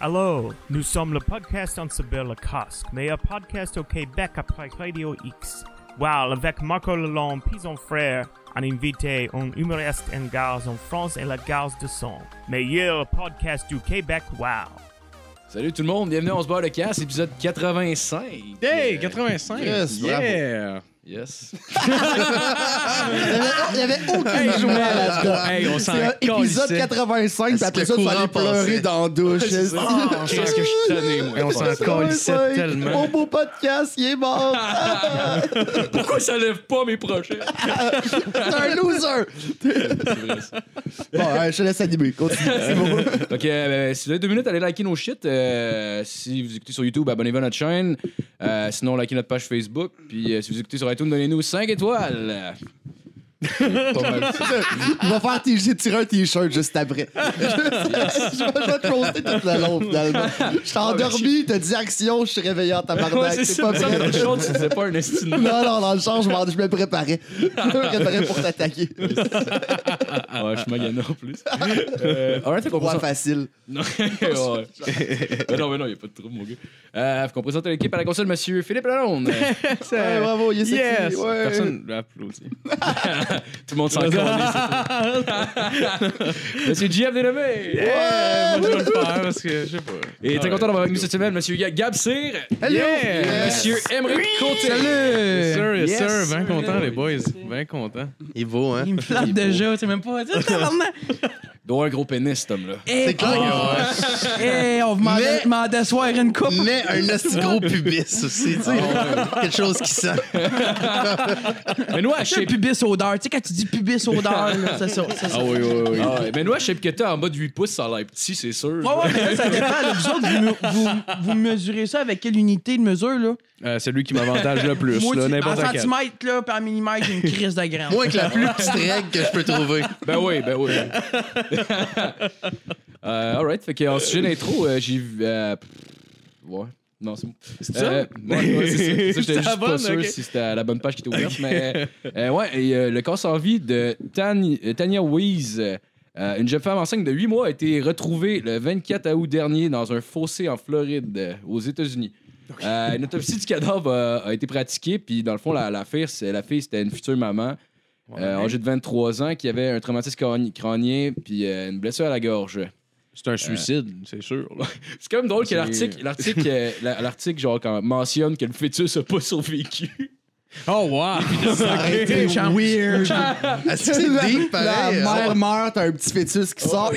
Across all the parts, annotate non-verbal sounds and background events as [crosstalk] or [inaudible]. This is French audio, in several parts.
Allô, nous sommes le podcast en cyber le casque, meilleur podcast au Québec après Radio X. Wow, avec Marco Lalonde, puis son frère, un invité, un humoriste en gare en France et la gare de son. Meilleur podcast du Québec, wow. Salut tout le monde, bienvenue à On se barre le casse, épisode 85. Hey, Euh, 85! Yes, bravo. yeah! Yes. Ah, Il n'y avait aucun Hey, jugement Joël, là-dedans. hey, on s'en C'est un épisode calissait. 85, puis après que ça, le tu vas courant aller pleurer passait. dans la douche. c'est ça. Ah, Je pense que je suis tanné, moi. Et on on s'en s'en 85, calissait tellement. Mon beau podcast, il est mort. [laughs] Ah, Pourquoi ça lève pas mes projets? T'es un loser. Bon, euh, je te laisse animer. Continue. C'est bon. [laughs] Donc, euh, si vous avez deux minutes, allez liker nos shit. Euh, si vous écoutez sur YouTube, abonnez-vous à notre chaîne. Euh, sinon, likez notre page Facebook. Puis euh, si vous écoutez sur iTunes, donnez-nous 5 étoiles. C'est pas mal. Il va faire tes... J'ai tiré un t-shirt juste après. [laughs] je vais je vais te roaster toute la longue, finalement. Je t'ai endormi, t'as dit action, je suis réveillé en Ouais, tabarnak. c'est c'est ça. pas Ça, dans vrai. le show, tu disais pas un estime. Non, non, dans le champ, je m'en- je me préparais. Je me préparais pour t'attaquer. Ouais, je suis magané en plus. Euh, alright, fait qu'on Pas présente- facile. Non, ouais. mais non, mais non, il n'y a pas de trouble, mon gars. Euh, faut qu'on présente l'équipe à la console, monsieur Philippe Lalonde. Ouais, bravo, il est Yes! sexy, ouais. Personne ne l'a applaudi. Tout le monde s'en connaît. monsieur JF Dénommé. Yeah! Moi, je vais le faire parce que je sais pas. Et très content d'avoir avec nous cette semaine, monsieur Ga- Gab Cyr. Hello! Yes. Monsieur Emery Côté. Yes, Euh, sir, yes, Yes, sir. hein. sir. Bien content, les boys. Bien content. Il est beau, hein? Il me flatte déjà, tu sais [laughs] même pas. Tu sais, tabarnak. Doit avoir un gros pénis, cet homme-là. Eh, C'est clair. que ouais. [laughs] eh, on m'a Mais- demandé à soir une coupe. Mais un aussi gros pubis aussi, tu sais. Quelque chose qui sent. Mais nous, à C'est shape. pubis odeur. Tu sais, quand tu dis pubis odeur, là, c'est ça. C'est Ah ça. oui, oui, oui. Ah mais nous, à shape que t'as en bas de 8 pouces, ça a l'air petit, c'est sûr. Ouais, ouais, mais là, ça dépend. là. vous autres, vous, me- vous- vous mesurez ça avec quelle unité de mesure, là? Euh, celui qui m'avantage le plus, Moi, là, tu- en n'importe quel. centimètres, là, par millimètre, j'ai une crise de graine. Moi, avec la plus petite règle que je peux trouver. Ben oui, ben oui. [laughs] euh, alright, fait qu'en sujet d'intro, euh, j'ai vu. euh, pff, ouais. Non, c'est bon. C'est Euh, ouais, ouais, c'est ça. Ça, [laughs] C'est J'étais la juste pas bonne, sûr ok. si c'était la bonne page qui était ouverte, mais euh, ouais, et, euh, le corps sans vie de Tani- euh, Tania Weiss, euh, euh, une jeune femme enceinte de 8 mois, a été retrouvée le 24 août dernier dans un fossé en Floride, euh, aux États-Unis. Euh, une autopsie du cadavre euh, a été pratiquée, puis dans le fond, la, la fille, c'est- la fille, c'était une future maman, euh, âgée de 23 ans, qui avait un traumatisme crâni- crânien, puis euh, une blessure à la gorge. C'est un suicide, c'est sûr. là. C'est quand même drôle que C'est- l'article, l'article, [laughs] euh, la- l'article genre, quand mentionne que le fœtus a pas survécu. Oh, wow! Arrêtez, Méchant. weird. Méchant. Est-ce que c'est deep, La pareil? hein. La mère meurt, t'as un petit fœtus qui sort.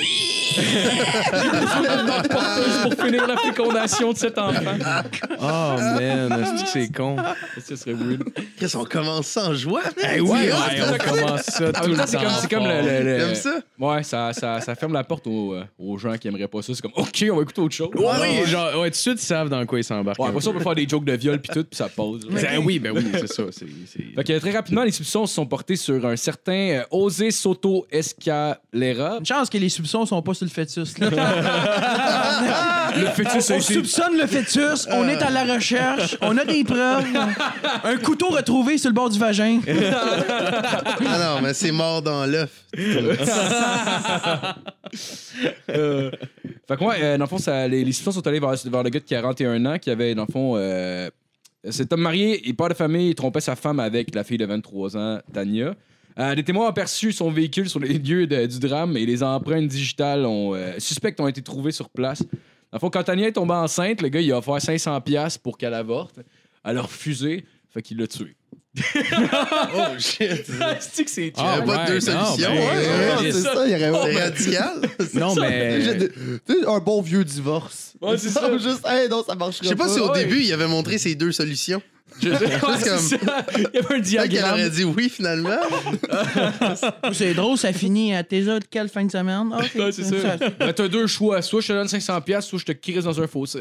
pour finir la fécondation de cet enfant. [laughs] Oh, man, est-ce que c'est con? Ça serait weird. Chris, on commence ça en joie. Eh Hey, ouais, ouais, on commence ça tout En même temps, le temps. Ah, c'est comme, c'est comme le, le- le- T'aimes ça? Ouais, ça, ça, ça ferme la porte aux, euh, aux gens qui aimeraient pas ça. C'est comme, OK, on va écouter autre chose. Ah oui, genre, ouais, tout de suite, ils savent dans quoi ils s'embarquent. Ouais, après ça, on peut faire des jokes de viol puis tout, puis ça pose. là. Ben oui, ben oui, c'est ça. c'est- c'est- Fait que très rapidement, les soupçons se sont portés sur un certain euh, José Soto Escalera. Une chance que les soupçons sont pas sur le [laughs] fœtus. là. Le fœtus On soupçonne le fœtus, on est à la recherche, on a [laughs] des preuves. Un couteau retrouvé sur le bord du vagin. Ah non, mais c'est mort dans l'œuf. Fait que ouais, euh, dans le fond, ça- les, les soupçons sont allés vers, vers le gars de 41 ans qui avait, dans le fond, euh, cet homme marié et père de famille, il trompait sa femme avec la fille de 23 ans, Tania. Euh, des témoins ont aperçu son véhicule sur les [laughs] lieux de- du drame et les empreintes digitales ont, euh, suspectes ont été trouvées sur place. Dans le fond, quand Tania est tombée enceinte, le gars, il a offert 500$ piastres pour qu'elle avorte. Elle a refusé, fait qu'il l'a tué. Oh shit. cest que c'est Ah, Il y a pas de deux ouais, non, solutions, ben, hein? ouais, Ouais, ouais, c'est ça, il y aurait C'est radical. Non, mais. J'ai de- tu sais, un bon vieux divorce. Euh, Ouais, c'est [laughs] ça. Juste, hey, non, ça marchera Je sais pas si au Ouais. début, il avait montré ces deux solutions. Ouais, [laughs] c'est ça. [laughs] Il y avait un Peut-être qu'elle diagramme. aurait dit oui, finalement. C'est drôle, ça finit à tes autres quelle fin de semaine? Ah, Ouais, c'est ça. Ben, t'as deux choix. Soit je te donne 500$, piastres, soit je te crise dans un fossé.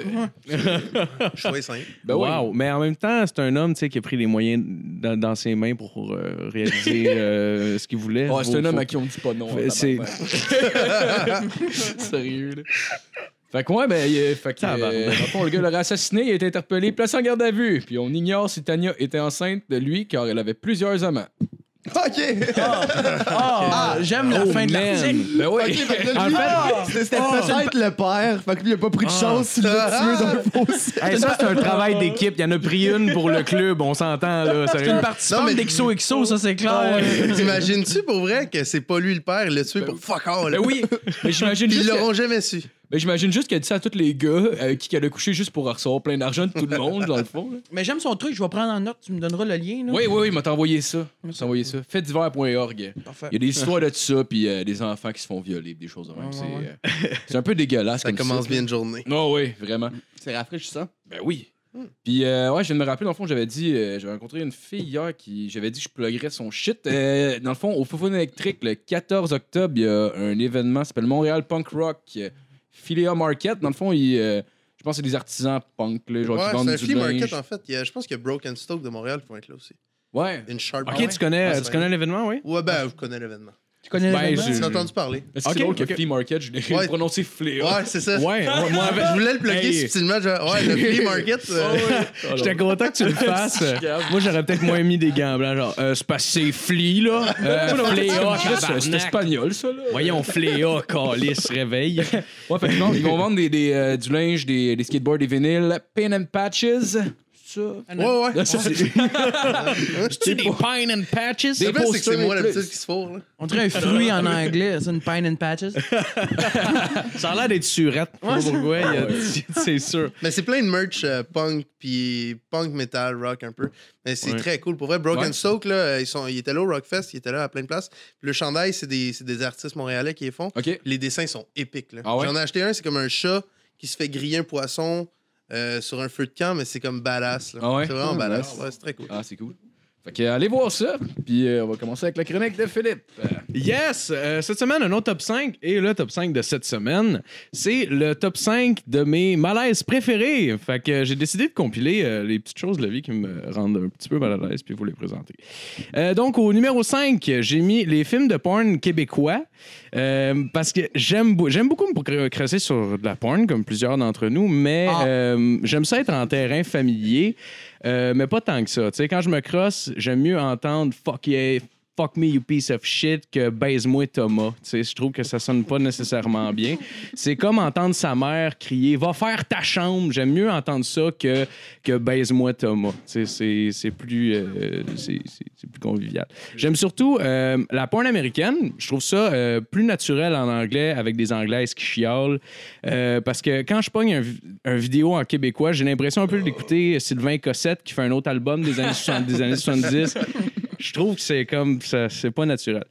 Choix simple. Ben ouais. wow. Mais en même temps, c'est un homme tu sais, qui a pris les moyens dans, dans ses mains pour euh, réaliser euh, ce qu'il voulait. Ouais, c'est un Faut- homme faut- à qui on dit pas non. hein, C'est- tabarnak. [laughs] Sérieux, là. Fait que, ouais, ben, il, euh, fait que, euh, Tabarnak. dans le fond, le gars l'aurait assassiné, il a été interpellé, placé en garde à vue. Puis on ignore si Tania était enceinte de lui, car elle avait plusieurs amants. [laughs] OK. Ah, j'aime Oh, la fin de l'article. Ben OK, oui. fait que là, En lui, fait- c'était oh, peut-être le père. Fait que lui, il a pas pris Ah. de chance s'il l'a tué [laughs] dans le fossé. Hey, ça, c'est un travail d'équipe. Il y en a pris une pour le club, on s'entend, là. C'est Sérieux. une participante Non, mais- d'XOXO, ça, Ah, c'est clair. [laughs] T'imagines-tu pour vrai que c'est pas lui le père, il l'a tué pour fuck all? Ben oui. Mais j'imagine Puis juste. [laughs] ils que- l'auront jamais su. Mais j'imagine juste qu'elle dit ça à tous les gars euh, qui qu'elle a couché juste pour recevoir plein d'argent de tout le monde, dans le fond. là. Mais j'aime son truc, je vais prendre en note, tu me donneras le lien. Là. Oui, oui, oui, il m'a envoyé ça. Il m'a envoyé ça. Faitdivers.org. Parfait. Il y a des histoires de ça, puis euh, des enfants qui se font violer, puis des choses de même. Ouais, c'est, ouais, [laughs] euh, c'est un peu dégueulasse. Ça comme commence ça. bien Mm. une journée. Non, oui, vraiment. C'est rafraîchissant. Ben oui. Puis, euh, ouais, je viens de me rappeler, dans le fond, j'avais dit, euh, j'avais rencontré une fille hier qui, j'avais dit que je pluguerais son shit. Euh, dans le fond, au Fofone électrique, le 14 octobre, il y a un événement qui s'appelle Montréal Punk Rock euh, Philia Market. Dans le fond, il, euh, je pense que c'est des artisans punk, là, genre, Ouais, qui vendent c'est un du flea linge. market en fait. Il y a- je pense qu'il y a Broken Stoke de Montréal qui vont être là aussi. Ouais. Une Sharp. Ok, Ah ouais? tu connais, Ah, tu c'est connais l'événement, oui? Ouais, ben, je connais l'événement. Tu connais Ben, l'événement? je- J'ai entendu parler. Est-ce que Ok, c'est drôle que ok. Flea Market, je l'ai Ouais. prononcé Flea. Ouais, c'est ça. Ouais, ouais, moi, avec- Je voulais le plugger Hey. subtilement. genre, ouais, le flea market. euh, J'étais content que tu [laughs] le fasses. Moi, j'aurais peut-être moins mis des gants blancs. Genre, euh, c'est parce que c'est Flea, là. Euh, Fléa, C'est c'est tabarnak. espagnol, ça, là. Voyons, Fléa, calice, [laughs] réveille. Ouais, fait que non, ils vont vendre des, des, euh, du linge, des, des skateboards, des vinyles, pin and patches. Ça. Ouais, ouais. Là, ça, c'est- C'est des pine and patches? Le pire, c'est que posters c'est moi et l'habitude plus. qui se fourre. là. On dirait un fruit en anglais, c'est une pine and [laughs] patches. Ça a l'air d'être surette. Je sais pas pourquoi, il y a- c'est sûr. Mais c'est plein de merch euh, punk, puis punk, metal, rock un peu. Mais c'est Ouais. très cool. Pour vrai, Broken Ouais. Stoke, là, euh, ils, sont, ils étaient là au Rockfest, ils étaient là à plein de places. Puis le chandail, c'est des, c'est des artistes montréalais qui les font. OK. Les dessins sont épiques. là. Ah ouais? J'en ai acheté un, c'est comme un chat qui se fait griller un poisson euh, sur un feu de camp, mais c'est comme badass. là. Ah ouais? C'est vraiment Ah, badass. Ouais, c'est très cool. Ah, c'est cool. Fait que, euh, allez voir ça. Puis euh, on va commencer avec la chronique de Philippe. Euh, Yes! euh, cette semaine, un autre top 5. Et le top 5 de cette semaine, c'est le top 5 de mes malaises préférés. Fait que euh, j'ai décidé de compiler euh, les petites choses de la vie qui me rendent un petit peu mal à l'aise, puis vous les présenter. Euh, donc, au numéro 5, j'ai mis les films de porn québécois. euh, parce que j'aime beau- j'aime beaucoup me cr- creuser sur de la porn, comme plusieurs d'entre nous, mais Ah. euh, j'aime ça être en terrain familier, euh, mais pas tant que ça. Tu sais, quand je me crosse, j'aime mieux entendre fuck yeah, fuck me, you piece of shit, que baise-moi, Thomas. Tu sais, je trouve que ça sonne pas nécessairement bien. C'est comme entendre sa mère crier va faire ta chambre. J'aime mieux entendre ça que, que baise-moi, Thomas. Tu sais, c'est c'est plus, euh, c'est- c'est- c'est plus convivial. J'aime surtout euh, la porn américaine. Je trouve ça euh, plus naturel en anglais avec des anglaises qui chiolent. Euh, parce que quand je pogne un, vi- un vidéo en québécois, j'ai l'impression un peu d'écouter Sylvain Cossette qui fait un autre album des années 60 des années 70. Je trouve que c'est comme ça, c'est pas naturel.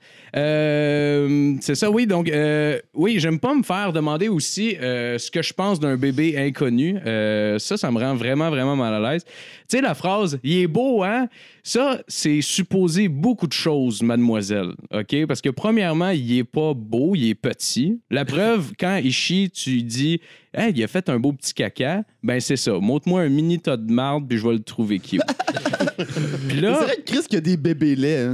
Euh, c'est ça, oui. Donc, euh, oui, j'aime pas me faire demander aussi euh, ce que je pense d'un bébé inconnu. Euh, ça, ça me rend vraiment, vraiment mal à l'aise. Tu sais, la phrase, il est beau, hein? Ça, c'est supposer beaucoup de choses, mademoiselle. OK? Parce que, premièrement, il est pas beau, il est petit. La preuve, quand il chie, tu lui dis, hey, il a fait un beau petit caca. Ben, c'est ça. Montre-moi un mini tas de marde, puis je vais le trouver [laughs] cute. puis C'est là. vrai que Chris, qu'il y a des bébés laids.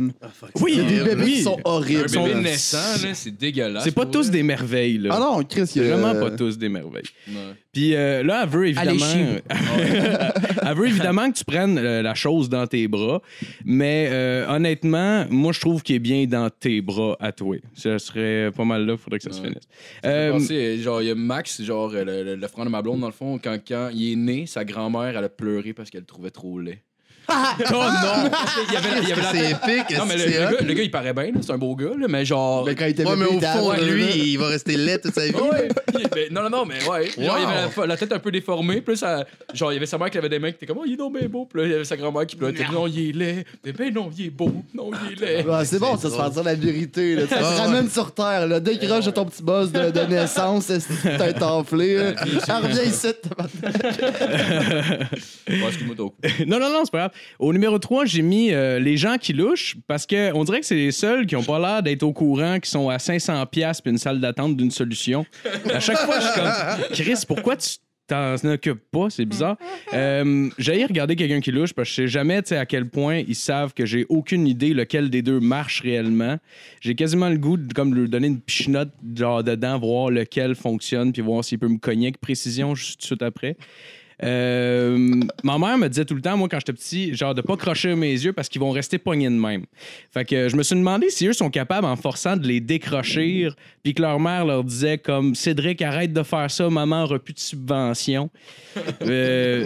Oui, Il y a des euh, bébés oui. qui sont horribles. bébé là. naît. naissant, là, c'est dégueulasse. C'est pas pour tous vrai. des merveilles, là. Ah non, Chris, il C'est y a... vraiment pas tous des merveilles. Ouais. Puis euh, là, elle veut Allez, évidemment. chie. [laughs] elle veut évidemment que tu prennes euh, la chose dans tes bras. Mais euh, honnêtement, moi, je trouve qu'il est bien dans tes bras à toi. Ce serait pas mal là, il faudrait que ça se Ouais. finisse. J'ai Euh, pensé, euh, genre, il y a Max, genre, euh, le, le- le frère de ma blonde, dans le fond, quand, quand il est né, sa grand-mère, elle a pleuré parce qu'elle le trouvait trop laid. Il y avait, c'est épique. Non, mais le, c'est le hot. gars, le gars, il paraît bien, là, c'est un beau gars, là, mais genre. Mais quand il était Ouais, bébé, mais il au était fond, aveugle, là. lui, il va rester laid toute sa vie. Ouais, [laughs] il- ben, non, non, non, mais ouais. Genre, il avait la, la tête un peu déformée. Plus, ça, genre, il y avait sa mère qui avait des mains qui étaient comme, oh, il est donc bien beau. Puis là, il y avait sa grand-mère qui pleurait. t'es, Non, il est laid. Mais ben non, il est beau. Non, il est laid. Ah, c'est bon, ça se drôle. fait dire la vérité. Là. Ça Ah, te ramène sur terre. Là. Décroche de ton petit boss de, de naissance, est-ce que tu t'es enflé. là. Ah, Reviens ici. Ouais, excuse-moi, t'as au- [laughs] non, non, non, c'est pas grave. Au numéro 3, j'ai mis euh, les gens qui louchent parce que on dirait que c'est les seuls qui ont pas l'air d'être au courant, qui sont à 500$ piastres puis une salle d'attente d'une solution. À chaque fois, je suis comme Chris, pourquoi tu t'en occupes pas? C'est bizarre. Euh, j'ai regardé quelqu'un qui louche parce que je sais jamais tu sais, à quel point ils savent que j'ai aucune idée lequel des deux marche réellement. J'ai quasiment le goût de comme, leur donner une pichenote genre dedans, voir lequel fonctionne puis voir s'il peut me cogner avec précision juste tout de suite après. Euh, ma mère me disait tout le temps, moi, quand j'étais petit, genre de pas crocher mes yeux parce qu'ils vont rester pognés de même. Fait que euh, je me suis demandé si eux sont capables, en forçant de les décrocher, puis que leur mère leur disait comme Cédric, arrête de faire ça, maman aura plus de subvention. Euh,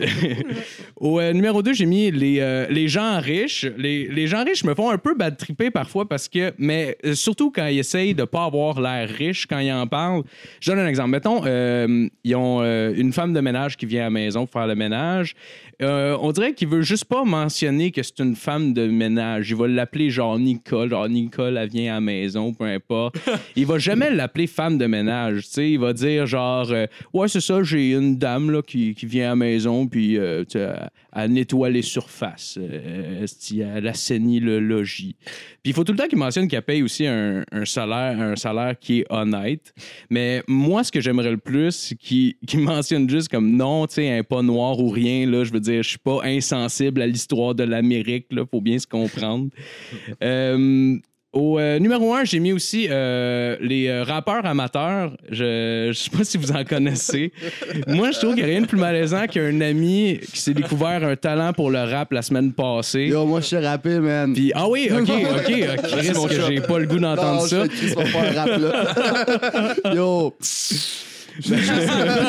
[laughs] Au euh, numéro 2, j'ai mis les, euh, les gens riches. Les, les gens riches me font un peu bad tripper parfois parce que, mais euh, surtout quand ils essayent de pas avoir l'air riche quand ils en parlent. Je donne un exemple. Mettons, euh, ils ont euh, une femme de ménage qui vient à la maison pour faire le ménage. Euh, on dirait qu'il veut juste pas mentionner que c'est une femme de ménage. Il va l'appeler genre Nicole. Genre Nicole, elle vient à la maison, peu importe. Il va jamais l'appeler femme de ménage. Tu sais, il va dire genre, euh, ouais, c'est ça, j'ai une dame là, qui, qui vient à la maison, puis euh, tu sais, elle- elle nettoie les surfaces, euh, esti, elle assainit le logis. Puis il faut tout le temps qu'il mentionne qu'elle paye aussi un, un salaire, un salaire qui est honnête. Mais moi, ce que j'aimerais le plus, c'est qu'il qu'il mentionne juste comme non, tu sais, elle est pas noir ou rien. Là, je veux dire, je suis pas insensible à l'histoire de l'Amérique. Là, faut bien se comprendre. Euh, au euh, numéro un, j'ai mis aussi euh, les euh, rappeurs amateurs. Je ne sais pas si vous en connaissez. Moi, je trouve qu'il n'y a rien de plus malaisant qu'un ami qui s'est découvert un talent pour le rap la semaine passée. Yo, moi, je suis rappé, man. Puis, ah oui, [laughs] ok, ok, ok. Chris, mon que chat. j'ai pas le goût d'entendre Non, je ça. fais Chris, on va faire un rap, [laughs] là. Yo. Ben,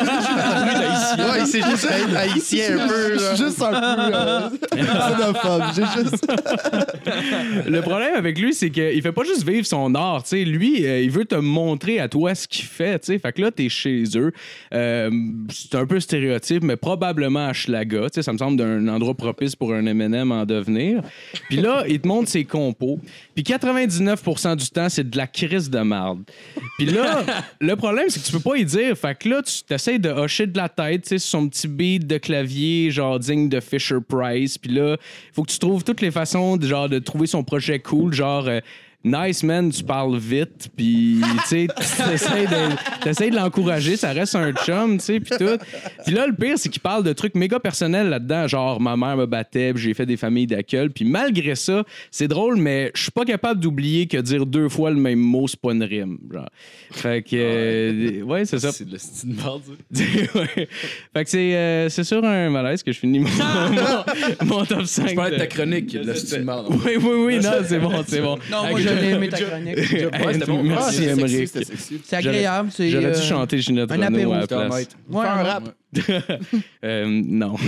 [laughs] Ouais, il s'est juste haï- haïtien un peu, Je là. suis juste un peu euh, xénophobe. J'ai juste. Le problème avec lui, c'est qu'il fait pas juste vivre son art. tu sais. Lui, euh, il veut te montrer à toi ce qu'il fait. tu sais. Fait que là, t'es chez eux. Euh, c'est un peu stéréotype, mais probablement à Schlaga. tu sais, Ça me semble d'un endroit propice pour un M&M en devenir. Puis là, il te montre ses compos. Puis 99% du temps, c'est de la crise de marde. Puis là, le problème, c'est que tu peux pas y dire. Fait que là, tu t'essayes de hocher de la tête, tu sais, sur son petit beat de clavier, genre digne de Fisher Price. Puis là, faut que tu trouves toutes les façons, de, genre, de trouver son projet cool, genre. euh, Nice man, tu parles vite, puis tu sais, [laughs] tu t'essayes de, t'essayes de l'encourager, ça reste un chum, tu sais, puis tout. Puis là, le pire, c'est qu'il parle de trucs méga personnels là-dedans, genre ma mère me battait, puis j'ai fait des familles d'accueil, puis malgré ça, c'est drôle, mais je suis pas capable d'oublier que dire deux fois le même mot, c'est pas une rime. Genre. Fait que, euh, ouais, c'est ça. C'est de la style de marde, ça. [laughs] Ouais. Fait que c'est euh, c'est sur un malaise que je finis mon, Ah! [laughs] mon- mon top 5. Je parlais de ta chronique, de la style de marde. [laughs] Oui, oui, oui, [laughs] non, c'est bon, c'est bon. Non, Ah, moi, je l'ai aimé ta chronique. Hey, Ouais, c'était bon. Ah, Merci, c'était sexy, Émeric. c'était sexy. C'est agréable. c'est, J'aurais dû euh, chanter Ginette un Renaud apéro. à la C'était place. honnête. Ouais, Faire un un rap. Euh, non, [laughs]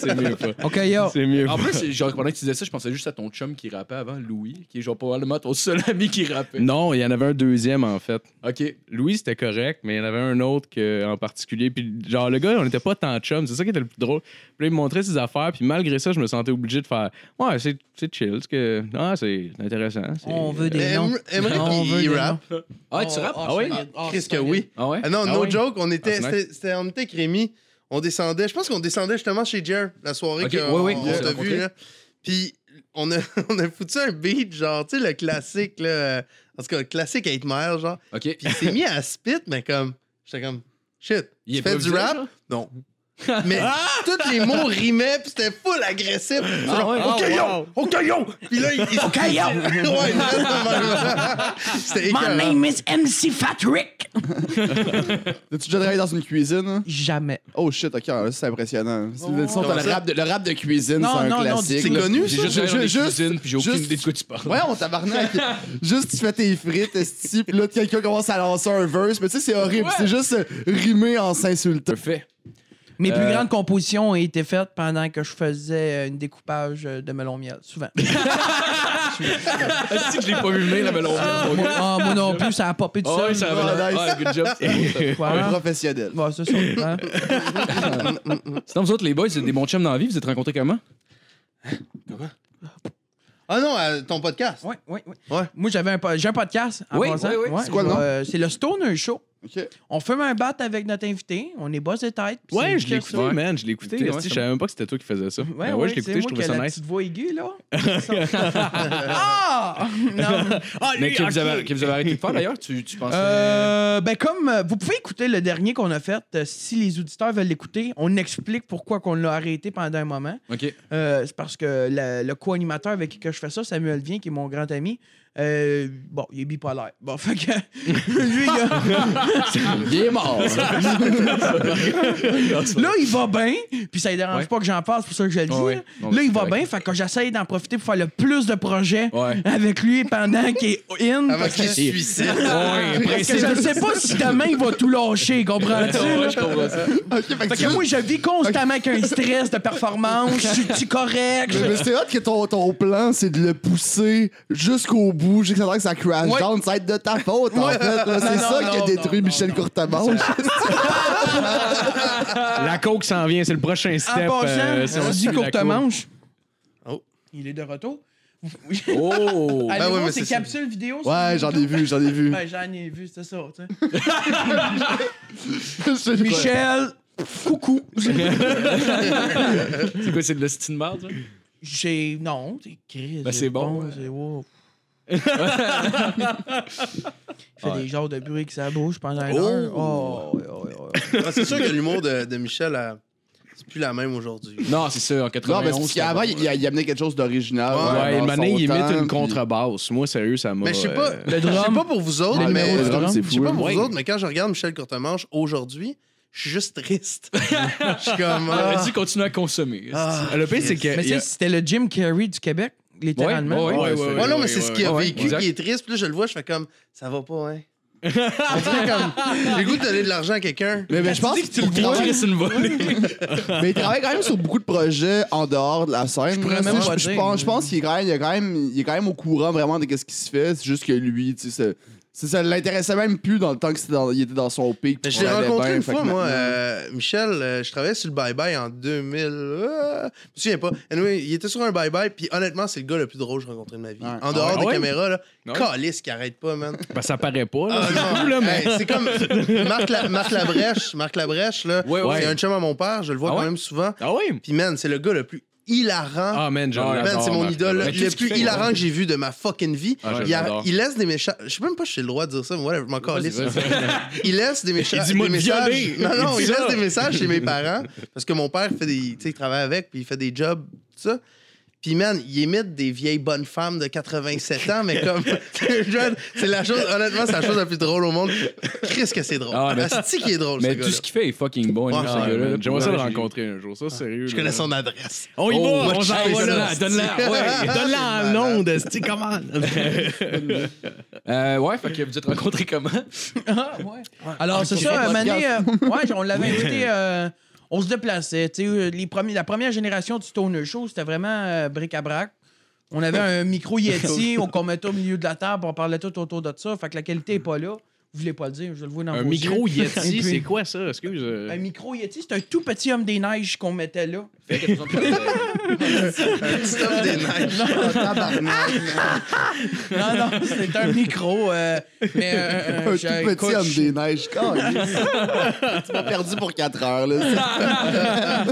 c'est mieux pas. OK, yo. C'est mieux En pas. plus, genre, pendant que tu disais ça, je pensais juste à ton chum qui rappait avant, Louis, qui est genre probablement ton [laughs] seul ami qui rappait. Non, il y en avait un deuxième, en fait. Ok. Louis, c'était correct, mais il y en avait un autre que, en particulier. Puis, genre, le gars, on n'était pas tant chum. C'est ça qui était le plus drôle. Puis, là, il me montrait ses affaires. Puis, malgré ça, je me sentais obligé de faire Ouais, c'est c'est chill. c'est que... Ah, c'est intéressant. c'est- On veut des Euh, Mais noms. Em- Emmerich, On il- veut il des rappe. noms. Ah, oh, tu rappes? ah oui? Chris que oui. Ah ouais? Ah non, Ah no oui. joke, on était, Ah, c'est c'était, c'était- on était avec Rémi, on descendait, je pense qu'on descendait justement chez Jer, la soirée Ok, qu'on oui, oui, on on s'est t'a rencontrés. vu, là. Puis on a, [laughs] on a foutu un beat, genre, tu sais, le classique, là, euh, en tout cas, le classique 8 Mile, genre. Ok. Puis il s'est mis à spit, mais comme, j'étais comme, shit, Il tu est fais du improvisé, rap? genre? Non. Mais tous les mots rimaient, puis c'était full agressif. Genre, ouais? OK, yo! OK, yo! Puis là, il... OK, yo! [laughs] ouais, exactement. [laughs] C'était My écœurant. name is MC Fat Rick. As-tu déjà travaillé dans une cuisine? hein? Jamais. Oh shit, ok, alors, c'est impressionnant. C'est- le, son, Comment le ça? rap de, le rap de cuisine, Non, c'est un non, non, classique. c'est là. connu, J'ai ça? juste travaillé dans des Juste- cuisines, puis j'ai aucune juste- idée de quoi tu parles. Ouais, on tabarnak. juste, tu fais tes frites, esti, pis là, quelqu'un commence à lancer un verse, mais tu sais, c'est horrible. C'est juste euh, rimé en s'insultant. Parfait. Mes plus Euh, grandes compositions ont été faites pendant que je faisais euh, une découpage euh, de melon miel, souvent. Est-ce que je l'ai pas vu venir, la melon? moi, ah, moi non plus, ça a popé tout Ah seul. ouais, ça Ah, va. nice. Ah, good job. Un Voilà. professionnel. Bon, c'est ça. hein. Sinon, vous autres, les boys, [laughs] c'est des bons chums dans la vie, vous êtes rencontrés comment? Ah non, à ton podcast. Oui, oui, oui. Ouais. Moi, j'avais un, po- j'ai un podcast. En Oui, passant. oui, oui. Ouais, C'est quoi le nom? euh, c'est le Stoner Show. Ok. On fait un bat avec notre invité. On est boss de tête. puis Ouais, c'est je l'ai juste écouté, ça. man. Je l'ai écouté. Écoutez, ouais, esti, c'est je savais même pas que c'était toi qui faisais ça. Ouais, Ben ouais, je l'ai c'est écouté, je moi trouvais qui ai ça la nice. petite voix aiguë, là. [laughs] ah! Non. Ah, Mais lui, que ok. vous avez, que vous avez arrêté de faire d'ailleurs, tu, tu pensais. Euh, ben comme euh, vous pouvez écouter le dernier qu'on a fait, euh, si les auditeurs veulent l'écouter, on explique pourquoi qu'on l'a arrêté pendant un moment. Ok. Euh, c'est parce que le, le co-animateur avec qui que je fais ça, Samuel Vien, qui est mon grand ami, Euh, bon, il est bipolaire. Bon, [laughs] fait que lui, il [laughs] a- Il est mort. là, il va bien, puis ça ne dérange Ouais. pas que j'en parle, c'est pour ça que je le dis. Ouais, ouais. là. Non, là, c'est il va correct. bien, fait que j'essaye d'en profiter pour faire le plus de projets [laughs] Ouais. avec lui pendant qu'il est in. Avant parce que- qu'il se suicide. Ouais, parce que je ne sais pas si demain il va tout lâcher, comprends-tu? là? Ok, fait que Fait tu- que moi, je vis constamment [laughs] avec un stress de performance, je suis correct? Mais, mais c'est hot que ton, ton plan, c'est de le pousser jusqu'au bout. J'ai que ça a l'air que ça crash Ouais. down, ça va être de ta faute, en fait. là. C'est non, ça non, qui a non, détruit non, Michel non. [laughs] Courtemanche. La coke s'en vient, c'est le prochain En step. passant, euh, si on suit dit la courte courbe. manche. Oh. Il est de [laughs] retour. Oh! Allez ouais, voir mais ses c'est ça. capsules vidéo. sur Ouais, j'en ai vu, j'en ai vu. Ouais, j'en ai vu, c'est ça, tu sais. Je sais pas. Michel, coucou. C'est quoi, c'est de l'hostie de merde, ça? J'ai. Non, c'est Chris. Ben, c'est bon, ouais. C'est wow. Il fait Ouais. des genres de bruit que ça bouge pendant une Oh. heure. Oh, ouais, ouais, ouais. Ah, c'est sûr que l'humour de, de Michel, euh, c'est plus la même aujourd'hui. Non, c'est ça, en 91. Non, mais c'est parce qu'avant, il, il- il amenait quelque chose d'original. Ouais, dans Ouais, il son m'a donné, il temps, imite une puis- contrebasse. Moi, sérieux, ça m'a. Mais je sais pas, euh, je sais drum. pas pour vous autres, Le Ah, mais numéro mais de le drum, drum. c'est je sais fou. pas hein. pour Ouais. vous autres, mais quand je regarde Michel Courtemanche aujourd'hui, je suis juste triste. [laughs] Je suis comme. On a ah, dit continue à consommer. ah, Le pire, c'est Christ. que. Mais tu il y sais, a- c'était le Jim Carrey du Québec, littéralement. Ouais, ouais, ouais, Ouais, non, mais ouais, c'est ce ouais, qu'il a ouais. vécu Exact. qui est triste. Puis là, je le vois, je fais comme, ça va pas, hein. On dirait comme, j'ai le goût de donner de l'argent à quelqu'un. Mais, mais je pense que Tu le vois, c'est une volée. Mais il travaille quand même sur beaucoup de projets en dehors de la scène. Je, pourrais même pas je dire. pense, je pense qu'il est, quand même- il est quand même- il est quand même au courant vraiment de ce qui se fait. C'est juste que lui, tu sais, ça- ça, ça l'intéressait même plus dans le temps qu'il était dans son pic. Mais je qu'il l'ai allait rencontré bien, une fait fois, que moi. maintenant- euh, Michel, euh, je travaillais sur le Bye Bye en 2000. euh, je me souviens pas. Anyway, il était sur un Bye Bye, puis honnêtement, c'est le gars le plus drôle que j'ai rencontré de ma vie. Ouais. En dehors Ah des ouais? caméras, là. Ouais. Calice qui arrête pas, man. Ben, ça paraît pas, là. Ah, non. là, mais- Hey, c'est comme Marc, La- Marc Labrèche. Marc Labrèche, là. Ouais, ouais. C'est un chum à mon père, je le vois Ah quand ouais? même souvent. Ah oui? Puis, man, c'est le gars le plus hilarant. Ah, man, je Ah, Man, l'adore, c'est mon Marc idole Labrèche. le Qu'est-ce qu'il plus fait, hilarant Marc? que j'ai vu de ma fucking vie. Ah, je il, a- l'adore. il laisse des messages. Je sais même pas si j'ai le droit de dire ça, mais whatever, je m'en calisse. vas-y, [laughs] Il laisse des, mécha- Il dit, moi, des de messages. violer. Non, non, Il il, dit ça. laisse des messages chez mes parents parce que mon père fait des. Tu sais, il travaille avec, puis il fait des jobs, tout ça. Puis, man, il imite des vieilles bonnes femmes de 87 ans, mais comme. [laughs] John, c'est la chose. Honnêtement, c'est la chose la plus drôle au monde. Qu'est-ce que c'est drôle. Ah, mais- Asti qui est drôle, ce Mais tout gars-là. ce qu'il fait est fucking bon. Ouais, hein, ouais, ce Ah, gars-là. man, J'aimerais ça le Ouais, j'ai- rencontrer un jour, ça, sérieux. Je connais son adresse. On y va, Oh, on je s'en fais va ça. là, donne-la, [laughs] ouais, donne-la en ondes, c'est comment? Euh, ouais, fait que vous êtes rencontrés comment? Ah, ouais. Alors, c'est Ok. ça, Podcast. Mané, ouais, on l'avait invité. euh, on se déplaçait. Tu sais, euh, les premiers, la première génération du Stoner Show, c'était vraiment euh, bric-à-brac. On avait un micro Yeti, on qu'on mettait au milieu de la table, on parlait tout autour de ça. Fait que la qualité est pas là. Vous voulez pas le dire, je le vois dans Un vos micro yeux. [laughs] Yeti, Puis, c'est quoi ça? Excuse. euh, Un micro Yeti, c'est un tout petit homme des neiges qu'on mettait là. Petit homme des neiges. Oh, tabarnak. Non, non, c'est un micro. euh, mais euh, Un euh, tout je- petit écoute, homme je- des neiges. Caliste. Tu m'as perdu pour 4 heures. Là.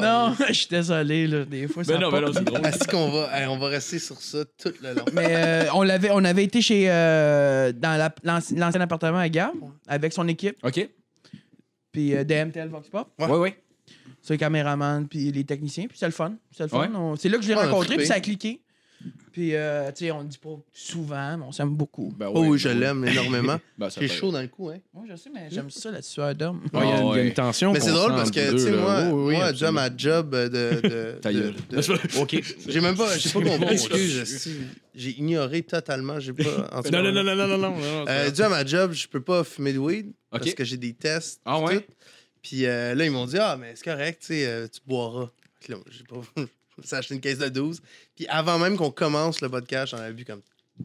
Non, [laughs] je suis désolé, là, des fois, ça Ben non, pas- ben non, c'est drôle. Est-ce qu'on va, hey, on va rester sur ça tout le long? Mais euh, on, l'avait, on avait été chez euh, dans la- l'anci- l'ancien appartement à Gare avec son équipe, OK? puis euh, DMTL Vox Pop, Ouais. Ouais, ouais. le caméraman, puis les techniciens, puis c'est le fun. C'est le fun. Ouais. On- c'est là que je l'ai Ouais, on a rencontré, trippé. puis ça a cliqué. Puis, euh, tu sais, on le dit pas souvent, mais on s'aime beaucoup. Ben Oh, ouais, je l'aime [laughs] énormément. Ben, ça J'ai fait- chaud dans le cou, hein? Moi, je sais, mais j'aime ça, la sueur d'homme. ouais, Il y a une- il y a ouais. une tension. Mais c'est qu'on drôle sent parce entre que, nous tu sais, deux, moi, là. Oui, oui, moi déjà, absolument. ma job de. [laughs] de, Ta de- gueule. de- OK. J'ai même pas. [laughs] J'ai pas compris. bon, Excuse, si- j'ai ignoré totalement. J'ai pas. [laughs] en tout cas, Non, non, non, non, non, non, non, non. Euh, dû à ma job, je peux pas fumer de weed Ok. parce que j'ai des tests. Ah pis ouais? tout. Puis euh, là, ils m'ont dit Ah, mais c'est correct, tu sais, euh, tu boiras. Fait que là, j'ai pas. [laughs] j'ai acheté une caisse de 12. Puis avant même qu'on commence le podcast, j'en avais bu comme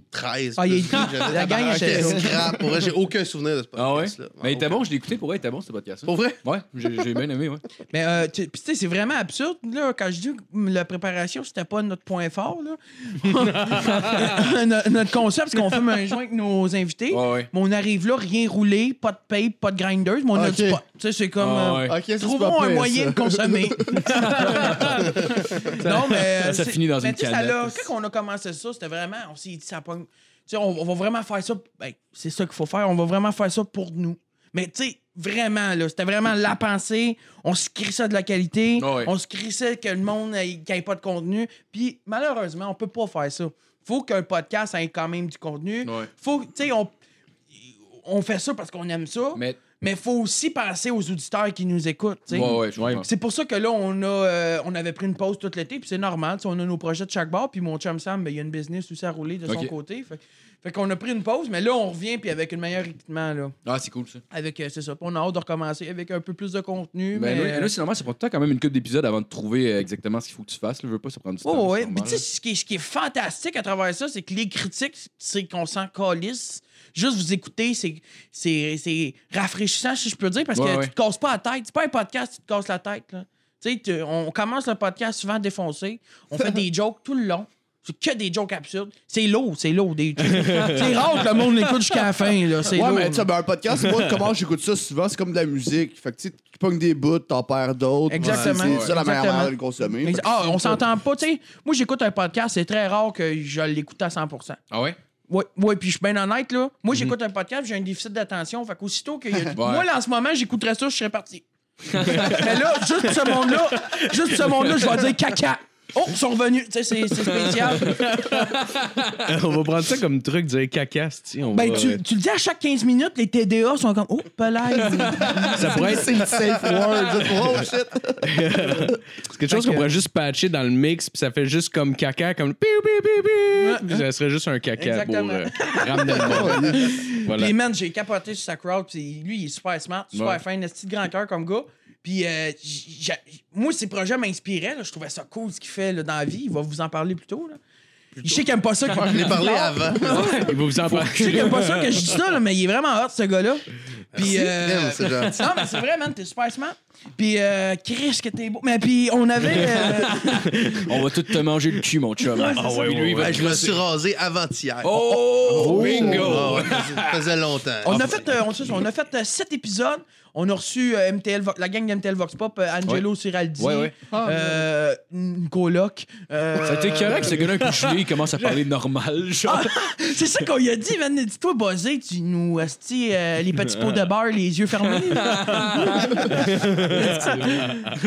13. Ah, plus il- de weed. J'avais la gang tabarnak, était- quel scrap. Pour vrai, j'ai aucun souvenir de ce Ah ouais? podcast-là. Mais il était Aucun. bon, je l'ai écouté. Pour vrai, il était bon, ce podcast. Pour vrai? Ouais, j'ai j'ai bien aimé, ouais. Mais euh, tu puis tu sais, c'est vraiment absurde, là, quand je dis que la préparation, c'était pas notre point fort, là. [laughs] No- notre concept, c'est qu'on fume un joint avec nos invités. Ouais, ouais. Mais on arrive là, rien roulé, pas de pape, pas de grinders, mais on a Ok. du pot. Tu sais, c'est comme. Ah, euh, ouais. Ok, ça, c'est pas Trouvons un pire, moyen ça. de consommer. [laughs] non, mais. euh, Ça c'est- finit dans mais une tu sais, ça canette. l'a- Quand on a commencé ça, c'était vraiment. On s'est dit, ça pogne. Tu sais, on, on va vraiment faire ça. ben, c'est ça qu'il faut faire. On va vraiment faire ça pour nous. Mais tu sais, Vraiment, là. C'était vraiment la pensée. On se crissait de la qualité. Ah ouais. On se crissait que le monde n'ait pas de contenu. Puis malheureusement, on peut pas faire ça. Faut qu'un podcast ait quand même du contenu. Ouais. Faut, que- tu sais, on, on fait ça parce qu'on aime ça. Mais. Mais faut aussi penser aux auditeurs qui nous écoutent. tu sais. Ouais, ouais, je Ouais. comprends. C'est pour ça que là, on, a, euh, on avait pris une pause tout l'été, puis c'est normal. tu sais, On a nos projets de chaque bord, puis mon chum Sam, ben, il y a une business aussi à rouler de son Ok. côté. Fait, fait qu'on a pris une pause, mais là, on revient, puis avec un meilleur équipement. Là. Ah, c'est cool ça. Avec, euh, c'est ça. Puis on a hâte de recommencer avec un peu plus de contenu. Mais Ben, Mais, là, là, c'est normal, ça prend peut-être quand même une coupe d'épisodes avant de trouver euh, exactement ce qu'il faut que tu fasses. Là, je veux pas, ça prend du temps. Oh, ouais. c'est normal, Puis tu sais, ce qui, est- ce qui est fantastique à travers ça, c'est que les critiques, c'est qu'on s'en calisse. Juste vous écouter, c'est, c'est, c'est rafraîchissant, si je peux dire, parce Ouais, que ouais. tu te casses pas la tête. C'est pas un podcast, tu te casses la tête. Là. Tu sais, tu- on commence le podcast souvent défoncé. On fait [laughs] des jokes tout le long. C'est que des jokes absurdes. C'est lourd, c'est lourd. Des... [laughs] c'est rare que le monde l'écoute jusqu'à la fin. Là. C'est Ouais, lourd. mais tu sais, ben, un podcast, moi, comment j'écoute ça souvent, c'est comme de la musique. Fait que tu sais, tu pognes des bouts, t'en perds d'autres. Exactement. C'est ça la meilleure Exactement. manière de le consommer. Mais- Fait que Ah, c'est on ça. s'entend pas. Tu sais, moi, j'écoute un podcast, c'est très rare que je l'écoute à 100 là. Ah ouais? Oui, ouais, puis je suis bien honnête, là. Mhm. Moi, j'écoute un podcast, j'ai un déficit d'attention. Fait qu'aussitôt que. Moi, là, en ce moment, j'écouterais ça, je serais parti. Mais là, juste ce monde-là, juste ce monde-là, je vais dire caca. Oh, ils sont revenus. Tu sais, c'est c'est spécial. [laughs] on va prendre ça comme truc, dire caca, c'ti, on Ben, va- tu, tu le dis à chaque 15 minutes, les TDA sont comme. Oh, pelaise. ça pourrait être C'est le safe word. Oh shit. c'est quelque chose qu'on que- pourrait juste patcher dans le mix, puis ça fait juste comme caca, comme piou, piou, piou, piou. Puis ça serait juste un caca pour Exactement. euh, ramener [laughs] le monde. voilà. Puis, man, j'ai capoté sur sa crowd. Puis, lui, il est super smart, super Ouais. fin, un petit grand cœur comme gars. Puis, euh, j- j'a- moi, ces projets m'inspiraient. là. Je trouvais ça cool ce qu'il fait là, dans la vie. Il va vous en parler plus tôt. Là. Je sais qu'il aime pas ça. quand Je l'ai parlé [laughs] avant. Il va vous en Je sais qu'il parler. aime pas ça que je dis ça, là, mais il est vraiment hot, ce gars-là. Puis, euh, Crime, c'est gentil. non, mais c'est vrai, man, t'es super smart. Puis, euh, Chris, que t'es beau. Mais puis, on avait. euh, On va tout te manger le cul, mon chum. Ah ouais, lui, il va Ben, je me suis rasé avant-hier. Oh! Ah ouais, ça faisait longtemps. on, a fait, euh, on, c'est ça, on a fait euh, sept épisodes. On a reçu euh, MTL, Vo- la gang de MTL Vox Pop, euh, Angelo Ciraldi, Ouais, ouais. euh, une coloc. [laughs] euh, Ça a été écœurant que ce gars-là, un coup de gelé, il [laughs] commence à parler normal, genre. C'est ça qu'on lui a dit, man. Dis-toi, Buzzé, tu nous asti euh, les petits pots de beurre, les yeux fermés.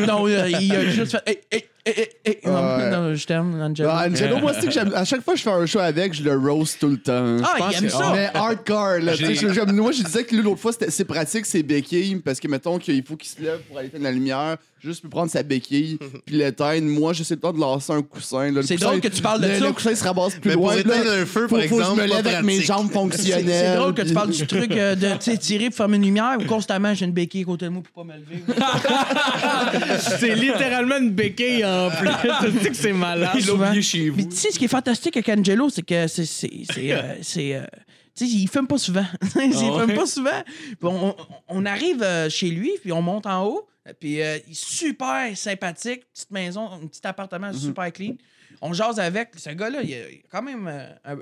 non, euh, il a juste fait. Hey, hey, hey, hey, hey. Non, Ouais. non, je t'aime, Angelo. Ah, Angelo, moi, c'est que j'aime. À chaque fois que je fais un show avec, je le roast tout le temps. Ah, pense il aime que- ça. Mais hardcore, là. J'ai- Tu sais, je- j'aime- moi, je disais que lui, l'autre fois, c'était- c'est pratique, c'est béquille, parce que, mettons, qu'il faut qu'il se lève pour aller éteindre la lumière, juste pour prendre sa béquille, puis l'éteindre. Moi, j'essaie le temps de lancer un coussin. là. Le C'est coussin- drôle que tu parles de le- ça. Le coussin se ramasse plus Mais pour loin. là. éteindre un feu, Faut- par faut que exemple, je me pas lève avec mes pratique. jambes [laughs] fonctionnelles. C'est c'est drôle que tu puis- parles du truc euh, de tu sais, tirer pour fermer une lumière ou constamment j'ai une béquille à côté de moi pour pas me lever. C'est littéralement une béquille en [laughs] plus. Tu sais que c'est malade. l'a oublié chez Mais tu sais, ce qui est fantastique avec Angelo, c'est que c'est. c'est- c'est, [laughs] euh, c'est, euh, Tu sais, il fume pas souvent. [laughs] Ah il fume pas souvent. Puis on, on- on arrive euh, chez lui, puis on monte en haut. Puis euh, il est super sympathique. Petite maison, un petit appartement Mm-hmm. super clean. On jase avec. Ce gars-là, il a il a quand même. euh, un-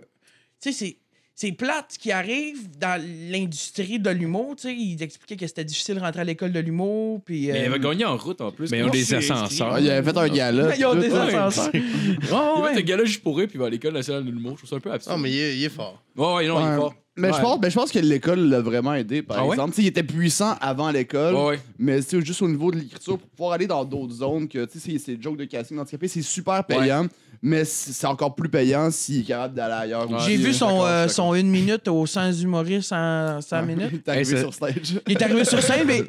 Tu sais, c'est. C'est plate qui arrive dans l'industrie de l'humour. Tu sais, il expliquait que c'était difficile de rentrer à l'école de l'humour. Puis, Mais euh, il [laughs] avait gagné en route en plus. Mais ils ont Comment des c'est inscrit? ascenseurs. Ah, il avait fait un gala. ils ont tout. des ouais. ascenseurs. Ouais, Il ouais. va être un gala juste pour eux, puis il va à l'école nationale de l'humour. Je trouve ça un peu absurde. Non, Ah, mais il est, il est fort. Ah, Ouais, ouais, non, il est Ouais. fort. Mais je Ouais. pense, ben, je pense que l'école l'a vraiment aidé, par Ah ouais? exemple. Tu sais, Il était puissant avant l'école, Ouais, ouais. mais tu sais, juste au niveau de l'écriture, pour pouvoir aller dans d'autres zones, que tu sais, c'est- c'est joke de casting handicapé, c'est super payant, mais c'est c'est encore plus payant s'il est capable d'aller ailleurs. Ouais. J'ai Puis, vu euh, son, d'accord, euh, d'accord. son une minute au sans humoriste en 100 Il minutes. est arrivé Hey, ça- sur stage. Il est arrivé sur scène, mais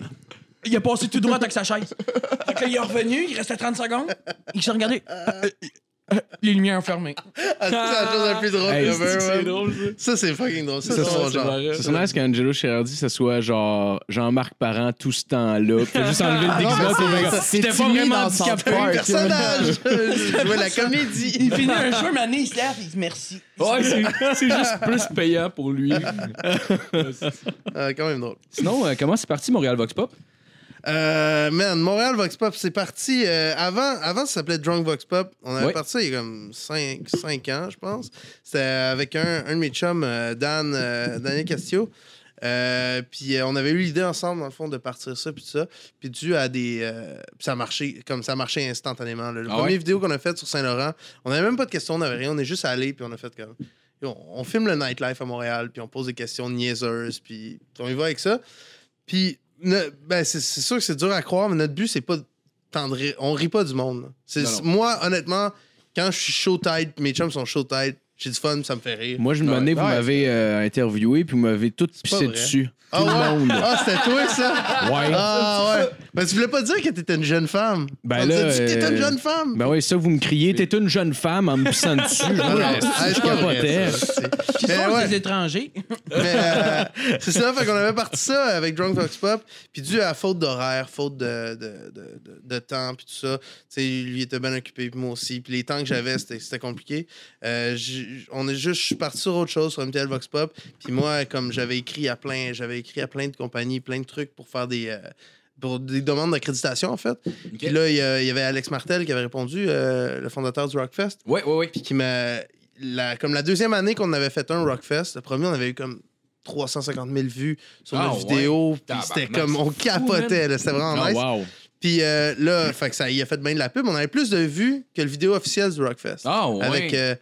il a passé tout droit avec sa chaise. Fait que là, il est revenu, il restait 30 secondes. Il s'est regardé. Euh, euh, Les lumières fermées. Ah, c'est la chose la plus drôle Hey, ever, c'est- man. ça. Ça, c'est fucking drôle. Ça, Ça, c'est ça, mon C'est genre. marrant. C'est sûrement à ce qu'Angelo Cherardi, ce soit genre Jean-Marc Parent tout ce [laughs] temps-là. Puis juste enlever le [laughs] déguisement. puis faire comme, C'est C'était pas timide vraiment dans South handicapé. Park. Personnage! [laughs] Je jouais la comédie. Il finit un jeu, mané, il se lève, il dit merci. Ouais, c'est- c'est [laughs] juste plus payant pour [laughs] lui. Ah, quand même drôle. Sinon, euh, comment c'est parti Montréal Vox Pop? Euh, man, Montréal Vox Pop, c'est parti. euh, avant, avant, ça s'appelait Drunk Vox Pop. On avait Oui. parti ça il y a comme 5, ans, je pense. C'était avec un, un de mes chums, euh, Dan, euh, Daniel Castillo. Euh, puis euh, on avait eu l'idée ensemble, dans le fond, de partir ça, puis tout ça. Puis dû à des. euh, puis ça a marché, comme ça a marché instantanément. là. Le Ah premier ouais? vidéo qu'on a fait sur Saint-Laurent, on n'avait même pas de questions, on n'avait rien, on est juste allé, puis on a fait comme. On, on filme le nightlife à Montréal, puis on pose des questions niaiseuses, puis on y va avec ça. Puis ne- ben, c'est c'est sûr que c'est dur à croire, mais notre but, c'est pas de tant de rire. On rit pas du monde. là. C'est- Non, non. Moi, honnêtement, quand je suis chaud tête, mes chums sont chaud tête, j'ai du fun, ça me fait rire. Moi, je me Ouais. demandais, vous Ouais. m'avez euh, interviewé, puis vous m'avez tout pas pissé vrai. dessus. Ah tout ouais? le monde. Ah, c'était toi, ça? Ouais. Ah, ouais. Mais tu voulais pas dire que t'étais une jeune femme. Ben On là, disait-tu que t'étais euh, une jeune femme. Ben oui, ça, vous me criez, t'es une jeune femme en me pissant dessus. Je, Ah, non, ah, je c'est pas vrai, capotais. ça, c'est- Qui Mais sont ouais. des étrangers. Mais euh, c'est ça, fait qu'on avait parti ça avec Drunk Fox Pop. Puis dû à faute d'horaire, faute de, de, de, de- de temps, puis tout ça, tu sais, lui était bien occupé, puis moi aussi. Puis les temps que j'avais, c'était c'était compliqué. Euh, j'ai- on est juste, je suis parti sur autre chose, sur MTL Vox Pop. Puis moi, comme j'avais écrit à plein, j'avais écrit à plein de compagnies, plein de trucs pour faire des. euh, pour des demandes d'accréditation, en fait. Puis là, il y, a- il y avait Alex Martel qui avait répondu, euh, le fondateur du Rockfest Ouais, ouais, ouais. puis qui m'a. la- comme la deuxième année qu'on avait fait un Rockfest, le premier, on avait eu comme 350 000 vues sur Ah nos ouais? vidéos. Puis Tabarnak, c'était comme. c'est On fou, man. capotait, là, c'était vraiment Ah, nice. wow. Puis euh, là, fait que ça y a fait bien de la pub. On avait plus de vues que le vidéo officielle du Rockfest. Ah, ouais. Avec. euh,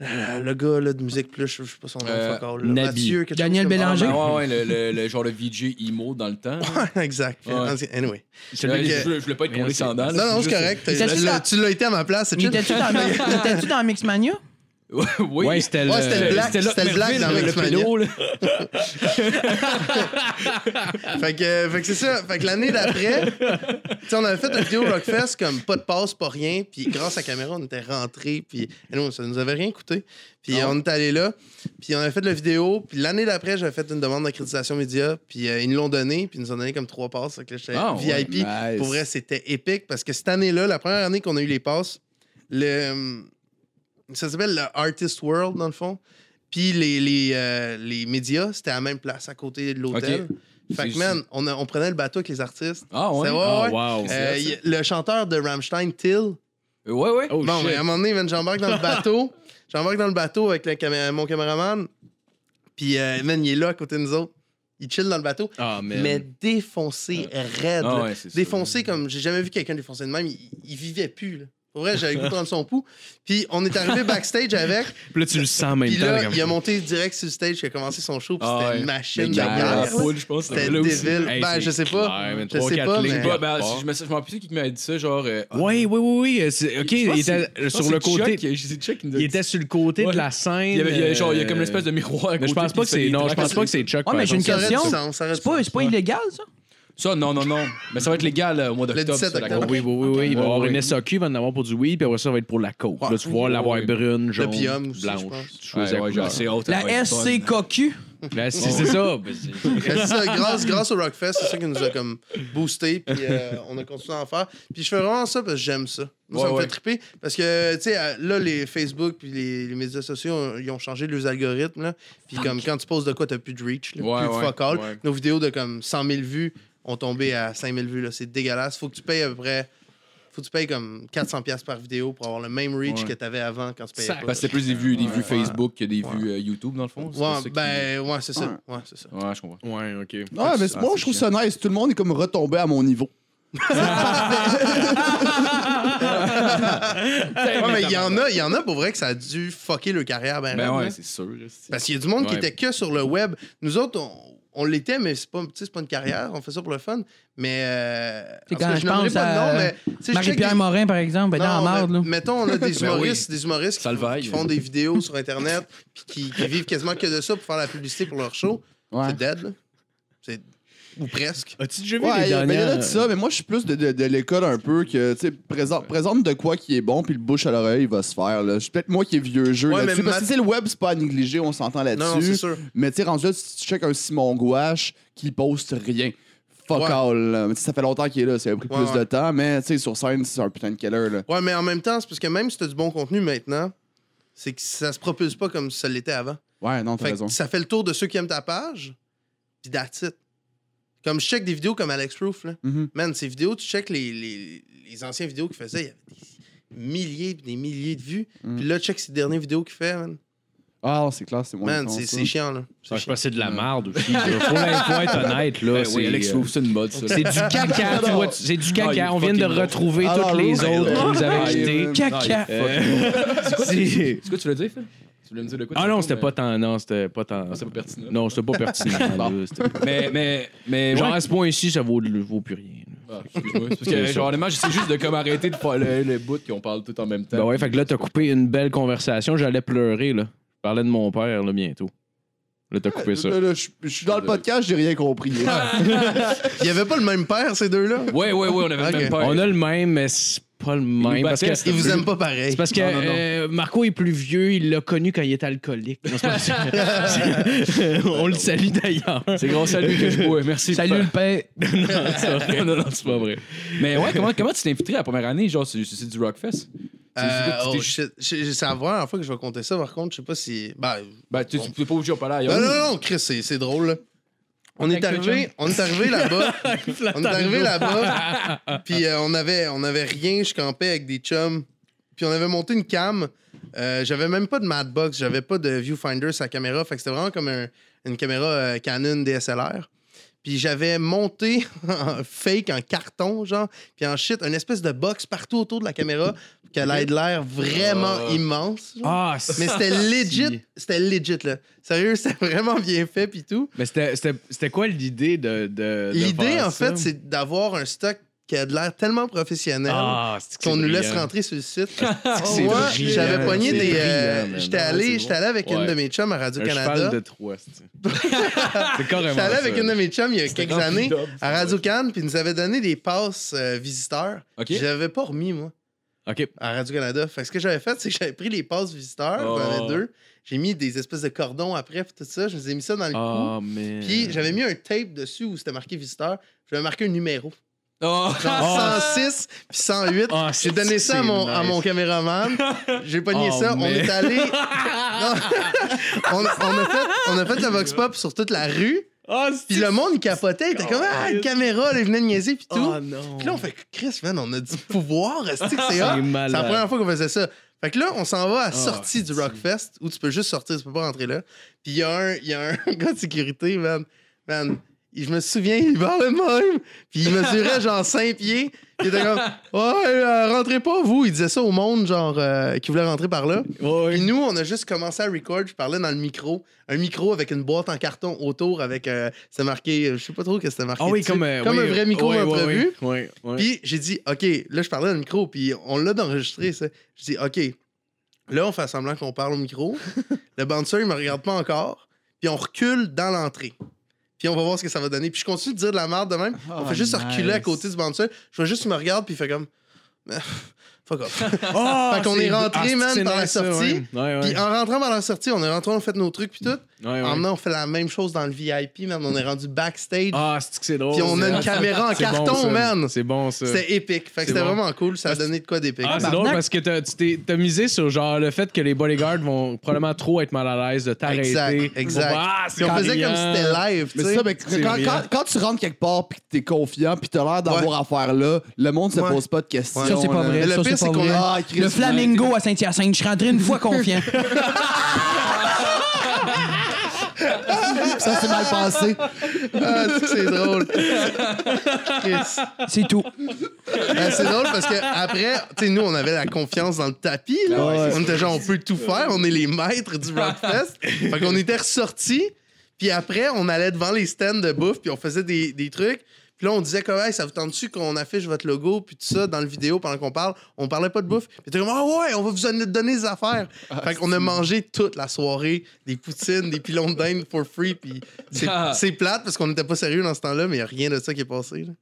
le le gars là, de Musique Plus, je je sais pas son nom, Euh, fuck all, là. Nabi. Mathieu, quelque chose Daniel comme- Bélanger. Ah, ben ouais, ouais, le, le- le genre de VJ emo dans le [laughs] temps. là. exact. Ouais. Anyway. Ouais, que- je, voulais- je voulais pas être condescendant. là, Non, non, c'est juste- correct. Il était Tu tout l'as- dans- tu l'as été à ma place. c'est Il chill. était-tu dans, était dans Mixmania? oui, Ouais, c'était le. Ouais, c'était le black. C'était le black dans le, le X-Mania. pédo, là. [laughs] fait que, euh, fait que c'est ça. Fait que l'année d'après, tu sais, on avait fait une vidéo Rockfest comme pas de passe, pas rien. Puis grâce à la caméra, on était rentrés. Puis et non, ça nous avait rien coûté. Puis Non. on est allé là. Puis on avait fait la vidéo. Puis l'année d'après, j'avais fait une demande d'accréditation média. Puis euh, ils nous l'ont donné. Puis ils nous ont donné comme trois passes. Fait que là, j'étais Ah, ouais, VIP. nice. Pour vrai, c'était épique parce que cette année-là, la première année qu'on a eu les passes, le, hum, ça s'appelle le Artist World, dans le fond. Puis les, les, euh, les médias, c'était à la même place, à côté de l'hôtel. Fait que, C'est- man, on, a- on prenait le bateau avec les artistes. Ah, C'est ouais. vrai. Oh, Ouais, wow. Euh, y- le chanteur de Rammstein, Till. Euh, Ouais, ouais. Oh, bon, shit. mais à un moment donné, man, j'embarque dans le bateau. [laughs] j'embarque dans le bateau avec le camé- mon caméraman. Puis, euh, man, il est là à côté de nous autres. Il chill dans le bateau. Ah, man. Mais défoncé, raide. Ah là. ouais, c'est ça. défoncé comme j'ai jamais vu quelqu'un défoncer de même. Il, il vivait plus. là. Pour vrai, j'avais le goût de prendre son pouls. Puis on est arrivé backstage avec. Puis là, tu le sens en même Puis temps. là, comme- il a monté direct sur le stage, il a commencé son show. Puis Ah c'était ouais. une Mais machine il de y a guerre. la foule, je pense. C'était là aussi. débile. Hey, ben, je c'est sais pas. clair, man, je trois, sais quatre pas, lignes. mais. Ouais, ben, si je me- je m'en rappelle qui m'avait dit ça, genre. euh, ah, Oui, oui, oui, oui. je c'est- OK, pense il que c'est- était euh, je pense sur que le c'est côté. Chuck, il- c'est Chuck qui nous a Il dit était sur le côté Ouais. de la scène. Il y, avait, il y avait genre, il y a comme une espèce euh, de miroir. à Mais côté, je pense puis pas que ça, c'est. il Non, drague je pense sur- pas que c'est Chuck. Ouais, Ah, mais par j'ai une exemple. Ça aurait question. du sens, ça aurait C'est du pas, sens. c'est pas illégal, ça? Ça, non, non, non. Mais ça va être légal euh, au mois d'octobre. 17 ça, la octobre. compagnie. Oui, oui, oui, oui. Il va y Ouais, avoir ouais. une SAQ, il va en avoir pour du oui, puis après ça, ça va être pour la côte. Ouais. Là, tu vas voir l'avoir Ouais. brune, jaune, Pium aussi, je blanche. pense. Tu Ouais, choisis la ouais, couleur. genre, c'est haute, ça va La être fun. SCOQ. Ben, C'est c'est ça. ben, c'est- Mais [laughs] c'est ça, grâce, grâce au Rockfest, c'est ça qui nous a comme boosté, puis euh, on a continué à en faire. Puis je fais vraiment ça parce que j'aime ça. Moi, ça Ouais, me ouais. fait triper. Parce que, tu sais, à- là, les Facebook puis les, les médias sociaux, on- ils ont changé leurs algorithmes. Là. Puis comme quand tu poses de quoi, t'as plus de reach, là, Ouais, plus de ouais, fuck all. ouais. Nos vidéos de comme 100 000 vues ont tombé à 5 000 vues. là. C'est dégueulasse. Faut que tu payes à peu près... Faut que tu payes comme 400$ piastres par vidéo pour avoir le même reach Ouais. que t'avais avant quand tu payais Sac. pas. Parce que c'est plus des vues, des vues Ouais. Facebook que des Ouais. vues euh, YouTube, dans le fond. c'est Ouais, ça qui- ben, ouais, c'est ça. Ouais, c'est ça. Ouais, je comprends. Ouais, OK. Ouais, mais c'est Ah, bon, c'est je trouve ça nice. Tout le monde est comme retombé à mon niveau. Ouais, mais il y en a, il y en a pour vrai que ça a dû fucker leur carrière ben, Ben raide, ouais, là. c'est sûr. c'est- Parce qu'il y a du monde qui Ouais. était que sur le web. Nous autres, on, on l'était, mais c'est pas, tu sais, c'est pas une carrière. On fait ça pour le fun. Mais. Euh, C'est en tout cas, quand je nommerai pense pas de à nom, mais. tu sais, je check Marie-Pierre des- Morin, par exemple, ben, dans Non, la marde, mais- là. Mettons, [laughs] on a des Ben oui. humoristes, des humoristes qui, Salvaille. qui font des vidéos sur Internet puis qui, qui vivent quasiment que de ça pour faire la publicité pour leur show. C'est dead, là. C'est- Ou presque. As-tu déjà vu Ouais, les il y a- ben, il y en a dernières... de ça, mais moi, je suis plus de, de- de l'école un peu que, tu sais, présente, présente de quoi qui est bon, puis le bouche à l'oreille, il va se faire, là. Je suis peut-être moi qui est vieux jeu Ouais, là-dessus, mais parce que, Matt- tu sais, le web, c'est pas à négliger, on s'entend Non, non, c'est là-dessus. sûr. Mais, tu sais, rendu là, si tu check un Simon Gouache qui poste rien. Fuck Ouais. all, là. Mais, tu sais, ça fait longtemps qu'il est là, ça a pris Ouais, plus ouais. de temps, mais, tu sais, sur scène, c'est un putain de killer, là. Ouais, mais en même temps, c'est parce que même si t'as du bon contenu maintenant, c'est que ça se propulse pas comme ça l'était avant. Ouais, non, t'as Fait que raison. ça fait le tour de ceux qui aiment ta page, puis that's it. Comme je check des vidéos comme Alex Roof, là. Mhm. Man, ces vidéos, tu check les, les, les anciennes vidéos qu'il faisait, il y avait des milliers pis des milliers de vues. Mm. Puis là, check ces dernières vidéos qu'il fait, man. Ah, non, c'est classe, c'est moins Man, intense, c'est ça. c'est chiant, là. C'est Ah, Je chiant. pense que c'est de la [laughs] merde aussi. là. Faut faut être honnête, là. Ben c'est, oui, Alex euh, Roof, c'est une mode, ça. [laughs] C'est du caca, tu vois, tu- c'est du Ah, il est caca. On vient de fucking bon. retrouver Ah, toutes non, les Roof, autres il est [laughs] que vous bon. avez Ah, il est achetées. bon. Caca. C'est quoi tu veux dire, Phil? Tu voulais me dire de quoi Ah tantôt, non, c'était mais- pas tant. Non, c'était pas tant. Ah, C'est pas pertinent. Non, c'était pas [laughs] pertinent. là, c'était- Mais, mais, mais, Genre, ah, ouais. à ce point-ci, ça vaut, vaut plus rien. là. Ah, excuse-moi. [laughs] C'est parce C'est que, ça. genre, honnêtement, j'essaie juste de comme arrêter de faire le, le bout qu'on parle tout en même temps. Ben ouais, fait que là, t'as coupé une belle conversation. J'allais pleurer, là. Je parlais de mon père, là, bientôt. Là, t'as coupé ça. Là, là, je je suis dans le podcast, j'ai rien compris. Il y avait pas le même père, ces deux-là. Ouais, ouais, ouais, on avait Ok. le même peur. On a le même, mais c'est pas le même. Parce que, battaient, Ils vous aiment pas pareil. c'est parce que Non, non, non. euh, Marco est plus vieux, il l'a connu quand il était alcoolique. Non, c'est pas [laughs] vrai. On le salue d'ailleurs. C'est grâce à lui que je bois. Merci. Salut le papa. père. non, [laughs] non, non, c'est pas Ah, vrai. Mais ouais, comment, comment tu t'es infiltré la première année? Genre, c'est, c'est du Rockfest? C'est- Euh, c'est- oh t'es- shit. Je- C'est la première fois que je vais compter ça, par contre. Je sais pas si. Ben, Ben, tu tu- t'es pas obligé de parler non, ailleurs. non, non, Chris, c'est c'est drôle, là. On est Avec le arrivé, jeune. on est arrivé [laughs] là-bas. on est arrivé là-bas. Puis euh, on avait, on avait rien. Je campais avec des chums. Puis on avait monté une cam. Euh, j'avais même pas de Madbox, j'avais pas de viewfinder sa caméra. Fait que c'était vraiment comme un- une caméra euh, Canon DSLR. Puis j'avais monté [laughs] en fake, en carton, genre, puis en shit, une espèce de box partout autour de la caméra pour qu'elle ait de l'air vraiment Ah. immense. genre. Ah, [laughs] Mais c'était legit, c'était legit, là. Sérieux, c'était vraiment bien fait, puis tout. Mais c'était- c'était c'était quoi l'idée de. de- de L'idée, faire en ça? fait, c'est d'avoir un stock qui a de l'air tellement professionnel Ah, c'est que qu'on c'est nous laisse brillant. rentrer sur le site. [laughs] c'est Moi, brillant, j'avais pogné c'est des. euh, brillant, man. j'étais Non, allé, c'est j'étais allé avec une Ouais. de mes chums à Un Radio-Canada. cheval de trois. c'est- C'est carrément. J'étais allé ça, avec là. une de mes chums il y a quelques rempli années d'hommes, à Radio-Can, puis ils nous avait donné des passes euh, visiteurs. OK. Je l'avais pas remis, moi, OK. à Radio-Canada. Fait que ce que j'avais fait, c'est que j'avais pris les passes visiteurs, j'en Oh. avais deux. J'ai mis des espèces de cordons après, puis tout ça. Je les ai mis ça dans le cou. Ah, mais. Puis j'avais mis un tape dessus où c'était marqué visiteur. J'avais marqué un numéro. Oh. Genre 106 puis 108. Ah, J'ai donné ça à mon, à mon caméraman. J'ai pogné Oh, ça. On mais- [laughs] est allé. Non. on, on a fait, on a fait la Vox Pop sur toute la rue. Ah, Puis le monde il capotait. Il était comme Ah, une caméra, là, il venait de niaiser. Puis tout. Ah, non. Puis là, on fait Chris, man, on a du pouvoir. est-ce que [laughs] C'est hot? ah, C'est la malade. première fois qu'on faisait ça. Fait que là, on s'en Ah, va à la sortie du Rockfest où tu peux juste sortir, tu peux pas rentrer là. Puis il y, a un- il y a un [laughs] gars de sécurité, man. Man, il- je me souviens, il parlait de même. Puis il mesurait genre 5 pieds. Puis il était comme, ouais, euh, rentrez pas vous. Il disait ça au monde, genre, euh, qui voulait rentrer par là. Puis nous, on a juste commencé à record. Je parlais dans le micro. Un micro avec une boîte en carton autour avec. euh, c'était marqué, euh, je sais pas trop que c'était marqué. Ah oui, dessus. comme, euh, Comme oui, un vrai micro oui, oui, d'entrevue. Oui, oui, oui. Puis j'ai dit, OK, là, je parlais dans le micro, puis on l'a d'enregistré, ça. J'ai dit, OK, là, on fait semblant qu'on parle au micro. [laughs] le bouncer, il me regarde pas encore. Puis on recule dans l'entrée. Puis on va voir ce que ça va donner. Puis je continue de dire de la merde de même. Oh, on fait juste reculer à côté du bouncer. Je vois juste qu'il me regarde, puis il fait comme. [laughs] Ah, Fuck off. Ah, Fait qu'on c'est- est rentré, ah, man, c'est par la nice, ça, sortie. ouais. Ouais, ouais. Puis en rentrant par la sortie, on est rentré, on a fait nos trucs, puis tout. Ouais, En ouais. venant, on fait la même chose dans le VIP, man. On est rendu backstage. Ah, c'est que c'est drôle. puis on a ça. une caméra en C'est bon, carton, ça. man. C'est bon, ça. C'était épique. Fait que C'est c'était bon. vraiment cool. Ça a donné de quoi d'épique. Ah, c'est drôle parce que t'as- tu t'es- t'as misé sur genre le fait que les bodyguards vont probablement trop être mal à l'aise de t'arrêter. Exact, exact. Ah, Puis on faisait comme si c'était live, tu Mais sais. c'est ça, mais c'est quand, brillant. quand, quand tu rentres quelque part puis que t'es confiant puis t'as l'air d'avoir affaire là, le monde se Ouais. pose pas de questions. Ça, c'est pas là. vrai. Mais le Ça, pire, c'est c'est pas qu'on vrai. a. Ah, Chris, Le Flamingo à Saint-Hyacinthe, je suis rentré une fois confiant. ça c'est mal passé. [laughs] Ah, c'est que c'est drôle. Chris. C'est tout. Ben, c'est drôle parce que après, tu sais, nous, on avait la confiance dans le tapis. Là. on était genre, on peut tout faire. On est les maîtres du Rockfest. fait qu'on était ressortis. Puis après, on allait devant les stands de bouffe. Puis on faisait des, des trucs. Puis là, on disait comme, hey, ça vous tente-tu qu'on affiche votre logo? Puis tout ça, dans le vidéo, pendant qu'on parle, on parlait pas de bouffe. Puis t'es comme, ah ouais, on va vous donner- donner des affaires. fait qu'on a mangé toute la soirée des poutines, des pilons de dinde for free. Puis c'est c'est plate parce qu'on n'était pas sérieux dans ce temps-là, mais y a rien de ça qui est passé. là.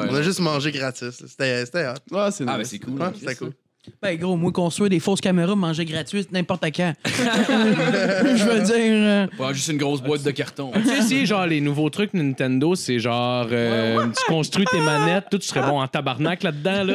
Ouais. On a juste mangé gratis. là. C'était c'était hot. [laughs] Ah, c'est Ah, mais nice. c'est cool. Ouais, c'était cool. Ben gros, moi construire des fausses caméras, manger gratuit n'importe quand. [laughs] je veux dire. euh, Prends juste une grosse boîte de carton. Tu sais, si genre les nouveaux trucs Nintendo, c'est genre euh, tu construis tes manettes, tout, tu serais bon en tabarnak là-dedans. [laughs] Là.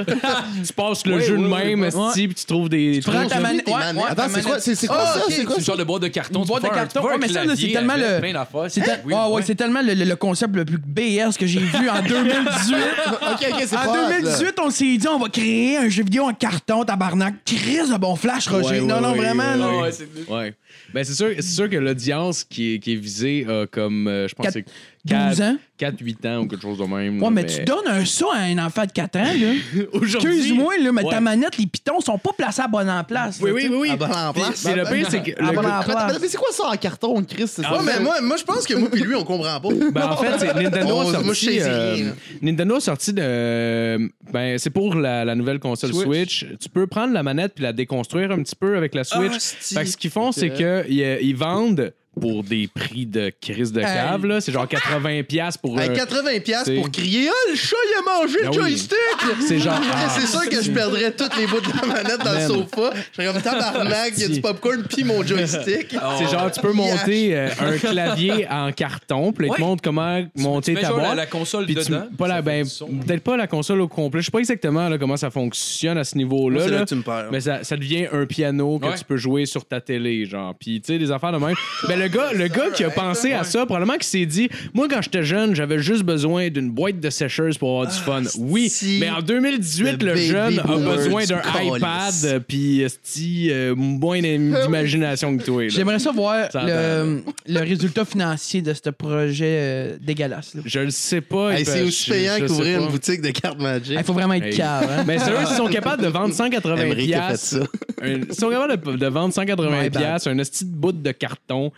tu passes le Ouais, jeu de ouais, même, ouais. esti, puis tu trouves des Prends ta manette. tes Ouais, manettes. ouais, ta Attends, c'est manette. quoi, c'est, c'est quoi Ah, ça? ok. C'est quoi C'est le genre de boîte de carton. Une tu boîte peux de faire un- carton. tu peux Ouais, un mais ça, là, c'est clavier tellement avec le- plein d'affaires. Ah C'est Hein? tel- ah, weird, Ah, ouais, ouais, ouais. c'est tellement le, le- le concept le plus BS que j'ai vu en 2018. Ok, ok, c'est pas en hot, là. 2018, on s'est dit on va créer un jeu vidéo en carton. non, tabarnak. Chris de bon flash, Ouais, Roger. non, ouais, non, ouais, vraiment, ouais, là. ouais. Ouais. Ben, c'est sûr, c'est sûr que l'audience qui, est- qui est visée a comme, euh, je pense, Quatre- que c'est 12 ans. 4-8 ans ou quelque chose de même. Ouais, là, mais tu donnes un ça à un enfant de 4 ans, là. [laughs] Aujourd'hui- Excuse-moi, là, mais Ouais. ta manette, les pitons sont pas placés à bonne en place. Oui, là, oui, oui, oui. Ah, ben, en bah. Puis place. C'est le pire, c'est que. Ah, le ben, gars- en place. Mais c'est quoi ça en carton, Chris? C'est Ouais, ça? Ah, mais moi, moi je pense que moi puis lui, on comprend pas. Ben, en fait, c'est Nintendo a On- sorti. moi, je sais euh, rien, là. Nintendo a sorti de. Ben, c'est pour la, la nouvelle console Switch. Switch. Tu peux prendre la manette puis la déconstruire un petit peu avec la Switch. Ah, c'est-tu. fait que ce qu'ils font, c'est qu'ils ils vendent pour des prix de crise de cave, là. C'est genre 80$ piastres pour. Hey, un- 80$ piastres c'est- pour crier Ah, le chat, il a mangé Ben le oui. joystick! [laughs] C'est genre. Ah, ah, c'est sûr que je perdrais toutes les bouts de la manette dans le Man. sofa. Je serais comme tabarnak, il y a du popcorn puis mon joystick. C'est genre, [laughs] tu peux monter euh, un clavier en carton, puis là, ils te Ouais. montrent comment monter mets ta genre la, boîte. la console Puis tu, dedans. pas la, ça fait ben, du son. peut-être pas la console au complet. Je sais pas exactement là, comment ça fonctionne à ce Moi, niveau-là. c'est là là. que tu me perds. Mais ça, ça devient un piano que Ouais. tu peux jouer sur ta télé, genre. Puis, tu sais, des affaires de [laughs] même. ben, le gars, le gars qui a pensé à ça, probablement qu'il s'est dit Moi, quand j'étais jeune, j'avais juste besoin d'une boîte de sécheuse pour avoir du fun. Oui, Ah, si. mais en 2018, le, Le jeune a baby boomer besoin du d'un calice. iPad, puis, esti, euh, moins [laughs] d'im- d'imagination que toi. là. J'aimerais ça voir Ça le, le résultat financier de ce projet euh, dégueulasse. là. Je le sais pas. Hey, il peut- c'est aussi je- payant ben, je sais qu'ouvrir pas. une boutique de cartes Il Magic. faut vraiment être Hey. cave. Hein? Mais c'est eux qui sont capables de vendre Emery 180 qui a fait piastres. ça. Un- Ils sont capables de, de vendre 180 My bad. piastres, un esti de bout de carton.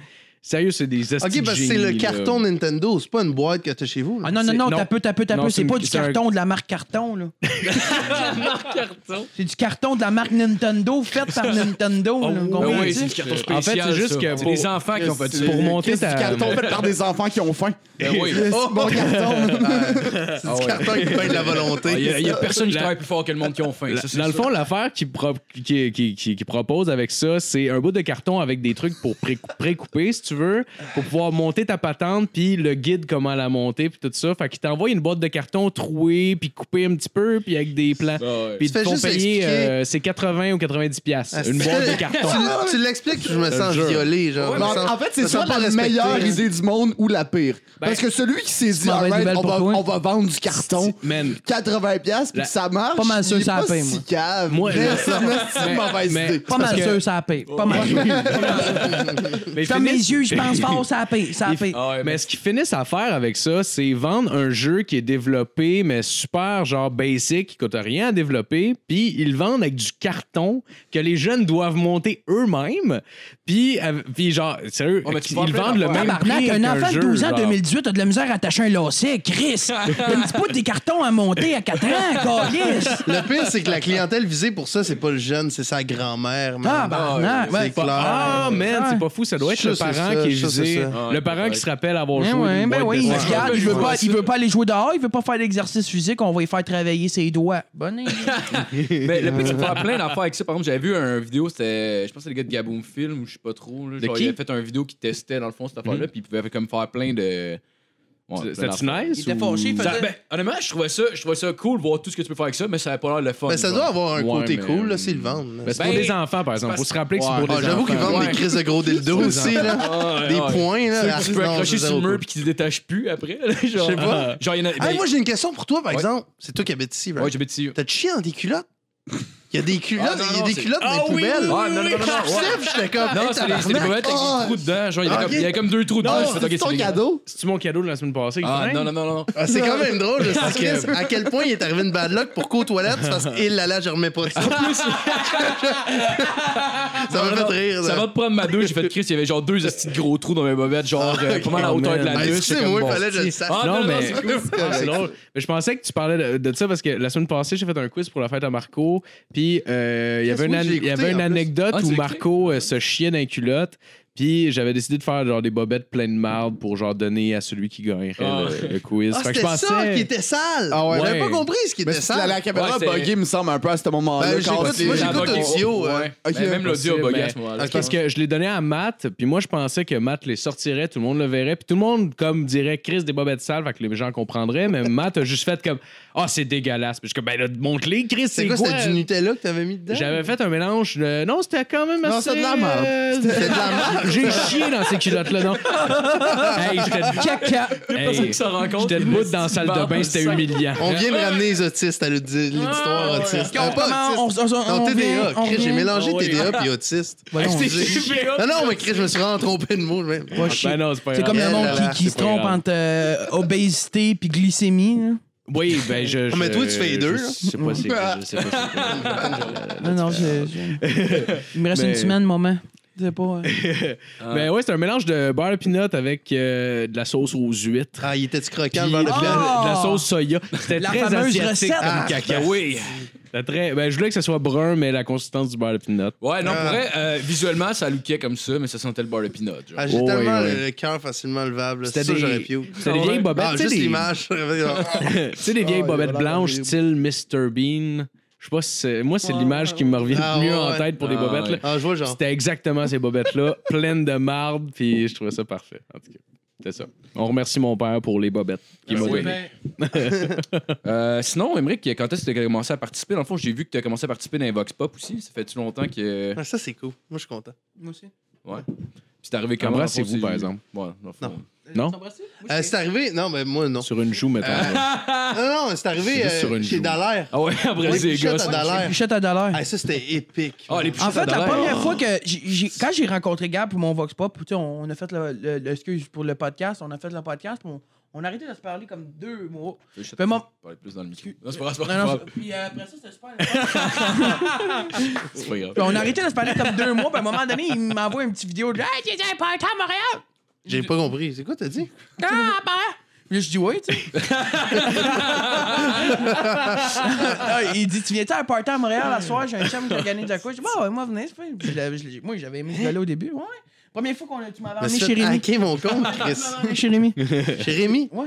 Sérieux, c'est des esti Ok, de parce que c'est le génies, là. carton Nintendo, c'est pas une boîte que t'as chez vous. là. Ah non, non, C'est- non, non. t'as peu, t'as peu, t'as Non, peu. c'est C'est pas une- du c'est un- carton de la marque [laughs] carton, là. C'est du carton de la marque Nintendo, fait [laughs] par Nintendo. là, Ben comprenez-tu? oui, c'est du carton spécial. En fait, Oh, c'est juste ça. que C'est pour- les enfants qui ont fait ça. pour monter Chris, ta- du carton fait par des enfants qui ont faim. Ben oui. Oh, bon carton! [laughs] c'est Ah du carton qui fait de la Ah, Ah, Il volonté. y a- il y a personne qui La- travaille plus fort que le monde qui ont faim. La- ça, c'est dans le sûr. fond, l'affaire qu'ils pro- qui, qui- qui- qui proposent avec ça, c'est un bout de carton avec des trucs pour pré- [laughs] pré-couper, si tu veux, pour pouvoir monter ta patente, puis le guide comment la monter, puis tout ça. Fait qu'ils t'envoient une boîte de carton trouée, puis coupée un petit peu, puis avec des plans. Puis ils Tu fais te font juste payer, expliquer- euh, c'est 80 ou 90 piastres, Ah, une c'est- boîte de carton. Tu- Tu l'expliques, je me sens jure. violé. Genre, Ouais, je me mais sens- en fait, je c'est me soit sens pas la respecté, meilleure là. idée du monde ou la pire. Parce que celui qui s'est dit, mauvaise alright, nouvelle on, pour va, toi. on va vendre du carton, Man. 80$, piastres, puis La- que ça marche. Pas mal sûr il est ça la pas paye, si moi. cave. Moi, Mais je- c'est mais- une mauvaise mais- idée. Pas mal Parce que- Oh. sûr, ça la paye. Pas [laughs] mal sûr. Mais Je ferme mes finissent- yeux, [laughs] je pense fort, ça la paye. Ça la Ils- paye. Ah ouais, mais ben- ce qu'ils finissent à faire avec ça, c'est vendre un jeu qui est développé, mais super, genre basic, qui coûte rien à développer. Puis ils le vendent avec du carton que les jeunes doivent monter eux-mêmes. Puis, av- puis genre, sérieux, Ouais, mais tu ils vois le plein vendent le d'affaires. même Tabarnak, prix. un qu'un enfant de jeu, 12 ans genre. 2018 a de la misère à attacher un [laughs] lacet, Chris. T'as une petite poudre des cartons à monter à 4 ans, Chris. Le pire, c'est que la clientèle visée pour ça, c'est pas le jeune, c'est sa grand-mère. man. Tabarnak, C'est ouais. clair. Ah, man, Ouais. c'est pas fou, ça doit être Ça, le c'est parent ça, qui est ça, c'est visé. ça. Le parent qui se rappelle avoir Ben joué. oui, d'une ben boîte oui, de il carton. regarde, il veut, Ouais. pas, il veut pas aller jouer dehors, il veut pas faire d'exercice physique, on va y faire travailler ses doigts. Bonne idée. Ah, Ben, le pire, c'est de [laughs] faire plein d'affaires avec ça. Par exemple, j'avais vu un vidéo, c'était. Je pense que c'est le gars de Gaboom Film, ou je sais pas trop. Là, De Genre, qui? Il avait fait un vidéo qui testait, dans le fond, cette Mhm. affaire-là, puis il pouvait comme faire plein de. Ouais, plein C'était-tu d'affaires. nice? Il était ou- fâché, il Ça- faisait. ben, honnêtement, je trouvais, ça, je trouvais ça cool, voir tout ce que tu peux faire avec ça, mais ça avait pas l'air le fun. Mais Ben, ça genre. doit avoir un Ouais, côté mais- cool, là, s'ils le vendent. Ben, c'est pour Ben, des enfants, par exemple. parce- Faut se rappeler que c'est Ouais. pour des Ah, enfants. J'avoue qu'ils vendent des crises de gros dildos aussi, là. Ah, ouais, Des ouais. points, Ceux là. que tu Ah, peux non, accrocher c'est sur le zéro mur cool. puis qui se détachent plus après. là, genre, Je sais pas. Genre, il y en a. Ah, ben, moi, j'ai une question pour toi, par Ouais. exemple. C'est toi qui habites ici, right? ouais, j'ai bêtis. T'as chié dans des culottes? Il y a des Ah, culottes, non, il y non, a des c'est- culottes dans Ah, les oui, poubelles. oui, oui, oui, oui, Je sais, puis j'étais comme. Non, c'est des c'est des tabarnak. couvettes Ah, avec Ah, des trous dedans. Genre, il y avait comme- il y avait comme deux trous dedans. Non, j'ai fait, ok, c'est ton des- cadeau. C'est-tu mon cadeau de la semaine passée? Ah, Hein? non, non, non, non. non. Ah, c'est quand même drôle, [laughs] je sais que- à quel point il est arrivé une bad luck pour qu'aux toilettes, parce qu'il là là, je remets pas ça. ça m'a fait rire. Ça là. va te prendre ma deux, j'ai fait Chris, il y avait genre deux petits gros trous dans mes bobettes, genre euh, pas mal à la hauteur de la Ah, nuque. Excusez-moi, il fallait que je le sache. Ah, Non, non, non, mais- c'est cool. Ah, c'est drôle. Mais je pensais que tu parlais de, de ça parce que la semaine passée, j'ai fait un quiz pour la fête à Marco. Puis euh, il y avait Qu'est-ce une, que an- j'ai il y avait écouté, une en plus? anecdote Ah, tu où l'as Marco euh, se chiait d'un culotte. Puis j'avais décidé de faire genre des bobettes pleines de marde pour genre donner à celui qui gagnerait Ah. le, le quiz. Ah, Fait que c'était ça qui était sale. Ah ouais. J'avais pas Ouais. compris ce qui Mais était c'est- la, sale. la caméra Ouais, a c'est- bugué, me semble, un peu à ce moment-là. Ben, quand j'écoute- c'est- moi, Ça j'écoute bug- l'audio, Ouais. euh, ok. Ben, Même l'audio a Possible, bugué à mais- ce moment-là. Parce que je l'ai donné à Matt, puis moi je pensais que Matt les sortirait, tout le monde le verrait, puis tout le monde comme dirait Chris des bobettes sales, fait que les gens comprendraient, mais Matt a juste fait comme ah c'est dégueulasse, puis je suis comme ben là montre-les Chris C'est c'est quoi, quoi, c'était du Nutella que t'avais mis dedans? J'avais fait un mélange, de... non c'était quand même Non, assez. c'est de la merde. euh, C'était de la merde. [laughs] J'ai chié dans ces culottes-là, non? hey, j'étais Ah, de caca. personnes Hey, qui s'en rendent compte. j'étais debout dans la salle de bain, c'était humiliant. Ben On vient de ramener les autistes à le- l'histoire autiste. On Ah, pas commence- autiste. on- on- on Non, TDA. revient- on Chris, J'ai revient. mélangé Ah oui. TDA puis autiste. Ah, Voyons, Hey, c'est- c'est- Non, non, mais Chris, je me suis vraiment trompé de mot. je vais- Pas chier. Ben non, c'est pas C'est grave. comme le Eh monde là qui- là, qui, c'est se pas trompe grave. entre euh, obésité puis glycémie. hein. là. Oui, ben je. Ah, mais je- toi, tu fais les deux, Je là. sais pas si. Je sais pas Ah, Non, non, je- je- il me reste Mais- une semaine, moment. C'est pas. euh, Ah. si. Ben ouais, c'est un mélange de beurre peanut avec euh, de la sauce aux huîtres. Ah, il était-tu croquant Puis euh, vers de, le Ah! plat? la, de la sauce soya. C'était La très fameuse asiatique recette. comme caca. Ah. oui. Très, ben, je voulais que ce soit brun, mais la consistance du beurre peanut. Ouais, non, Ah. pour vrai, euh, visuellement, ça lookait comme ça, mais ça sentait le bar de peanut. genre. Ah, J'ai Oh, tellement oui, le- oui. le cœur facilement levable. là. C'était C'est ça, des- j'aurais pu. C'est des vieilles bobettes. Ah, ben, tu sais, juste des- l'image. [laughs] [laughs] tu sais, les vieilles Ah, bobettes il a l'air blanches, style horrible. Mr. Bean. Je sais pas si c'est- Moi, c'est Ouais, l'image qui me revient Ah, le mieux ouais, en ouais. tête pour les Ah, bobettes. ouais. là. Ah, je vois, genre. C'était exactement ces bobettes-là, pleines de marde, puis je trouvais ça parfait. En tout cas, c'est ça. On remercie mon père pour les bobettes. qu'il m'a données. [laughs] Euh, sinon, Émeric, quand est-ce que tu as commencé à participer? Dans le fond, j'ai vu que tu as commencé à participer dans les Vox Pop aussi. Ça fait-tu longtemps que. Ah, ça, c'est cool. Moi, je suis content. Moi aussi. Puis c'est arrivé comment? Embrassez-vous, dans le fond, par c'est- exemple. Ouais, dans le fond. Non. Non? Euh, C'est arrivé. Non, mais moi, non. Sur une joue, mettons. là. Non, non, c'est arrivé C'est Ah! juste sur euh, une chez joue. Dallaire. Ah ouais, Ouais, embrassez les Pichette gars. à Dallaire. Pichette à dollar. Ah, ça, c'était épique. Ah, les pichettes En fait, à la Dallaire. première fois que j'ai- j'ai- quand j'ai rencontré Gab pour mon Vox Pop, tu sais, on, on a fait le, le- le- excuse pour le podcast, on a fait le podcast, puis on, on a arrêté de se parler comme deux mots. Pichette, Fais-moi- faut parler plus dans le micro. Excuse- Non, c'est pas grave, c'est pas [laughs] Non, non, grave. c'est- puis euh, après ça, c'était super. intéressant. C'est pas grave. Puis on a arrêté de se parler comme deux mois, puis à un moment donné, il m'envoie une petite vidéo de Hey, t'es un party à Montréal! J'ai pas compris. C'est quoi, t'as dit? Ah, bah! Puis Là, je dis oui, tu sais. Ah, il dit Tu viens-tu à un party à Montréal à soir J'ai un chum qui organise la couche. Je dis Bah, ouais, moi, venez. c'est pas- Puis je l'avais- je l'ai- Moi, j'avais aimé ce gars-là au début. Ouais. Première fois qu'on a, tu m'avais Ah, Je me emmené suis chez fait Rémi. [laughs] hacker mon compte, Tu Chris. m'avais emmené chez Rémi. Chez Rémi? [laughs]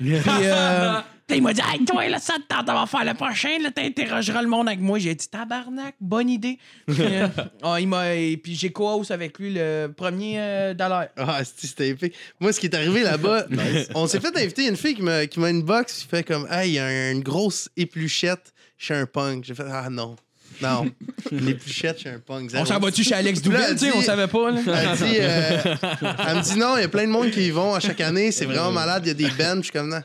Puis, euh, puis il m'a dit, hey, toi, là, ça te tente d'avoir faire le prochain, là, t'interrogeras le monde avec moi. J'ai dit, tabarnak, bonne idée. Puis, [laughs] euh, ah, il m'a, et puis j'ai co-host avec lui le premier euh, dollar. Ah, c'ti, c'était épique. Moi, ce qui est [laughs] arrivé là-bas, on s'est fait inviter il y a une fille qui m'a, qui m'a une box qui fait comme Hey, il y a une grosse épluchette chez un punk. J'ai fait Ah non, [laughs] non, une épluchette chez un punk. On zéro. s'en va-tu chez Alex Là, Doubin, tu sais, dis- on savait pas, là. Elle, dit, euh, elle me dit non, il y a plein de monde qui y vont à chaque année, c'est vraiment malade, il y a des bands. Je suis comme non,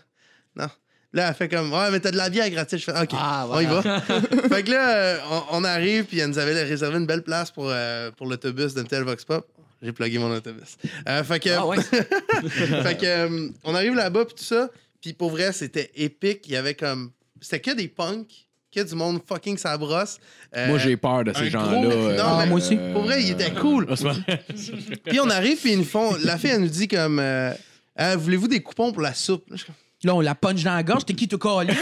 non. Là, elle fait comme Ouais, mais t'as de la bière gratuite. Je fais OK, Ah, on y va. [laughs] fait que là, euh, on, on arrive, puis elle nous avait réservé une belle place pour, euh, pour l'autobus de tel Vox Pop. J'ai plugué mon autobus. Euh, fait que. Ah ouais? [laughs] fait que, euh, on arrive là-bas, puis tout ça. Puis pour vrai, c'était épique. Il y avait comme. C'était que des punks, que du monde fucking sa brosse. Euh, Moi, j'ai peur de un ces gros- gens-là. euh, Non, mais- Ah, moi aussi. euh, Pour vrai, il était cool. [laughs] Puis on arrive, puis ils nous font. La fille, elle nous dit comme. euh, Ah, Voulez-vous des coupons pour la soupe? Là, je suis comme, Là, on la punch dans la gorge, t'es qui, [laughs] tout collé?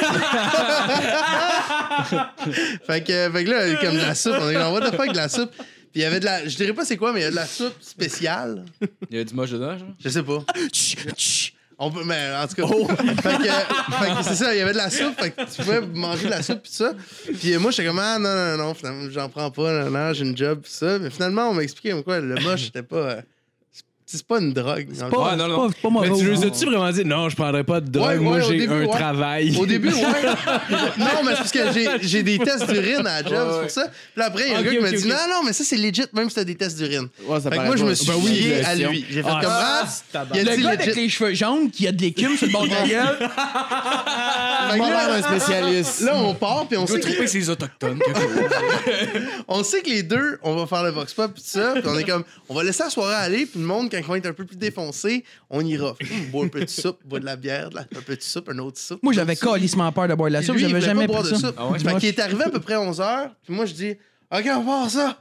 Fait que, fait que là, comme de la soupe, on est comme, what the fuck, de la soupe? Puis il y avait de la. Je dirais pas c'est quoi, mais il y a de la soupe spéciale. Il y a du moche dedans, genre? Je sais pas. Chut, chut. On peut, mais en tout cas, fait que, fait que c'est ça, il y avait de la soupe, fait que tu pouvais manger de la soupe pis tout ça. Puis euh, moi, j'étais comme, ah non, non, non, finalement, j'en prends pas, non, non, j'ai une job pis ça. Mais finalement, on m'a expliqué comme quoi le moche, c'était pas. euh, c'est- c'est pas une drogue. dans le Pas, fond. Ouais, non, c'est non. pas- c'est pas mauvais. Mais tu Ouais. nous as-tu vraiment dit non, je prendrais pas de drogue, Ouais, moi ouais, au j'ai début, un ouais. travail. Au début, ouais. non, mais c'est parce que j'ai- j'ai des tests d'urine à la job, c'est pour ça. Puis après, il y a un Ok, gars qui ok, m'a dit, ok. non, non, mais ça, c'est legit, même si t'as des tests d'urine. Ouais, ça Fait que paraît moi, je pas. me suis Ben oui, fié la à science. lui. J'ai fait Ah, comme, ah, il a Le dit gars legit. avec les cheveux jaunes qui a de l'écume sur le bord de la gueule. Fait Il que m'a là, l'air un spécialiste. Là, on part, puis on sait que triper ces autochtones. on sait que les deux, on va faire le vox pop pis tout ça, puis on est comme, on va laisser la soirée aller, puis le monde, quand ils vont être un peu plus défoncé, on ira. Hum, bois un peu de soupe, bois de la bière, de la- un peu de soupe, un autre soupe. Moi, un [laughs] j'avais autre soupe. calissement peur de boire de la Puis soupe, lui, il j'avais voulait jamais pas boire pris de ça. Ah soupe. Fait qu'il est arrivé à peu près 11h, puis moi, je dis, OK, on va voir ça.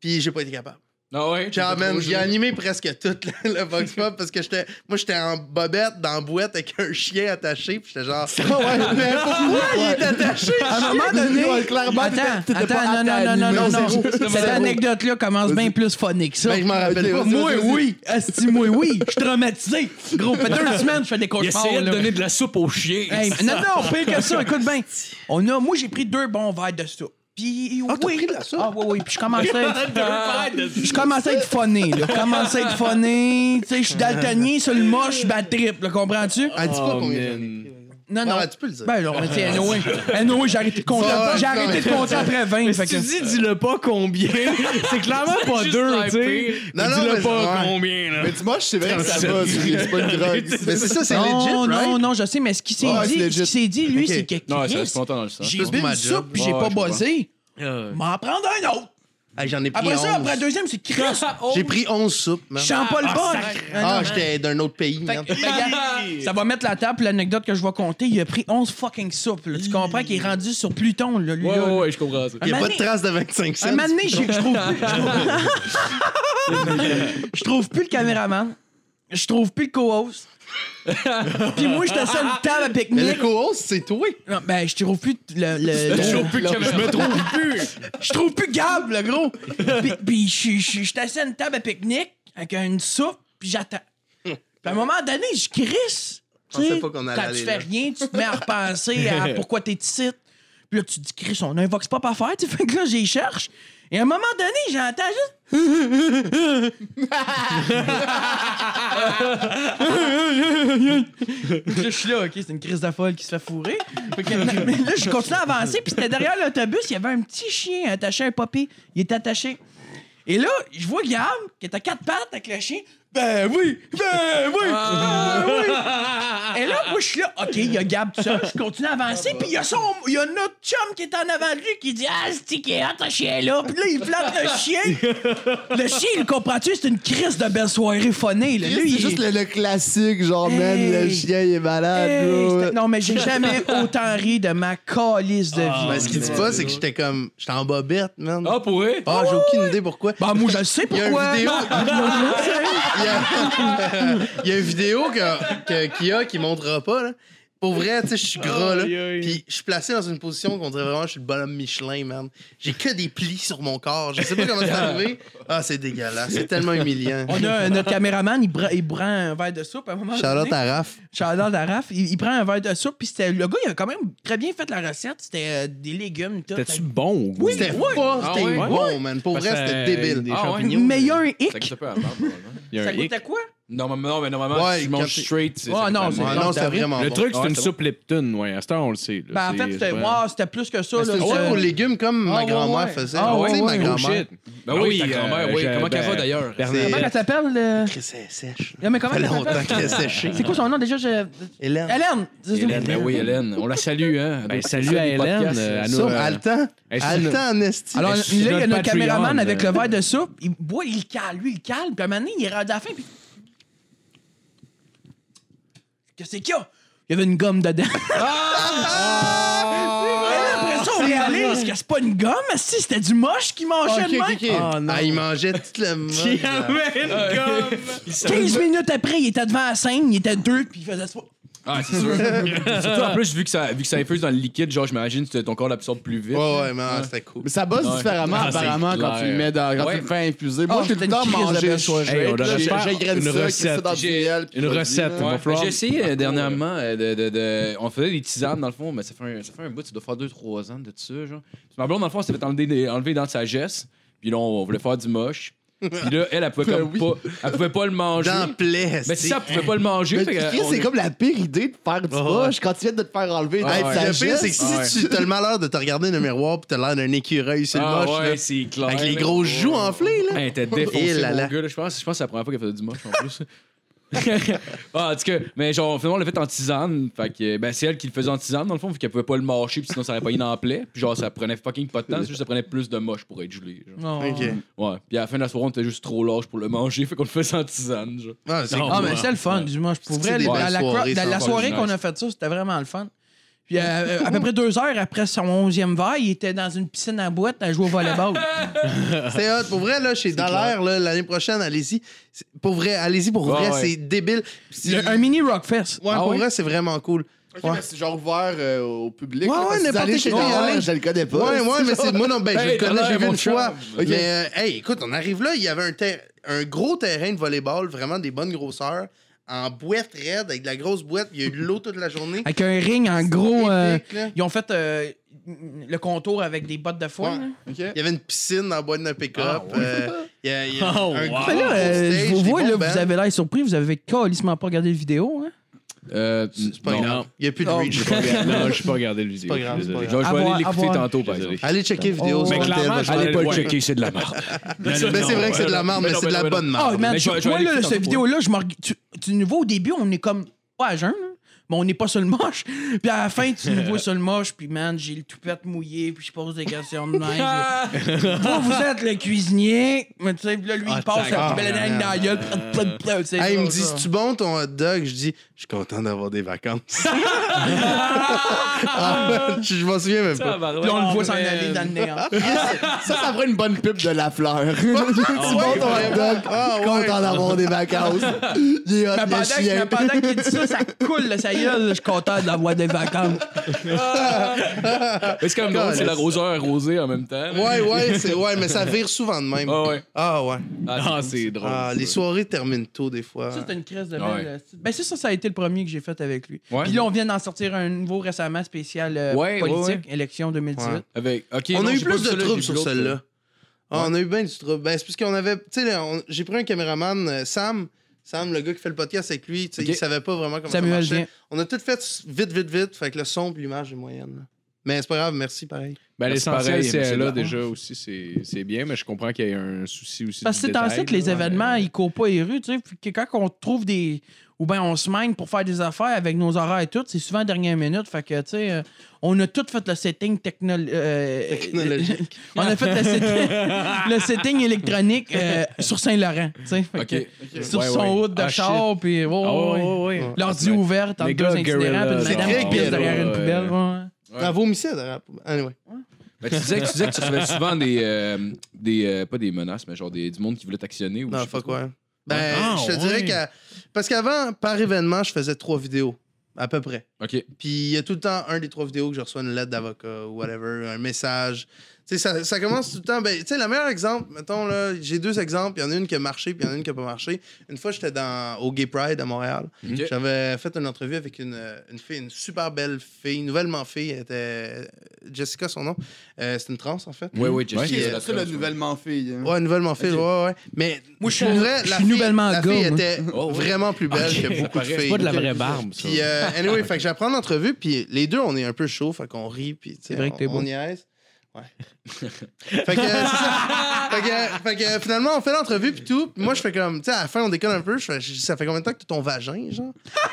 Puis j'ai pas été capable. Ah ouais? Genre, man, j'ai Gagné. animé presque tout le, le vox pop parce que j'étais, moi, j'étais en bobette, dans la boîte, avec un chien attaché, puis j'étais genre, [laughs] mais pourquoi il est attaché? [laughs] À un moment donné. Ouais, clairement, Attends, t'étais- t'étais pas attends, non, non, non, non, non, zéro. non. Cette anecte-là commence bien plus funny que ça. Ben, je m'en rappelle Ok, pas. vas-y, Moi, vas-y, vas-y. oui. Asti, moi, oui. Je suis traumatisé. Gros, fait deux semaines, je fais des Il cauchemars. essayait de là. donner de la soupe aux chiens. Hey, non, non, pire que ça. Écoute bien. On a, moi, j'ai pris deux bons verres de soupe. Puis, oui. pris de la soupe? Ah, oui, oui. Puis, je commençais à être. Je commençais à être funny, là. Je commençais à être funny. Tu sais, je suis daltonien sur le moche, bad trip, là. Comprends-tu? Elle dit pas Oh, combien man. j'en ai pris, par exemple. Non, non. ouais, tu peux le dire. Ben, alors, mais [laughs] tiens, anyway, anyway, j'ai arrêté de compter. Bon, J'ai arrêté de compter après 20. Si fait tu que- dis, dis-le pas combien. [laughs] C'est clairement pas deux, tu sais. non, non, mais- Dis-le pas ouais. combien, là. Mais tu manges, c'est vrai que ça va. C'est c'est pas une drogue. Mais c'est ça, c'est non, legit, non, right? non, je sais, mais ce qu'il s'est Ouais, dit, c'est ce qu'il s'est dit, lui, Ok. c'est que Non, Ah, ça Chris, reste longtemps dans le sang. j'ai Juste bu pour une ma job. soupe puis j'ai Ouais, pas je comprends. buzzé. M'en prendre un autre. Ah, J'en ai pris Après ça, 11. après la deuxième, c'est Chris. J'ai pris 11 soupes, man. Je sens pas le bon. Oh, Ah, j'étais d'un autre pays, man. Fait que, regarde, ça va mettre la table. puis L'anecdote que je vais compter, il a pris 11 fucking soupes. là. Tu comprends qu'il est rendu sur Pluton, là, lui. Ouais, là. ouais, ouais, je comprends ça. Il n'y Un a pas de moment trace de 25 cents. Un moment donné, je je [laughs] trouve, je trouve- je trouve plus le caméraman. Je trouve plus le [laughs] co-host. Puis moi, j'étais sur une table Mais à le pique-nique. co-host, c'est toi. Non, ben, je trouve plus le. le- le- Je me trouve plus. je trouve plus Gab, le gros. Puis, puis je je- je- j'étais assis à une table à pique-nique avec une soupe, puis j'attends. Puis à un moment donné, je crisse. Je pensais pas qu'on allait Quand aller tu fais là. rien, tu te mets à repenser à pourquoi t'es ici. Puis là, tu te dis, Chris, on invoque pas à faire. tu sais. Fait que là, j'y cherche. Et à un moment donné, j'entends juste. [laughs] Puis là, je suis là, OK, c'est une crise de folle qui se fait fourrer. Fait que- mais là, je continue à avancer. Puis c'était derrière l'autobus, il y avait un petit chien attaché à un papy. Il était attaché. Et là, je vois Gab, qui est à quatre pattes avec le chien. Ben oui! Ben oui! Ben oui! Et là, moi, je suis là, OK, il y a Gab tout seul, je continue à avancer, puis il y a son. Il y a notre chum qui est en avant de lui qui dit Ah, c'est qui ton chien là? Puis là, il plante le chien. Le chien, il comprends-tu? C'est une crise de belle soirée phonée, là. Lui, C'est il juste le, le classique, genre, man, Hey. le chien, il est malade, Hey, bro. c'était- non, mais j'ai jamais autant ri de ma calice de vie. Ah, Mais ce qu'il dit pas, c'est que j'étais comme. J'étais en bobette, man. Ah, pour eux? Ah, j'ai aucune idée pourquoi. Oh. Bah, moi, je le sais Il y a une pourquoi. vidéo. Il y a, [laughs] il y a une vidéo que- que- qu'il y a qui montrera pas, là. Pour vrai, tu sais, je suis gras, là. Aïe, aïe. Puis je suis placé dans une position qu'on dirait vraiment que je suis le bonhomme Michelin, man. J'ai que des plis sur mon corps. Je sais pas comment c'est arrivé. Ah, c'est dégueulasse. C'est tellement humiliant. [laughs] On a euh, notre caméraman, il, bra- il prend un verre de soupe à un moment Charlotte donné. Araf. Charlotte Araf, il, il prend un verre de soupe, puis c'était le gars, il a quand même très bien fait la recette. C'était euh, des légumes, tout. T'es-tu bon ou Oui. C'était pas Ah c'était ouais? bon, man. Pour Parce vrai, que, c'était euh, débile. des Ah, ouais. champignons. Mais il y a un hic. Ça coûte un peu à la barbe, hein. probablement. Il y a un Ça hic. coûtait quoi? Normalement, non, mais normalement, Ouais, si tu manges quand- straight. c'est- Ouais, ça coûte non, la c'est- merde. Ah non, c'était Darien. vraiment Le bon. truc, c'est Ouais, une c'est soupe Lipton, ouais. À cette heure, on le sait. là. Ben, en C'est- fait, c'était c'est vraiment- wow, c'était plus que ça. Mais là, C'était une c'était- soupe aux légumes comme Ah, ma ouais, grand-mère ouais. faisait. Ah, Tu sais, ouais, ma ouais. Oh grand-mère. shit. Ben oui, ta ta grand-mère, grand-mère, oui. euh, Comment qu'elle va ben, d'ailleurs? Bernard. Comment elle s'appelle? le- Chris, elle est sèche. Non, mais comment Ça fait elle longtemps s'appelle? qu'elle est séchée. C'est quoi son nom déjà? Je... Hélène. Hélène! Hélène, ben oui, Hélène. On la salue, hein. Ben, Donc, salut c'est à le podcast, Hélène. c'est euh, à ça. nous, Ça, euh, haletant. elle se- Haletant en esti. Alors, là, Je suis il y a notre notre caméraman Patreon, avec euh. le verre de soupe. Il boit, il cale. Lui, il cale. Puis à un moment donné, il est rendu à la fin. Puis... Qu'est-ce qu'il y a? Il y avait une gomme dedans. [laughs] Et là, après ça, on réalise que c'est pas une gomme, si c'était du moche qui mangeait Ok, de ok, même. ok. Ah, il mangeait tout le monde. Gomme. 15 minutes après, il était devant la scène, il était deux, puis il faisait ça. Ah, c'est sûr. [laughs] Surtout en plus, vu que ça, vu que ça infuse dans le liquide, genre, j'imagine que ton corps l'absorbe plus vite. Ouais, ouais, man, c'était cool. Mais ça bosse différemment, Ah, c'est apparemment, quand clair. tu le mets dans, quand Ouais. tu le fais infuser. Ah, Moi, j'ai tout c'était le une temps crise de mangé belle soirée. Hey, on straight, là, devrait j'ai- faire j'égraine une ça, crisse ça recette. dans du miel, puis Une je le dis, recette, là. on va Ouais, falloir- J'ai essayé euh, dernièrement, euh, de, de- de- on faisait des tisanes dans le fond, mais ça fait un, ça fait un bout, ça doit faire 2-3 ans de ça. Genre. Puis ma blonde, dans le fond, elle s'était fait enlever, des- enlever dans sa geste, puis là, on voulait faire du moche. Puis là, elle, elle pouvait [laughs] Ben comme oui. pas, elle pouvait pas le manger. Dans plaie, Mais si ça, elle pouvait pas le manger. Mais fait que, Chris, on- Ben, c'est comme la pire idée de faire du Ah, ouais. moche quand tu viens de te faire enlever. Hey, d'être puis sa le pire, c'est que geste. si tu as le malheur de te regarder dans le miroir pis t'as l'air d'un écureuil sur le Ah moche, ouais, là, c'est clair. avec les grosses Ouais. joues enflées, là. Hey, Elle était défoncée, Eh là mon là. gars. là. Je pense, je pense que c'est la première fois qu'elle faisait du moche, en plus. [laughs] ah, en tout cas, mais genre, finalement, on l'a fait en tisane. Fait que, ben, c'est elle qui le faisait en tisane, dans le fond, vu qu'elle pouvait pas le mâcher, puis sinon, ça allait pas y dans la plaie. Puis genre, ça prenait fucking pas de temps, c'est juste que ça prenait plus de moche pour être gelé. genre. Ok. Ouais. Puis à la fin de la soirée, on était juste trop large pour le manger, fait qu'on le faisait en tisane, genre. Ah, c'est Ah, cool. mais c'était le fun, du moche. Pour C'est vrai, des les- belles la, la- soirées, la- ça, la encore soirée du qu'on nice. a faite ça, c'était vraiment le fun. Puis euh, à peu près deux heures après son onzième verre, il était dans une piscine à boîte à jouer au volleyball. C'est hot. Pour vrai, là, chez Dallaire, là, l'année prochaine, allez-y. C'est- Pour vrai, allez-y, pour Ouais, vrai, ouais. c'est débile. Ah Pis Le- c'est- un Ouais, mini rockfest. pour vrai, c'est vraiment cool. Ok, Ouais. mais c'est genre ouvert euh, au public. Ouais, là, ouais, parce que n'importe d'aller qui chez peut y Dallin, aller. Je le connais pas. Ouais, ouais, mais c'est moi non, ben je Hey, le connais, t'as j'ai l'air vu mon une fois. chum. Mais euh, hey, écoute, on arrive là, il y avait un, ter- un gros terrain de volleyball, vraiment des bonnes grosseurs, en boîte raide avec de la grosse boîte, il y a eu de l'eau toute la journée. Avec un ring, en gros, euh, Épique, là. ils ont fait euh, le contour avec des bottes de foin. Ouais. là. Il y avait une piscine dans la boîte de pick-up. Ah, ouais. euh, il y a, il y a Oh, wow. un gros Mais là, gros euh, Ah, stage, Ben. je vous des vois, bons là, bands. vous avez l'air surpris, vous avez calissement pas regardé la vidéo. Hein? Euh, C'est pas non. grave. Il n'y a plus de Non. reach. non, je n'ai pas regardé le vidéo. pas grave, je suis c'est pas Genre, je désolé. vais Avoir- aller l'écouter avoir- tantôt, par exemple. Allez checker vidéo Oh. sur Mais Ted, clairement, machin. je vais Allez aller pas le voir. checker, c'est de la [laughs] merde. Ben, c'est vrai que c'est de la merde, mais non, c'est de mais la non, bonne Ah, merde. man, Mais je vais- je vais moi, aller là, écouter cette tantôt. vidéo-là, je m'org- tu, tu nous vois au début, on est comme pas à jeun, là, mais on n'est pas sur le moche. [laughs] Puis à la fin, tu nous vois sur le moche, puis man, j'ai le toupette mouillé, puis je pose des questions de même. [laughs] Vous, vous êtes le cuisinier, mais tu sais, puis là, lui, il tac, passe la ah, belle man. dingue dans la gueule, Ah. tu sais, Hey, il me ça, dit, ça. c'est-tu bon ton hot dog? Je dis, je suis content d'avoir des vacances. Ah, je je m'en souviens même pas. Puis on le voit s'en aller dans le hein. néant. [laughs] [laughs] Ça, ça prend une bonne pipe de la fleur. [laughs] tu montes ton hot dog, Ah, ouais. content d'avoir des vacances. Il est hot, Mais le pendant, chien. mais pendant qu'il dit ça, ça coule de sa gueule. Je suis content de l'avoir des vacances. Mais C'est comme drôle, c'est la roseur rosée en même temps. Ouais, ouais, c'est, ouais, mais ça vire souvent de même. Ah ouais. Ah ouais. Ah, c'est drôle. Ah, les soirées terminent tôt des fois. Ça, c'est une crise de Ouais. belle. euh, Ben, ça, ça, ça a été le premier que j'ai fait avec lui. Ouais. Puis là, on vient d'en sortir un nouveau récemment spécial euh, Ouais, ouais, politique, élection 2018. Ouais. Avec, ok, on non, a eu j'ai pas plus vu de celui-là, troubles j'ai vu sur l'autre. celle-là. Ah, on a eu bien du trouble. Ben, c'est parce qu'on avait. Tu sais, là, on- j'ai pris un caméraman, euh, Sam. Sam, le gars qui fait le podcast avec lui, tu sais, Ok. il savait pas vraiment comment ça Samuel marchait. vient. On a tout fait vite, vite, vite. Fait que le son et l'image est moyenne. là. Mais c'est pas grave, merci pareil. Mais Ben, c'est L'essentiel, pareil, mais c'est c'est de la là honte. déjà aussi, c'est c'est bien, mais je comprends qu'il y a un souci aussi. Parce que du c'est en détail, ça que les là, événements, mais- ils courent pas les rues. Tu sais, Puis que quand on trouve des. Ou bien on se mène pour faire des affaires avec nos horaires et tout, c'est souvent à dernière minute. Fait que, tu sais, euh, on a tout fait le setting techno- euh, Technologique. [laughs] on a fait le setting, le setting électronique euh, sur Saint-Laurent. tu sais. Fait que- Ok. Sur Ouais, son ouais. haut de Ah, char, puis. ouais, Ah, ouais, ouais, ouais. ouais, ouais. L'ordi ouverte entre Les deux gars itinérants, puis une guerrilla, madame genre, qui pisse ouais, derrière une ouais. poubelle. ouais. Bravo, Missy, d'ailleurs. Anyway. Ben, tu, disais, tu disais que tu recevais souvent des. euh, des euh, pas des menaces, mais genre des, du monde qui voulait t'actionner. Ou je Non, sais pas fuck quoi. ouais. Ben, Ah, je te dirais ouais. que. Parce qu'avant, par événement, je faisais trois vidéos, à peu près. Ok. Puis il y a tout le temps un des trois vidéos que je reçois une lettre d'avocat ou whatever, un message. Tu sais, ça, ça commence tout le temps. Ben, tu sais, le meilleur exemple, mettons, là, j'ai deux exemples. Il y en a une qui a marché, puis il y en a une qui a pas marché. Une fois, j'étais dans, au Gay Pride à Montréal. Ok. J'avais fait une entrevue avec une, une fille, une super belle fille, nouvellement fille. Elle était Jessica, son nom. Euh, c'est une trans, en fait. Ouais, ouais, Jessica, Qui c'est est la ça, le trans, ouais. nouvellement fille? hein? Ouais, nouvellement fille, Ok. ouais, ouais. Mais Moi, je suis- pour vrai, je la suis fille- nouvellement La fille gars, moi. était Oh, ouais. vraiment plus belle que beaucoup de filles. Pas de la vraie barbe, ça. Puis, euh, anyway, fait que j'apprends l'entrevue, puis les deux, on est un peu chaud, fait qu'on rit, puis tu sais, C'est vrai que t'es on, beau. on niaise. Ouais. [laughs] fait que, euh, c'est ça. Fait que, euh, fait que, euh, finalement, on fait l'entrevue, puis tout. Puis moi, je fais comme, tu sais, à la fin, on déconne un peu. Je fais, je dis, ça fait combien de temps que t'as ton vagin, genre?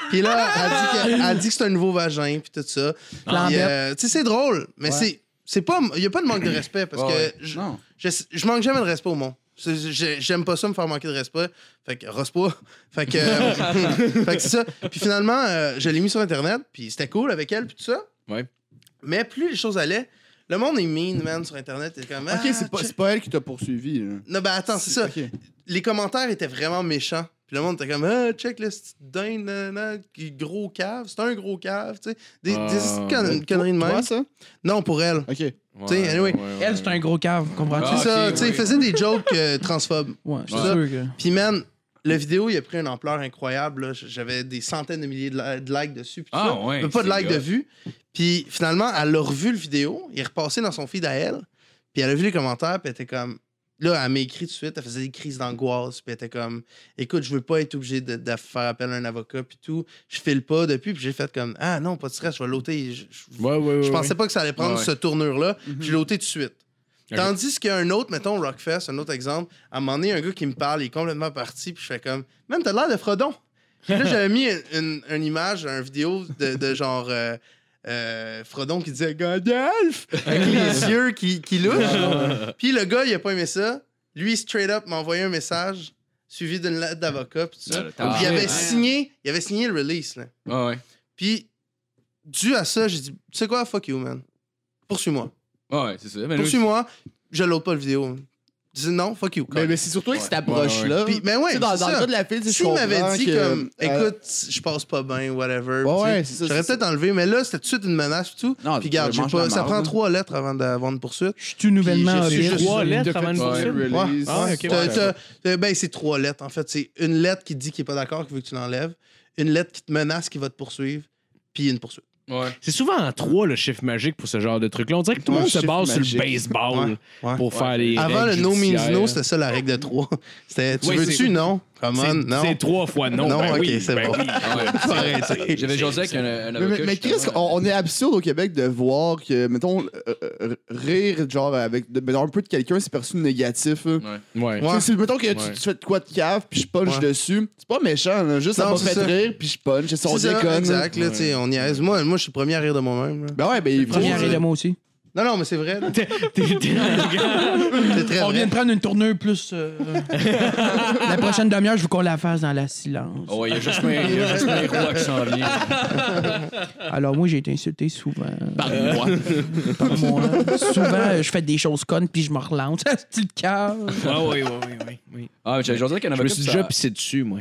Puis là, elle dit, que, elle dit que c'est un nouveau vagin, puis tout ça. Puis, Lambert. euh, tu sais, c'est drôle, mais Ouais. c'est. C'est pas, il y a pas de manque de respect parce Ouais, ouais. que je, Non. je, je manque jamais de respect au monde. C'est- j'ai- J'aime pas ça me faire manquer de respect. Fait que rose pas. Fait que, euh, [laughs] fait que c'est ça. Puis finalement, euh, je l'ai mis sur Internet, puis c'était cool avec elle, puis tout ça. Ouais. Mais plus les choses allaient, le monde est mean, man, sur Internet. T'es comme, Ok, ah, c'est pas, check. c'est pas elle qui t'a poursuivi. là. Non, ben attends, c'est ça. Ok. Les commentaires étaient vraiment méchants. Puis le monde était comme, ah, check le petit dinde, nan, nan, qui- gros cave. C'est un gros cave, tu sais. Des, Ah, des petites conne- Euh, conneries de toi- même. toi, ça? Non, pour elle. Ok. Ouais, t'sais, ouais, anyway, ouais. Elle, c'est un gros cave, comprends-tu? Ah, c'est ça, ok, tu sais, oui. il faisait des jokes euh, transphobes. Ouais, je suis Ouais. sûr que. Puis, man, la vidéo, il a pris une ampleur incroyable. là. J'avais des centaines de milliers de, li- de likes dessus. puis tout Ah, ça. ouais, Mais pas de c'est likes hot. de vues. Puis, finalement, elle a revu le vidéo. Il est repassé dans son feed à elle. Puis, elle a vu les commentaires. Puis, elle était comme. Là, elle m'a écrit tout de suite. Elle faisait des crises d'angoisse. Puis, elle était comme Écoute, je veux pas être obligé de, de faire appel à un avocat. Puis, tout. Je file pas depuis. Puis, j'ai fait comme Ah non, pas de stress, je vais l'ôter. Je, je- Ouais, ouais, ouais, je ouais. Mhm. pensais pas que ça allait prendre Ouais, ouais. ce tournure-là. puis Je l'ai ôté tout de suite. Ok. Tandis qu'un autre, mettons Rockfest, un autre exemple, à un moment donné, un gars qui me parle, il est complètement parti, puis je fais comme, man, t'as l'air de Frodon. Puis là, j'avais mis une, une- une image, une vidéo de, de genre euh, euh, Frodon qui disait Gandalf [laughs] avec les yeux qui, qui louchent. puis le gars, il a pas aimé ça. Lui, straight up, m'a envoyé un message suivi d'une lettre d'avocat, puis tout ça. Ah, Puis il avait ouais. signé, il avait signé le release, là. Ah, Ouais, ouais. Puis, dû à ça, j'ai dit, tu sais quoi, fuck you, man. Poursuis-moi. Ouais, ouais, c'est Ben, ça. Ben, Mais oui, Poursuis-moi, je l'aude pas le vidéo. Je dis non, fuck you. Mais, mais c'est surtout avec cette approche-là. Puis- mais Ben, Tu ouais, sais, dans, c'est dans le ça. cas de la fille, tu sais, je S'il m'avait comprends dit que- comme, euh, écoute, je passe pas bien, whatever, Ouais, tu sais, ouais, c'est ça, j'aurais c'est ça. peut-être enlevé, mais là, c'était tout de suite une menace et tout. Non, Puis garde, tu j'ai manges pas- la ça marde, prend là. trois lettres avant de- avant une poursuite. Je suis nouvellement euh, Puis j'ai- obèse. j'ai trois De lettres fait, avant une c'est- poursuite? Ouais. Ouais. Ah, ok, ouais, T'as- ouais. t'as- t'as- ben, c'est trois lettres, en fait. C'est une lettre qui dit qu'il est pas d'accord, qui veut que tu l'enlèves, une lettre qui te menace, qui va te poursuivre, puis une poursuite. Ouais. C'est souvent en trois le chiffre magique pour ce genre de truc-là. On dirait que tout le Ouais, monde se chiffre base magique. sur le baseball Ouais, ouais. pour faire les. Avant, le règles no means judiciaires. no, c'était ça la règle de 3. C'était tu Oui, veux-tu, c'est- non? Come on, C'est- non. C'est trois fois non. Non, ben ok, oui, c'est ben [laughs] bon. oui. Faut arrêter. J'avais jasé avec un, un Mais, avocat. mais, mais Chris, justement. on, on est absurde au Québec de voir que, mettons, euh, euh, rire, genre, avec de- mettons, un peu de quelqu'un, c'est perçu de négatif. hein. Ouais. Ouais. Tu sais, c'est- mettons que Ouais. tu, tu fais de quoi de cave, puis je punch Ouais. dessus. C'est pas méchant, là, juste ça Non, m'a c'est fait ça. rire, puis je punch. C'est on C'est ça, déconne. Exact, là, tu sais, on y aise. Moi, moi, je suis le premier à rire de moi-même. là. Ben ouais, ben il faut. Première de moi aussi. Non, non, mais c'est vrai. là. T'es- t'es- C'est très On vient vrai. de prendre une tournure plus. euh, la prochaine demi-heure, je veux qu'on la fasse dans la silence. Oh, ouais, il y a juste un il y a juste un roi qui s'en vient. Alors, moi, j'ai été insulté souvent. Par moi. par moi. souvent, euh, je fais des choses connes, puis je me relance. [laughs] Petite cave. Ah oui, oui, oui, oui, oui. Ah, mais j'avais jasé avec un Je avocat. me suis puis déjà ça- pissé dessus, moi.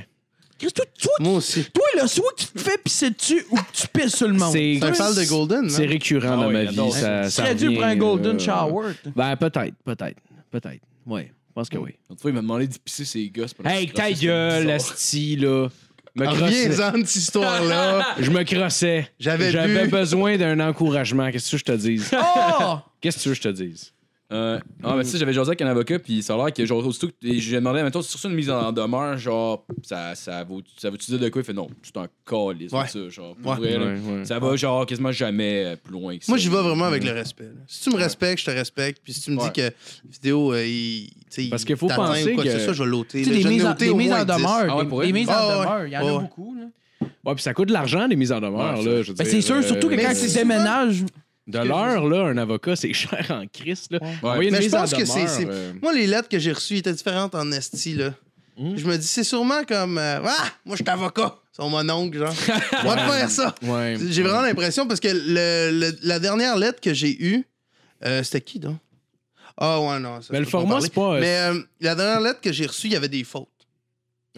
Chris, toi, toi, Moi aussi. toi, là, soit tu te fais pisser dessus ou que tu pisses sur le monde. C'est un pal de Golden, hein. non? C'est récurrent Ah dans oui, ma j'adore vie. ça. euh, Ça, ça Très dur revient, pour un golden euh, shower. t'as. Ben, peut-être, peut-être, peut-être. Ouais, je pense que oui. L'autre fois, il m'a demandé d'y pisser ses gosses. pendant Hey, que je ta crossais, gueule, c'est Asti, là. Me crossais. Reviens-en de cette histoire-là. Je me crossais. J'avais J'avais bu. besoin d'un encouragement. Qu'est-ce que je te dise? Oh! Qu'est-ce que tu veux que je te dise? Euh, ah, mais tu sais, j'avais jasé avec un avocat, puis ça a l'air que, genre, aussitôt que et je lui ai demandé, mettons, sur ça, une mise en demeure, genre, ça, ça vaut- ça veut-tu dire de quoi? Il fait non, c'est un calice, Ouais. ça, genre, pour Ouais. vrai, là. ouais. Ça va, genre, quasiment jamais euh, plus loin que ça. Moi, j'y vais vraiment avec le respect. là. Si tu me respectes, je te respecte. Puis si tu me dis Ouais. que la vidéo, euh, il, tu sais, Parce qu'il faut t'atteint penser ou quoi que- ce soit, je vais l'ôter. Tu sais, là. des Je l'ai mises en, ôté des au mises moins en 10. demeure. Ah ouais, des- pour des, elle? mises en Ah ouais. demeure. Il y en Ouais. a beaucoup. Là. Ouais, puis ça coûte de l'argent, les mises en demeure, Ouais, là. Je veux Ben, dire, c'est sûr, euh, surtout que mais quand c'est tu souvent- déménages. De l'heure, là, un avocat, c'est [laughs] cher en crise, là. Envoyer une Mais je mise en pense que c'est- demeure, c'est- euh, Moi, les lettres que j'ai reçues étaient différentes en esti, là. Hmm. Je me dis, c'est sûrement comme. euh, ah, moi, je suis avocat. C'est mon [laughs] oncle, genre. Va te faire ça. euh, Ouais. J'ai vraiment l'impression parce que le- le- la dernière lettre que j'ai eue, euh, c'était qui donc Ah ouais non. Ça, Mais je le peux pas en format, parler. c'est pas. euh, Mais euh, la dernière lettre que j'ai reçue, il y avait des fautes.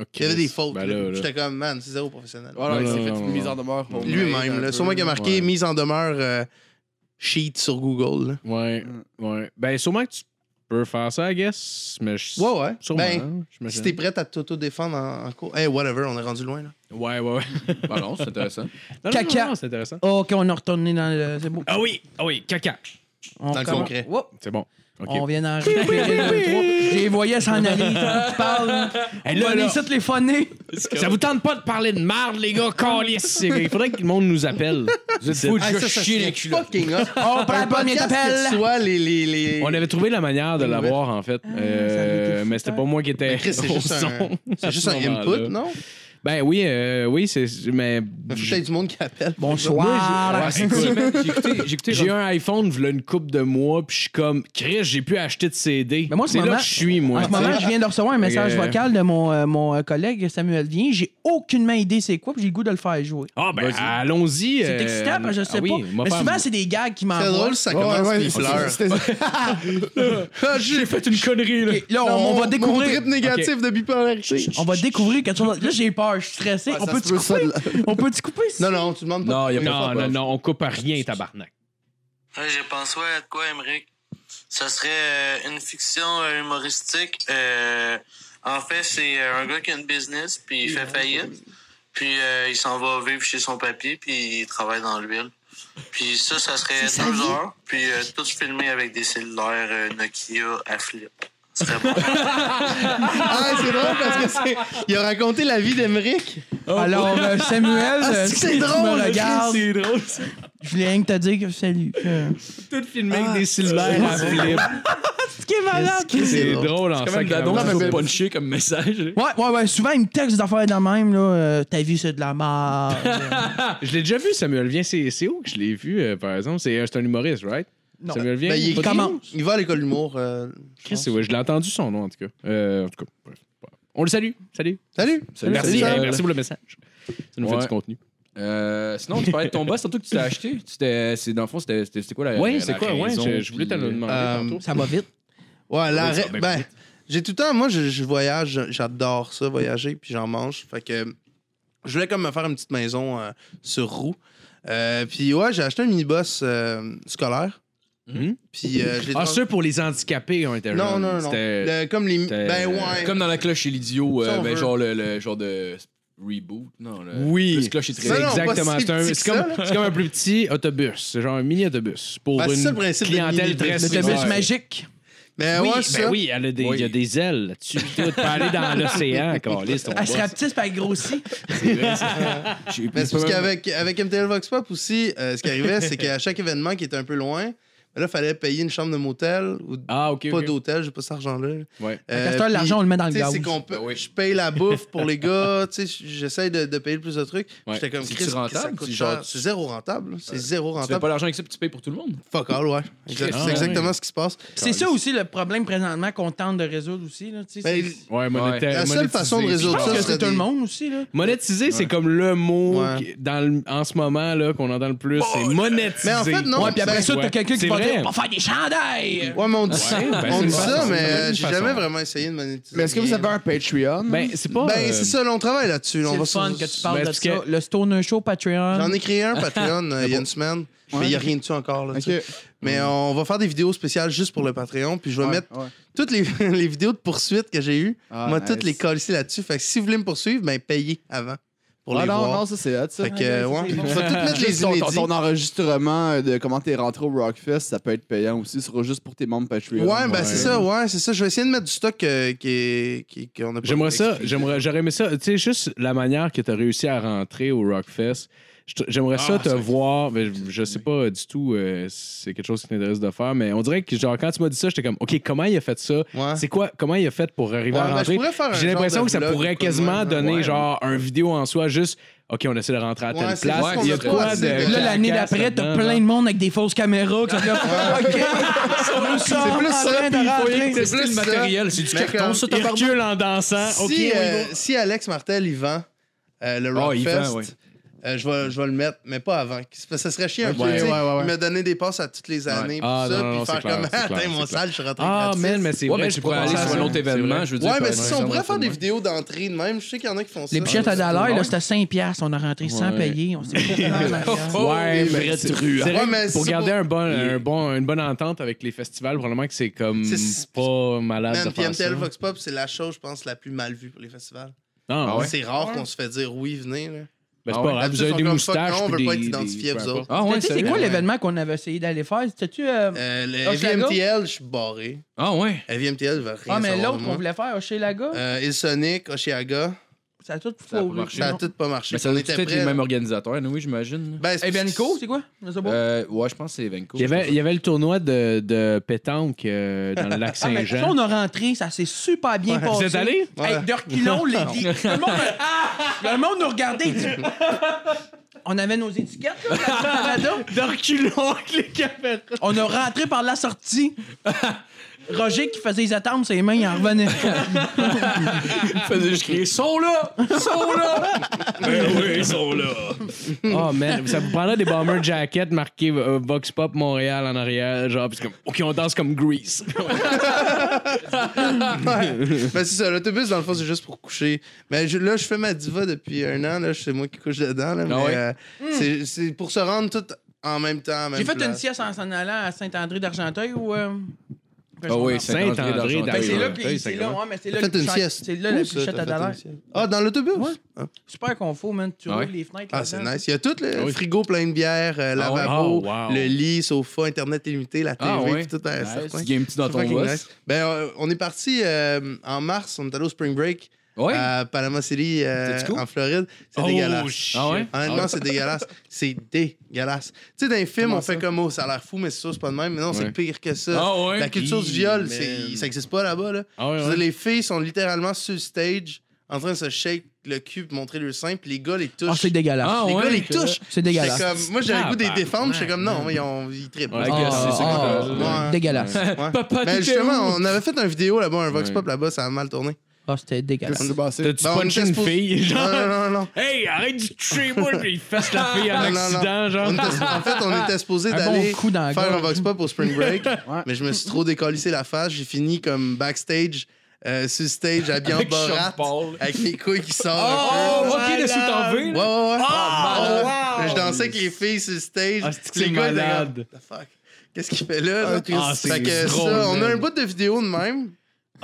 ok, Il y avait des fautes. ben là, là. Ah, là. J'étais comme man, c'est zéro professionnel. Voilà, il Non, s'est non, fait non, une non. mise en demeure. pour Lui-même. un là. peu. Sûrement qu'il a marqué ouais. mise en demeure euh, sheet sur Google. là. Ouais, ouais. Ben, sûrement que tu peux faire ça, I guess. Mais je... Ouais ouais. Sûrement. ben, hein, j'imagine. si t'es prête à t'auto-défendre en, en cours. Hey, whatever, on est rendu loin là. Ouais, ouais, ouais. [laughs] Bah non, c'est [laughs] intéressant. Non, Caca. non, non, c'est intéressant. Oh, ok, on est retourné dans le. C'est beau. Ah oui, ah oui, caca. On Dans le recommence. concret. Whoop, C'est bon. OK. On vient d'en récupérer deux, trois. Je les voyais s'en aller. Quand tu parles. Hey, Là, là, là, les sites, les phonés. ça vous tente pas de parler de merde, les gars, calice. Il faudrait que le monde nous appelle. Vous êtes fous de Ah, juste chier les culottes. fucking hot. On prend Un le premier podcast que tu appel. sois les, les, les... On avait trouvé la manière de Une nouvelle. l'avoir, en fait. ça avait Euh, été mais c'était fait. pas moi qui étais Chris, [laughs] c'est au juste un, son. c'est juste à un ce moment-là. input, non? Ben oui, euh, oui, c'est... Mais... Il y a du monde qui appelle. Bonsoir. Ouais, c'est cool. J'ai écouté, j'ai écouté J'ai eu un iPhone, v'là une coupe de mois, puis je suis comme, Chris, j'ai pu acheter de CD. Mais moi, en ce c'est là moment- que je suis, moi. En ce moment, je viens de recevoir un message Euh, vocal de mon, euh, mon euh, collègue Samuel Vien. J'ai aucunement idée c'est quoi, puis j'ai le goût de le faire jouer. Ah, ben, Vas-y. allons-y. euh, C'est excitant, parce que je ah sais oui, pas. m'a Mais fait- souvent, c'est des gags qui C'est m'envoient. drôle, ça Ouais, commence ouais, puis il c'est- pleure. c'était- Ah, j'ai fait une connerie, là. Ok, Là, on, on va Mon découvrir. trip négatif de bipolarité. On va découvrir quelque chose. Là, j'ai peur, je suis stressé. Ouais, on ça peut se tu peut, ça, couper? de [laughs] On peut tu couper? Non, non, tu demandes pas. Non, il y a pas Non, de non, non, on coupe à rien, tabarnak. Ouais, j'ai pensé ouais, à de quoi, Emmerich. Ça serait euh, une fiction euh, humoristique. Euh, en fait, c'est euh, un gars qui a une business, puis il fait faillite. Puis euh, il s'en va vivre chez son papier, puis il travaille dans l'huile. Puis ça, ça serait sa deux vie. heures, puis euh, tout filmé avec des cellulaires euh, Nokia à flip. Ce serait [laughs] bon. Ah, c'est drôle parce que c'est. Il a raconté la vie d'Emeric. Alors, euh, Samuel, Ah, euh, c'est que si c'est tu drôle, me le regardes, C'est drôle, c'est je voulais rien que te dire que salut. Euh, tout filmé Ah, avec des cellulaires à flip. Ce qui est malade. C'est C'est drôle. drôle, en Quand même, fait. Dadon, Non, mais- toujours punché comme message. Ouais, ouais, ouais. Souvent, ils me textent des affaires de la même, là. euh, Ta vie, c'est de la merde. [laughs] Je l'ai déjà vu, Samuel Vien. C'est c'est où que je l'ai vu, euh, par exemple? C'est c'est un humoriste, right? Non. Samuel Vien? Ben, il, Pas de- comment? il va à l'école d'humour. euh, Chris, c'est- ouais, je l'ai entendu son nom, en tout cas. Euh, en tout cas, bref. On le salue. Salut. Salut! Salut, merci, salut. hey, merci pour le message. Ça nous fait Ouais. du contenu. Euh, sinon, tu parlais de ton boss, surtout que tu t'es acheté. C'était, c'est, dans le fond, c'était, c'était, c'était quoi la. Oui, la c'est quoi? Ouais, raison, je, je voulais te puis, le euh, demander euh, tantôt. Ça va vite. Ouais, la Oui, ça va ra- bien ben, vite. j'ai tout le temps, moi, je, je voyage, j'adore ça, voyager, puis j'en mange. Fait que je voulais comme me faire une petite maison euh, sur roue. Euh, puis ouais, j'ai acheté un minibus euh, scolaire. Mhm. Puis euh, je l'ai Ah, trans- ceux pour les handicapés ont été Non, jeunes. non, non. C'était- euh, Le- comme les. c'était- Ben ouais. Comme dans la cloche et l'idiot, Ça, euh, on ben, veut. genre le, le genre de reboot. Non, là. Oui. Plus cloche et C'est Non, trévise. non, pas exactement. si C'est un- petit que c'est comme, ça, là. c'est comme un plus petit autobus. C'est genre un mini-autobus pour Ben, c'est ça, une le principe des clientèle très mini-autobus. spéciale. L'autobus magique. Mais Oui, ouais, ben c'est ça. oui, elle a des, il y a des ailes là-dessus. Tu peux aller dans [laughs] l'océan, câlisse, ton Ah, Elle se boss. rapetisse puis elle grossit. [laughs] Mais Ben, c'est parce qu'avec avec MTL Vox Pop aussi, euh, ce qui arrivait, c'est qu'à chaque événement qui était un peu loin, ben là, il fallait payer une chambre de motel ou Ah, ok. pas ok. d'hôtel, j'ai pas cet argent-là. Ouais. Euh, Fait que puis, l'argent, on le met dans le tu sais, gaz. c'est qu'on peut- Je paye la bouffe pour les gars, tu sais, j'essaie de, de payer le plus de trucs. Ouais. J'étais comme, C'est-tu Chris, rentable? ça coûte C'est genre- cher. C'est zéro rentable. là. C'est zéro Tu fais pas rentable. l'argent avec ça, puis tu payes pour tout le monde. Fuck all, ouais. Exact- Ah, C'est exactement ce qui se passe. C'est ça aussi le problème présentement qu'on tente de résoudre aussi. Là, tu sais, Ben, c'est- Ouais, monéta- La seule monétiser. façon de je résoudre pense ça, que c'est c'est tout le monde aussi. Là. Monétiser, c'est comme le mot Ouais. Oh, qui- dans le- en ce moment là qu'on entend le plus, c'est monétiser. Mais en fait, non. Ouais, puis après Ben, ça, t'as ouais. quelqu'un qui C'est va vrai. dire On va faire des chandails Ouais, mais on dit ça, ben, on c'est dit une ça façon, mais c'est une euh, j'ai façon. jamais vraiment essayé de monétiser. Mais est-ce que vous avez un Patreon? Ben, c'est pas. Ben, euh, c'est ça, là, on travaille là-dessus. là, C'est on le va fun sur- que tu parles Ben, de parce ça. que- Le Stoner Show Patreon. J'en ai créé un Patreon euh, il y a une semaine, mais il n'y a rien dessus encore. Là, Est-ce tu sais. que- Mais on va faire des vidéos spéciales juste pour le Patreon, puis je vais Ouais, mettre ouais. toutes les, [laughs] les vidéos de poursuites que j'ai eues, Ah, moi, nice. toutes les colisser là-dessus. Fait que si vous voulez me poursuivre, ben payez avant pour Ah les non, voir. non, ça c'est hot, ça. fait que, euh, ouais, on va toutes mettre [laughs] Juste les ton, inédits. ton- ton enregistrement euh, de comment t'es rentré au Rockfest, ça peut être payant aussi, ce sera juste pour tes membres Patreon. Ouais, ben c'est ça, ouais, c'est ça. Je vais essayer de mettre du stock euh, qui est- qui- qu'on a pas. J'aimerais ça, j'aimerais, j'aurais aimé ça, tu sais, juste la manière que tu as réussi à rentrer au Rockfest. Je te- J'aimerais ça Ah, te ça- voir, mais je- je sais pas du tout euh, si c'est quelque chose qui t'intéresse de faire, mais on dirait que genre quand tu m'as dit ça, j'étais comme, OK, comment il a fait ça? Ouais. C'est quoi, comment il a fait pour arriver Ouais, à ben, je rentrer? pourrais faire un J'ai genre l'impression de que ça vlog pourrait ou quoi de quasiment même, là. donner Ouais. genre un vidéo en soi, juste, OK, on essaie de rentrer à Ouais, telle c'est place. ça, Il y a on de a quoi pas de. assez de- Puis Là, l'année carcasse d'après, là-dedans, t'as [laughs] plein de monde avec des fausses caméras. qui sont là, OK, nous sommes plus en ça, train puis il de Ah, faut rentrer. C'est plus le ça. matériel, c'est du Mais carton, comme- ça, genre. Il tabarnak. recule en dansant. Ah, OK, on y [laughs] si, va. euh, si Alex Martel il vend euh, le Ah, il Rockfest, vend, ouais. euh, je vais je vais le mettre, mais pas avant. C'est parce que Ça serait chiant. un peu, Ouais, tu sais, ouais, ouais, ouais. Il m'a donné des passes à toutes les années. puis Ah, ça, non, non, non, puis c'est faire clair, comme c'est clair, Atteint mon c'est clair. salle, je suis rentré Ah, gratis. man, mais c'est Ouais, vrai. mais tu tu pourrais penses aller à sur ça. un autre C'est vrai. événement, je veux dire. Ouais, mais par si exemple, on pourrait faire des ouais. vidéos d'entrée de même, je sais qu'il y en a qui font ça. Les pichettes à dollar, là, c'était 5$. piastres. On a rentré sans Ouais. payer. On s'est fait Ouais, Oh, les mais vrais c'est- truands. c'est vrai Ouais, que mais pour c'est garder pas- un bon, un bon, une bonne entente avec les festivals, probablement que c'est comme C'est- pas malade Man, de puis faire ça. MTL Vox Pop, c'est la chose, je pense, la plus mal vue pour les festivals. Non, Ah ouais. ouais? C'est rare qu'on se fait dire oui, venez. là. Ben, c'est Ah pas ouais. grave, vous D'habitude, avez on des est comme, moustaches fuck non, on puis veut des... pas être des- identifié, vous peu importe. Ah, ouais, C'est quoi sérieux? l'événement qu'on avait essayé d'aller faire? C'était-tu. euh, Euh, Oh, le c'est la VMTL, je suis barré. Ah, ouais. La VMTL, va rien Ah, mais savoir de l'autre moi. qu'on voulait faire, Hochelaga, Euh, Il Sonic, Oshiaga, ça a tout ça a pas foiré. marché. ça a tout pas marché. Mais Ben, ça On doit était peut-être être prêts, les là. mêmes organisateurs, oui, j'imagine. Ben, c'est- Evenco, Eh, c'est quoi? Je sais pas. Euh, ouais, je pense que c'est Evenco. Il y, avait, il y avait le tournoi de, de pétanque euh, dans le lac Ah, mais ça, Saint-Jean. on a rentré, ça s'est super bien passé. Vous êtes allés? Ouais. Hey, de reculons, les Tout le monde, Ah! le monde nous regardait. il dit- On avait nos étiquettes, là, là-dedans, là-dedans. De reculons avec les caméras. On a rentré par la sortie. Roger qui faisait les attentes, ses mains, il en revenait. faisait juste crier Sont là Sont là [laughs] Ben oui, ils sont là Oh man, ça vous prendrait des bomber jackets marqués euh, Vox Pop Montréal en arrière, genre, puis c'est comme, ok, on danse comme Grease. [laughs] Ben, c'est ça, l'autobus, dans le fond, c'est juste pour coucher. Mais je- là, je fais ma diva depuis un an. Là, c'est moi qui couche dedans. Là, mais, ouais? euh, c'est, c'est pour se rendre tout en même temps. à la même Hmm. J'ai fait une place. sieste en s'en allant à Saint-André d'Argenteuil ou. euh, Ah oui, Saint-André Saint-André d'Argenteuil. Ben, c'est oui, là, oui, puis oui, c'est c'est là, correct. ouais, mais c'est T'as là fait que une tu- sieste. C'est là la Où ça, pichette t'as à fait dollar. une sieste? Ah, dans l'autobus? Ah. Super confort, man. Tu Ah ouais? ouvres les fenêtres. Ah, c'est là-dedans. nice. Il y a tout le frigo plein de bière, euh, Ah ouais? lavabo, Oh, wow. le lit, sofa, Internet illimité, la télé, Ah ouais? puis tout un certain. Tu gagnes petit dans C'est ton fucking boss nice. Ben, euh, on est parti euh, en mars, on est allé au Spring Break Ouais à Panama City, euh, C'était-tu cool? en Floride. C'est Oh, dégueulasse. shit. Ah ouais? Honnêtement, c'est dégueulasse. C'est dégueulasse. Tu sais, dans les films, on fait comme, oh, ça a l'air fou, mais c'est ça, c'est pas de même. Mais non, c'est pire que ça. Ah ouais? La culture du Ih, viol, man. c'est- ça existe pas là-bas. Là. Ah ouais, Je veux ouais. dire, Les filles sont littéralement sur le stage en train de se shake le cul, puis montrer le sein, puis les gars les touchent. Ah, c'est dégueulasse. Ah les ouais? gars les touchent. C'est J'étais dégueulasse. comme- moi, j'avais le goût de les Ah, défendre. J'étais comme, non, ils, ont, ils trippent. Ouais, Ah, que c'est ça ah, que- ah, Ouais. [laughs] Dégueulasse. Ouais. Papa, Ben, t'étais justement, où? on avait fait un vidéo là-bas, un Vox Ouais. Pop là-bas, ça a mal tourné. Ah, c'était Qu'est-ce qui dégueulasse. s'est passé? T'as-tu Ben, on punché était une supposé- fille, Non, genre? non, non, non. Hey, arrête de toucher moi, puis il fasse la fille en Non, non, non. accident, On genre. était- en fait, on était supposé Un d'aller bon coup dans la faire gorge. un Vox Pop au Spring Break, mais je me suis trop décollissé la face. J'ai fini comme backstage, euh, sur stage, habillé en Avec borat, Sean Paul. avec mes couilles qui sortent. Oh, un peu. ok, de sous t'en veux Ouais, ouais, ouais. ben, Ah, Je dansais avec les filles sur le stage. Ah, c'est que Puis les c'est gars, ils étaient malade. comme, The fuck? Qu'est-ce qu'il fait là? là? Ah, c'est Fait que ça, drôle, on a man. un bout de vidéo de même.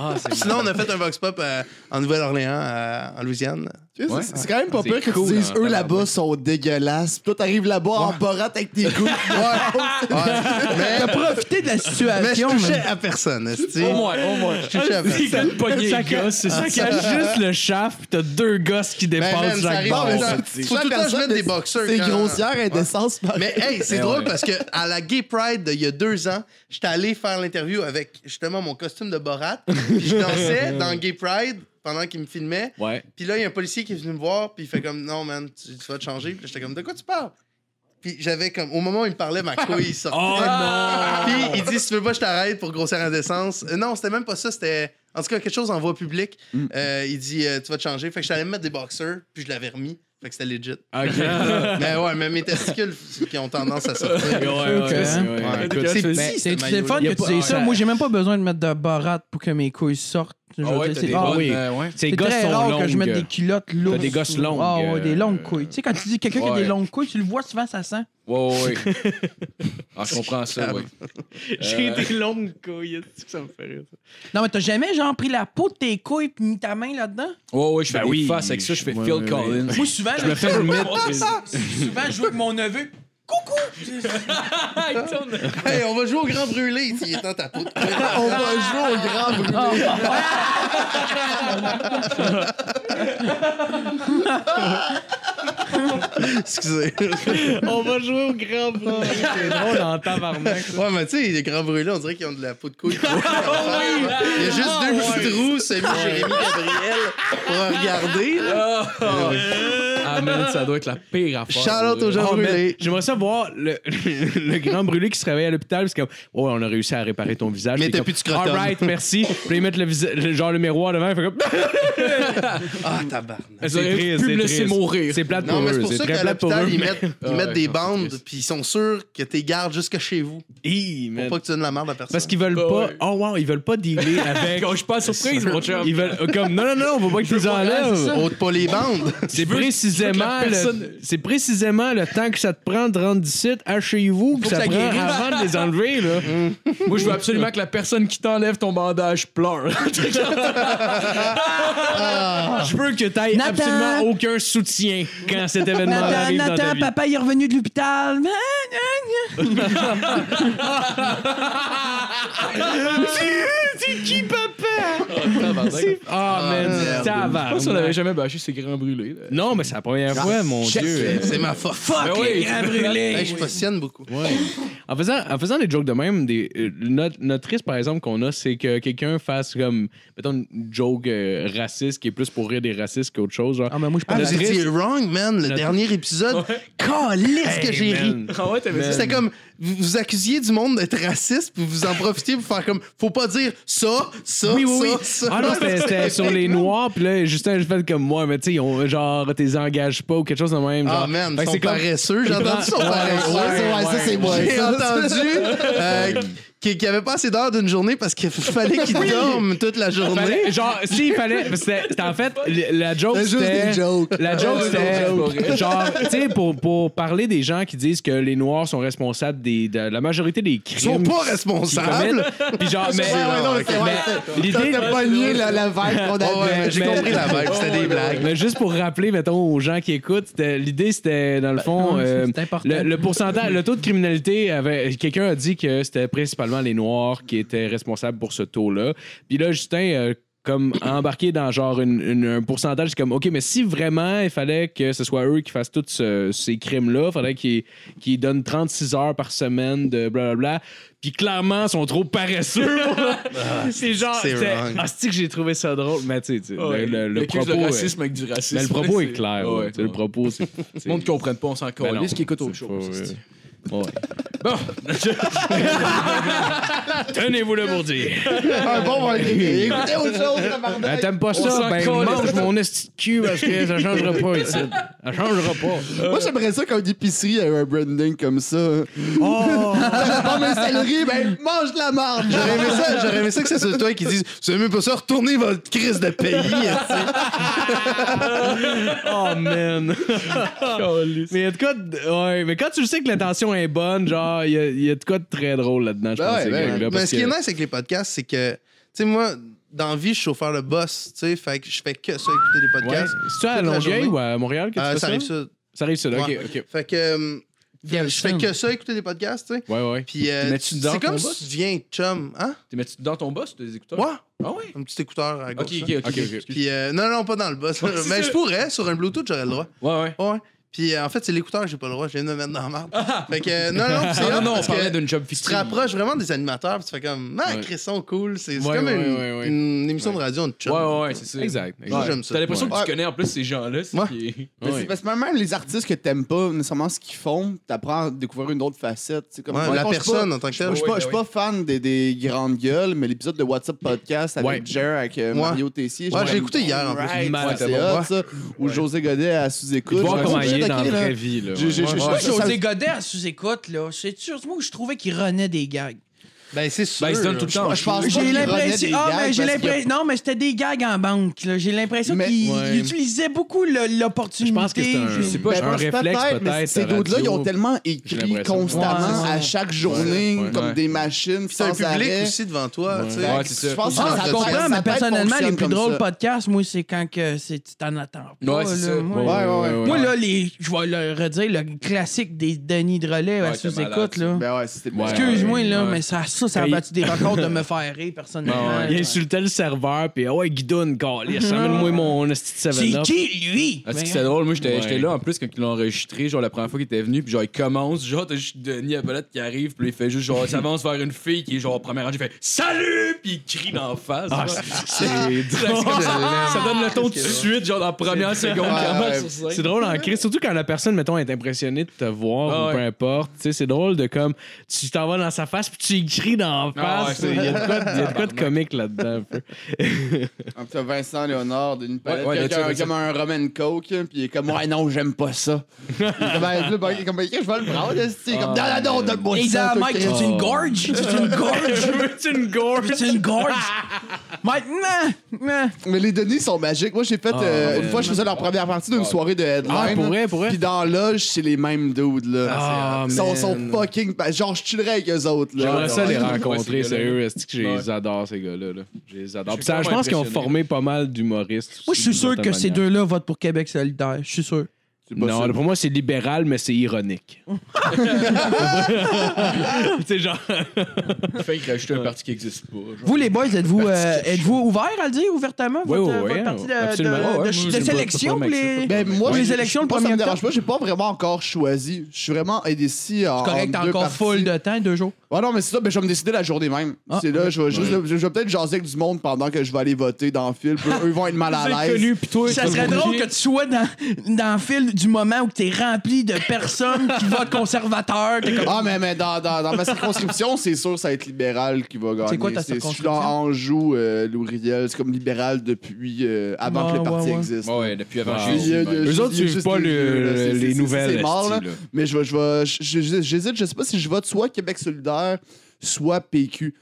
Ah, c'est Sinon, on a fait un vox pop euh, en Nouvelle-Orléans, euh, en Louisiane. Tu sais, Ouais. C'est c'est quand même pas C'est pire que cool, tu dises hein, eux tabarnak. là-bas sont dégueulasses. Puis toi, t'arrives là-bas en borate avec tes couilles. T'as profité de la Mais je situation. touchais man. à personne, esti. Au moins, au moins. Je touchais à personne. C'est une poignée Ça de cache gosse, c'est ça. juste le shaft, pis t'as deux gosses qui Ben, man, dépassent ça chaque arrive, bord. mais bon, ça- c'est- Faut tout le temps que je mette des boxeurs. C'est quand- grossière indécence. par- Mais hey, c'est Ben drôle ouais. parce que à la Gay Pride d'il y a deux ans, j'étais allé faire l'interview avec justement mon costume de Borat. Puis je dansais dans Gay Pride pendant qu'il me filmait. Ouais. Puis là, il y a un policier qui est venu me voir, puis il fait comme non, man, tu, tu vas te changer. Puis là, j'étais comme de quoi tu parles? Puis j'avais comme au moment où il me parlait, ma couille sortait. Oh non! Puis il dit si tu veux pas, je t'arrête pour grossière indécence. Euh, non, c'était même pas ça, c'était en tout cas quelque chose en voie publique. Euh, il dit euh, tu vas te changer. Fait que j'allais me mettre des boxers, puis je l'avais remis. Fait que c'était legit. [laughs] mais ouais, mais mes testicules qui ont tendance à sortir. Ouais, ouais, ouais, ouais. Ouais, Écoute, c'est c'est- petit, C'est ce c'est maillot-là. fun que pas- tu dises ça. ça- Moi, j'ai même pas besoin de mettre de barate pour que mes couilles sortent. Je Ah veux ouais, dire, t'as c'est- des Ah bonnes, oui. euh, ouais. C'est très rare que je mette des culottes lourdes. des gosses longues, Ah ouais, des longues euh, couilles. Tu sais, quand tu dis quelqu'un qui a ouais. des longues couilles, tu le vois souvent, ça sent. Ouais, ouais, ouais. [laughs] Ah, je comprends ça, ouais. J'ai Euh, des longues couilles, c'est que ça me fait rire. Non, mais t'as jamais, genre, pris la peau de tes couilles pis mis ta main là-dedans? Ouais, ouais, je fais Ben des oui, faces avec ça, je fais ouais, Phil ouais, ouais. Collins. Moi, souvent, Je me fais une souvent, je joue avec mon neveu. [laughs] Hey, on va jouer au grand brûlé, il est dans ta peau. On va jouer au grand Ah. brûlé. Excusez. [laughs] On va jouer au grand bras. [laughs] C'est drôle en tabarnak. Ouais, mais tu sais, les grands brûlés, on dirait qu'ils ont de la peau de [laughs] couille. Ah Il y a juste deux petits trous, c'est mis Jérémy Gabriel pour regarder. là. Oh. Ah, man, ça doit être la pire affaire. Eh Shout-out aux gens Oh, brûlés. man, J'aimerais ça voir le, [laughs] le grand brûlé qui se réveille à l'hôpital parce que ouais, on a réussi à réparer ton visage. Mais Puis t'as comme, plus de All scrotum. right, [laughs] merci. Puis ils mettent le, visa- le- genre le miroir devant, ils font comme [laughs] Ah, tabarnak. Ils auraient triste, pu c'est me laisser triste. mourir. c'est plate Non, pour mais c'est eux, pour c'est ça qu'à très plate pour eux. l'hôpital, ils mettent, ils Ouais, mettent des non, c'est bandes, triste. puis ils sont sûrs que t'es gardes jusque chez vous. Hi, man. Pour pas que tu donnes la merde à personne. Parce qu'ils veulent Ah pas. ouais. Oh wow, ils veulent [laughs] pas dealer avec. Quand je pas surprise, mon chum. Ils veulent euh, comme non non non, on va pas que tu les enlèves. Ôte pas les bandes. C'est veux- je veux précisément que la personne- le c'est précisément le temps que ça te prend de rendre d'ici à chez vous que que ça, ça prend guérisse. avant de les enlever [laughs] là. Moi, je veux absolument que la personne qui t'enlève ton bandage pleure. [laughs] Je veux que t'aies Nathan! absolument aucun soutien quand cet événement Nathan, arrive dans ta Nathan, vie. papa, il est revenu de l'hôpital. C'est qui papa C'est Ah man, merde. Je pense qu'on tabarnak. l'avait jamais bâché ces grands brûlés. là. Non, mais c'est la première fois, mon dieu. C'est ma faute. Ben oui, Hey, je passionne beaucoup. En faisant, en faisant des jokes de même, des, euh, notre, notre risque, par exemple, qu'on a, c'est que quelqu'un fasse comme, mettons, une joke euh, raciste qui est plus pour rire des racistes qu'autre chose. Genre, Ah, mais moi, je Ah, parle vous triste- étiez wrong, man, le La- dernier épisode. Calisse que j'ai ri. Ah ouais, t'avais C'était comme, vous vous accusiez du monde d'être raciste, puis vous en profitiez pour faire comme, faut pas dire ça, ça, Oui, oui, ça, oui. ça. Ah non, c'était- [laughs] c'était sur les noirs, puis là, Justin, je fais comme moi, mais tu sais, on- genre, t'es engage pas ou quelque chose de même. Ah, Genre. man, Fait que ils sont Ben, c'est comme- paresseux. J'ai entendu son Ouais, paresseux. ouais, ça, c'est moi. J'ai Ça, entendu euh, qu'il qu'il avait pas assez d'heures d'une journée parce qu'il fallait qu'il dorme toute la journée. Fallait- genre, s'il fallait. parce que C'était c'était en [laughs] fait, le- la joke C'est juste c'était. [laughs] des jokes. La joke c'était. genre, tu sais, pour, pour parler des gens qui disent que les Noirs sont responsables des, de la majorité des crimes. Ils sont pas qu'ils responsables. commettent. Puis [laughs] genre, mais. Ouais, ouais, non, c'est vrai. mais l'idée. T'as pogné la, la vibe [laughs] Ouais, qu'on ouais, avait. j'ai mais- compris la vibe, [laughs] c'était des blagues. Mais juste pour rappeler, mettons, aux gens qui écoutent, c'était- l'idée c'était, Ben, dans le fond, ouais, euh, c'est important. le, le pourcentage, le taux de criminalité, avait, quelqu'un a dit que c'était principalement les Noirs qui étaient responsables pour ce taux-là. Puis là, Justin, euh, comme embarqué dans genre une- une- un pourcentage, c'est comme, OK, mais si vraiment il fallait que ce soit eux qui fassent tous ce- ces crimes-là, il fallait qu'ils qu'ils donnent 36 heures par semaine de blablabla. Puis clairement, ils sont trop paresseux. [laughs] c'est genre, Ah, c'est c'est- wrong. ah, c'est que j'ai trouvé ça drôle, mais tu sais, tu sais, Ouais. le, le- le Accuse propos. euh, le racisme avec du racisme. mais le propos [laughs] est C'est- clair. Ouais, ouais. Tu sais, Le ouais. propos, c'est. c'est- Le monde ne comprenne pas, on s'en Ben non, calisse, qui écoute autre c'est chose. pas, Bah c'est- euh, Bon, ouais. Tenez-vous le pour dire. Un bon vendredi. Écoutez autre chose, Ben, tabarnak. T'aimes pas ça? s'en Ben, colle. mange mon esti de cul parce que ça changera pas ici. Ça changera pas. Euh. Moi, j'aimerais ça comme d'épicerie a un branding comme ça. Oh. [laughs] Bon, mais céleri, ben, mange de la marde. J'aurais aimé ça, j'aurais aimé ça que ce soit toi qui dise Vous aimez pas ça, retournez votre crise [laughs] de pays. Oh, man. mais il y a de quoi. de- Ouais, mais quand tu le sais que l'intention est bonne, genre, il y, a- il y a de quoi de très drôle là-dedans, je Ben pense, ouais, ces ben ouais. gangs-là. Mais parce ce qui est que- nice avec les podcasts, c'est que, tu sais, moi, dans la vie, je suis chauffeur de boss, tu sais, fait que je fais que ça, écouter des podcasts. C'est à toute la Longueuil journée. ou à Montréal que tu Euh, fais ça ça? arrive ça. Ça arrive ça, là. Ouais. OK, OK. Fait que euh, je fais que ça, écouter des podcasts, tu sais. Ouais, ouais. Puis euh, Te mets-tu dedans c'est ton comme boss? si tu viens chum, hein? T'es mets dans ton boss tes écouteurs? Ouais, Ah ouais? un petit écouteur à Ok, gauche. hein. ok, ok. Ok, ok. Excuse- Puis euh, non, non, pas dans le boss. Ouais, c'est mais ça. je pourrais, sur un Bluetooth, j'aurais le droit. Ouais, ouais. Ouais. Puis euh, en fait, c'est l'écouteur que j'ai pas le droit, je viens de me mettre dans la merde. fait que euh, non, non, c'est Ah, Non, non, non, on parce que parlait d'une job Tu te fictive. rapproches vraiment des animateurs, puis tu fais comme, ah, Cresson, cool. C'est c'est Ouais, comme ouais, une, ouais, ouais. une émission de radio, on te Ouais, chum. ouais, ouais, c'est ça. Exact. exact. Moi, j'aime ça. T'as l'impression que Ouais. tu connais en plus ces gens-là. c'est Ouais. qui est- Mais c'est- Ouais. Parce que même les artistes que t'aimes pas nécessairement ce qu'ils font, t'apprends à découvrir une autre facette. tu sais, Comme, Ouais, Moi, la je pense pas- personne en tant que telle. Moi, Je suis pas, je suis pas fan des, des grandes gueules, mais l'épisode de What's Up Podcast avec Ouais. Jer, avec euh, Ouais. Mario Tessier. Ouais, j'étais j'ai comme, écouté hier, en plus. alright, Mal, c'est t'as pas- hot, ça. Ou José Godet à sous-écoute. Voir Je comment me il suis est dans dit, la ok, là, vraie vie, là. j'ai- j'ai- Ouais. j'ai- Moi, ça- ça- José Godet à sous-écoute, là, c'est sûr. Moi, je trouvais qu'il renait des gags. Ben, c'est sûr. Ben, ils se donnent tout le temps. Je pense pas J'ai qu'il l'impression. revenait des Ah, gags mais j'ai parce qu'il y a- l'impression. Non, mais c'était des gags en banque. là. J'ai l'impression Mais- qu'il Ouais. il utilisait beaucoup le- l'opportunité. Je pense que c'est un- Je sais pas. pas, Ben, un parce- réflexe, mais peut-être, Ces radio. dudes-là, ils ont tellement J'ai écrit l'impression. constamment Ouais. à chaque journée, Ouais. comme Ouais. des machines. Puis c'est un sans public arrêt. aussi devant toi, tu sais. Fait Ouais, que c'est ça. Je pense que Ah, ça je doit- comprends, ça mais doit personnellement, les fonctionne plus comme drôles ça. podcasts, moi, c'est quand que c'est- tu t'en attends pas. Ouais, c'est là. ça. Moi, Ouais, ouais, ouais. moi, là, les, je vais le redire, le classique des Denis Drolet à Ouais, t'es malade, sous-écoute. là. Ben ouais, c'était Ouais. Excuse-moi, là, Ouais. mais ça, ça, ça a Hey. battu des records de me faire rire, personnellement. Il insultait le serveur, puis ah ouais, Guidoune, calisse, amène-moi mon esti de C'est 7 qui, lui? Ah, c'est Ben, que c'est drôle, moi j'étais Ouais. j'étais là en plus quand ils l'ont enregistré, genre la première fois qu'il était venu, puis genre il commence, genre t'as juste Denis Appelette qui arrive, puis il fait juste genre, il s'avance vers une fille qui est genre au premier rang, il fait Salut! Puis il crie d'en face. Ah, genre. [laughs] c'est- [laughs] C'est comme ça, ça donne le ton tout de suite, genre dans la première seconde qu'il Ah, marche ouais. sur scène. C'est drôle en crise, surtout quand la personne, mettons, est impressionnée de te voir Ah ou ouais. peu importe. Tu sais, c'est drôle de comme, tu t'en vas dans sa face puis tu y cries dans la Ah face. ouais, Il y a de quoi de- il y a de quoi de comique là-dedans un peu. Un petit Vincent Léonard d'une palette, Ouais, ouais, quelqu'un là-dessus, comme un Roman Coke, hein, puis il est comme Ouais, non, j'aime pas [laughs] ça. Il est comme, Ben, là, ben, il est comme, Ben, je vais le prendre, esti. Il est comme Dans la donne, donne-moi Hey, ça. ça, toi, Mike, Chris. c'est une gorge? C'est une [laughs] gorge? C'est Oh. une gorge. C'est une gorge? Mike, non, non. Mais les Denis sont magiques. Moi, j'ai fait Ah, euh, une fois, je faisais leur première partie d'une soirée de headline. Ah, pour vrai, pour vrai. Puis dans la loge, c'est les mêmes dudes, là. euh, Ah, ils sont, man. sont fucking. pa- Genre, je chillerais avec eux autres, là. J'aimerais ça les Ouais, rencontrer, ces gars-là. sérieux. Est-ce que je les Ouais. adore, ces gars-là? là. Je les adore. Je suis Puis ça, je vraiment pense qu'ils ont impressionné. formé pas mal d'humoristes. Moi, je suis aussi, sûr d'une que certaine ces manière. deux-là votent pour Québec solidaire. Je suis sûr. Non, pour moi, c'est libéral, mais c'est ironique. c'est genre. Fait que rajouter un parti qui existe pas. genre. Vous, les boys, êtes-vous euh, êtes-vous ouverts à le dire ouvertement? Ouais, votre, ouais, euh, votre ouais, partie de, absolument. de- Ouais, de- ouais, de moi, j'ai pas- sélection pas de pour les, problème Ben, moi, pour les j'ai- élections le moi, ça premier me octobre? dérange pas, j'ai pas vraiment encore choisi. Je suis vraiment indécis en. Correct, en t'as deux encore parties. full de temps, deux jours. Ouais, non, mais c'est ça, mais je vais me décider la journée même. Ah. c'est là, je vais, juste- je vais peut-être jaser avec du monde pendant que je vais aller voter dans le film. Eux vont être mal à l'aise. puis toi, Ça serait drôle que tu sois dans, dans le fil du moment où t'es rempli de personnes qui votent conservateur. T'es comme... Ah, mais, mais dans, dans, dans ma circonscription, c'est sûr ça va être libéral qui va gagner. C'est quoi ta Je suis circonscription? dans Anjou, euh, Louriel. C'est comme libéral depuis euh, avant que Ouais, le parti Ah, ouais, ouais. existe. Ouais, depuis avant Wow. Jésus, Il y a- même. il y a- Eux autres il y a suivent juste pas des vieux, là. le- C'est- les c'est- nouvelles. C'est mort, là. esti, là. Mais je vais- je vais- je- je- j'hésite. Je sais pas si je vote soit Québec solidaire, soit PQ.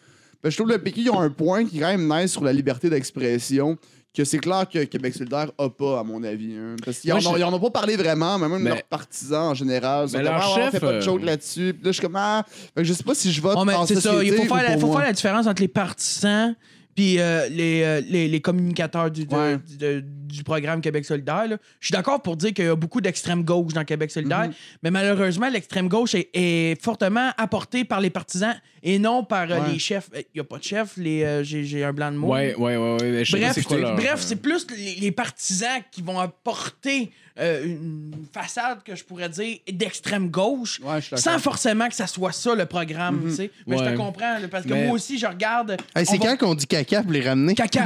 Ben, je trouve que le PQ, ils ont un point qui est quand même nice sur la liberté d'expression. Que c'est clair que Québec solidaire a pas, à mon avis. hein. Parce qu'ils Moi, en, ont- je- ils en ont pas parlé vraiment, mais même Mais- leurs partisans en général. sont Mais comme, leur Ah, ouais, on chef, fait pas de joke euh, là-dessus. Puis là, je suis comme, ah. Fait que je sais pas si je vote. Ah, mais en c'est ça, il faut, société faire ou la, pour faut moi. faire la différence entre les partisans puis euh, les, euh, les, les communicateurs du, de- Ouais. du- de- du programme Québec solidaire. là. Je suis d'accord pour dire qu'il y a beaucoup d'extrême gauche dans Québec Mhm. solidaire, mais malheureusement, l'extrême gauche est, est fortement apportée par les partisans et non par euh, Ouais. les chefs. Euh, Il n'y a pas de chef, les, euh, j'ai j'ai un blanc de mots. Ouais, ouais, ouais, ouais. je sais pas Bref, c'est quoi leur- euh, bref, euh, c'est plus les, les partisans qui vont apporter euh, une façade que je pourrais dire d'extrême gauche Ouais, je suis d'accord. sans forcément que ça soit ça le programme, tu sais. Mais je Ouais. te comprends, là, parce que Mais- moi aussi, je regarde. Hey, c'est on va- quand qu'on dit caca pour les ramener? [laughs] Caca!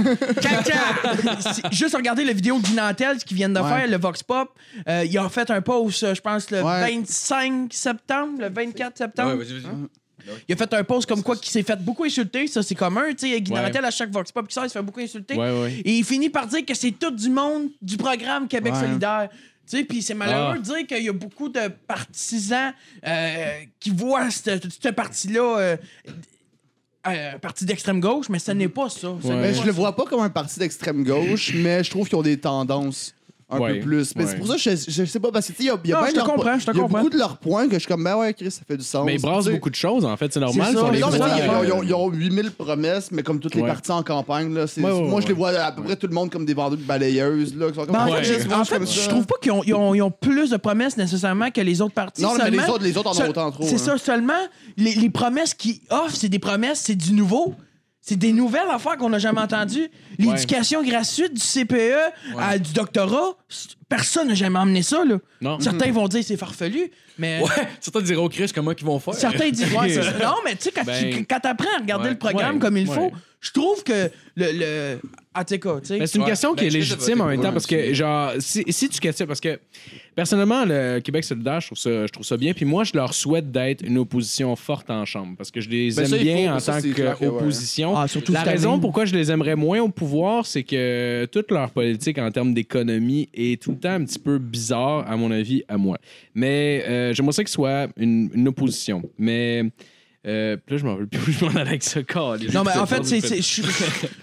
Caca! C'est- Juste regarder la vidéo de Nantel qui viennent de Ouais. faire, le Vox Pop. Euh, ils ont fait un post, euh, je pense, le Ouais. 25 septembre, le 24 septembre. Ouais, vas-y, vas-y. Hein? Il a fait un post comme quoi qui s'est fait beaucoup insulter, ça c'est commun, tu sais, Guy Ouais. Nantel, à chaque Vox Pop qui sort, il se fait beaucoup insulter. Ouais, ouais. Et il finit par dire que c'est tout du monde du programme Québec Ouais. solidaire. Tu sais, puis c'est malheureux Ah. de dire qu'il y a beaucoup de partisans euh, qui voient cette, cette partie-là, euh, euh, partie d'extrême gauche, mais ce n'est pas ça. Ce Ouais. n'est Ben, pas je le ça. vois pas comme un parti d'extrême gauche, mais je trouve qu'ils ont des tendances. un Ouais, peu plus. Mais ouais. c'est pour ça que je, je sais pas, parce que tu sais, il y a, il y a Non, bien je te leurs po- comprends, je te il y a comprends. beaucoup de leurs points que je suis comme, ben ouais, Chris, ça fait du sens. Mais ils brassent Tu sais, beaucoup de choses, en fait. C'est c'est normal. ça, qu'on les mais non, mais voit, tu sais, ils ont- euh, ils ont- Ils ont 8000 promesses, mais comme toutes les Ouais. parties en campagne, là, c'est- Ouais, ouais, moi je ouais. les vois à peu près tout le monde comme des vendeurs de balayeuses. Là, qui sont comme, Ah, Ben, en Ouais. fait, je- en C'est comme fait, ça. je trouve pas qu'ils ont, ils ont- ils ont plus de promesses nécessairement que les autres parties. Non, mais les seulement- autres, les autres en ont seul- autant trop. C'est hein. ça, seulement les, les promesses qu'ils offrent, c'est des promesses, c'est du nouveau. C'est des nouvelles affaires qu'on n'a jamais entendues. L'éducation gratuite du CPE à euh, du doctorat, c- personne n'a jamais emmené ça. Là. Non. Mm-hmm. Certains vont dire c'est farfelu, mais Ouais, certains diront, Chris, comment ils vont faire? certains disent ouais, c'est [laughs] ça. Non, mais tu sais, quand Ben, tu quand apprends à regarder ouais, le programme ouais, comme il ouais. faut, je trouve que le. le... Ah, tu sais quoi, tu sais. Mais c'est une Ouais. question qui Ben, est je vais te légitime voter en même pour temps parce que, genre, si, si tu questionnes, parce que personnellement, le Québec solidaire, je trouve ça, je trouve ça bien. Puis moi, je leur souhaite d'être une opposition forte en Chambre parce que je les Ben, aime ça, il faut, bien en ça, tant c'est clair que ouais. qu'opposition. Ah, surtout La cette raison année. pourquoi je les aimerais moins au pouvoir, c'est que toute leur politique en termes d'économie est tout le temps un petit peu bizarre, à mon avis, à moi. Mais euh, j'aimerais ça que ce soit une, une opposition. Mais. euh, puis là, je m'en veux plus [laughs] où je m'en allais avec ce corps. Non, mais en fait, c'est. [laughs] c'est- je-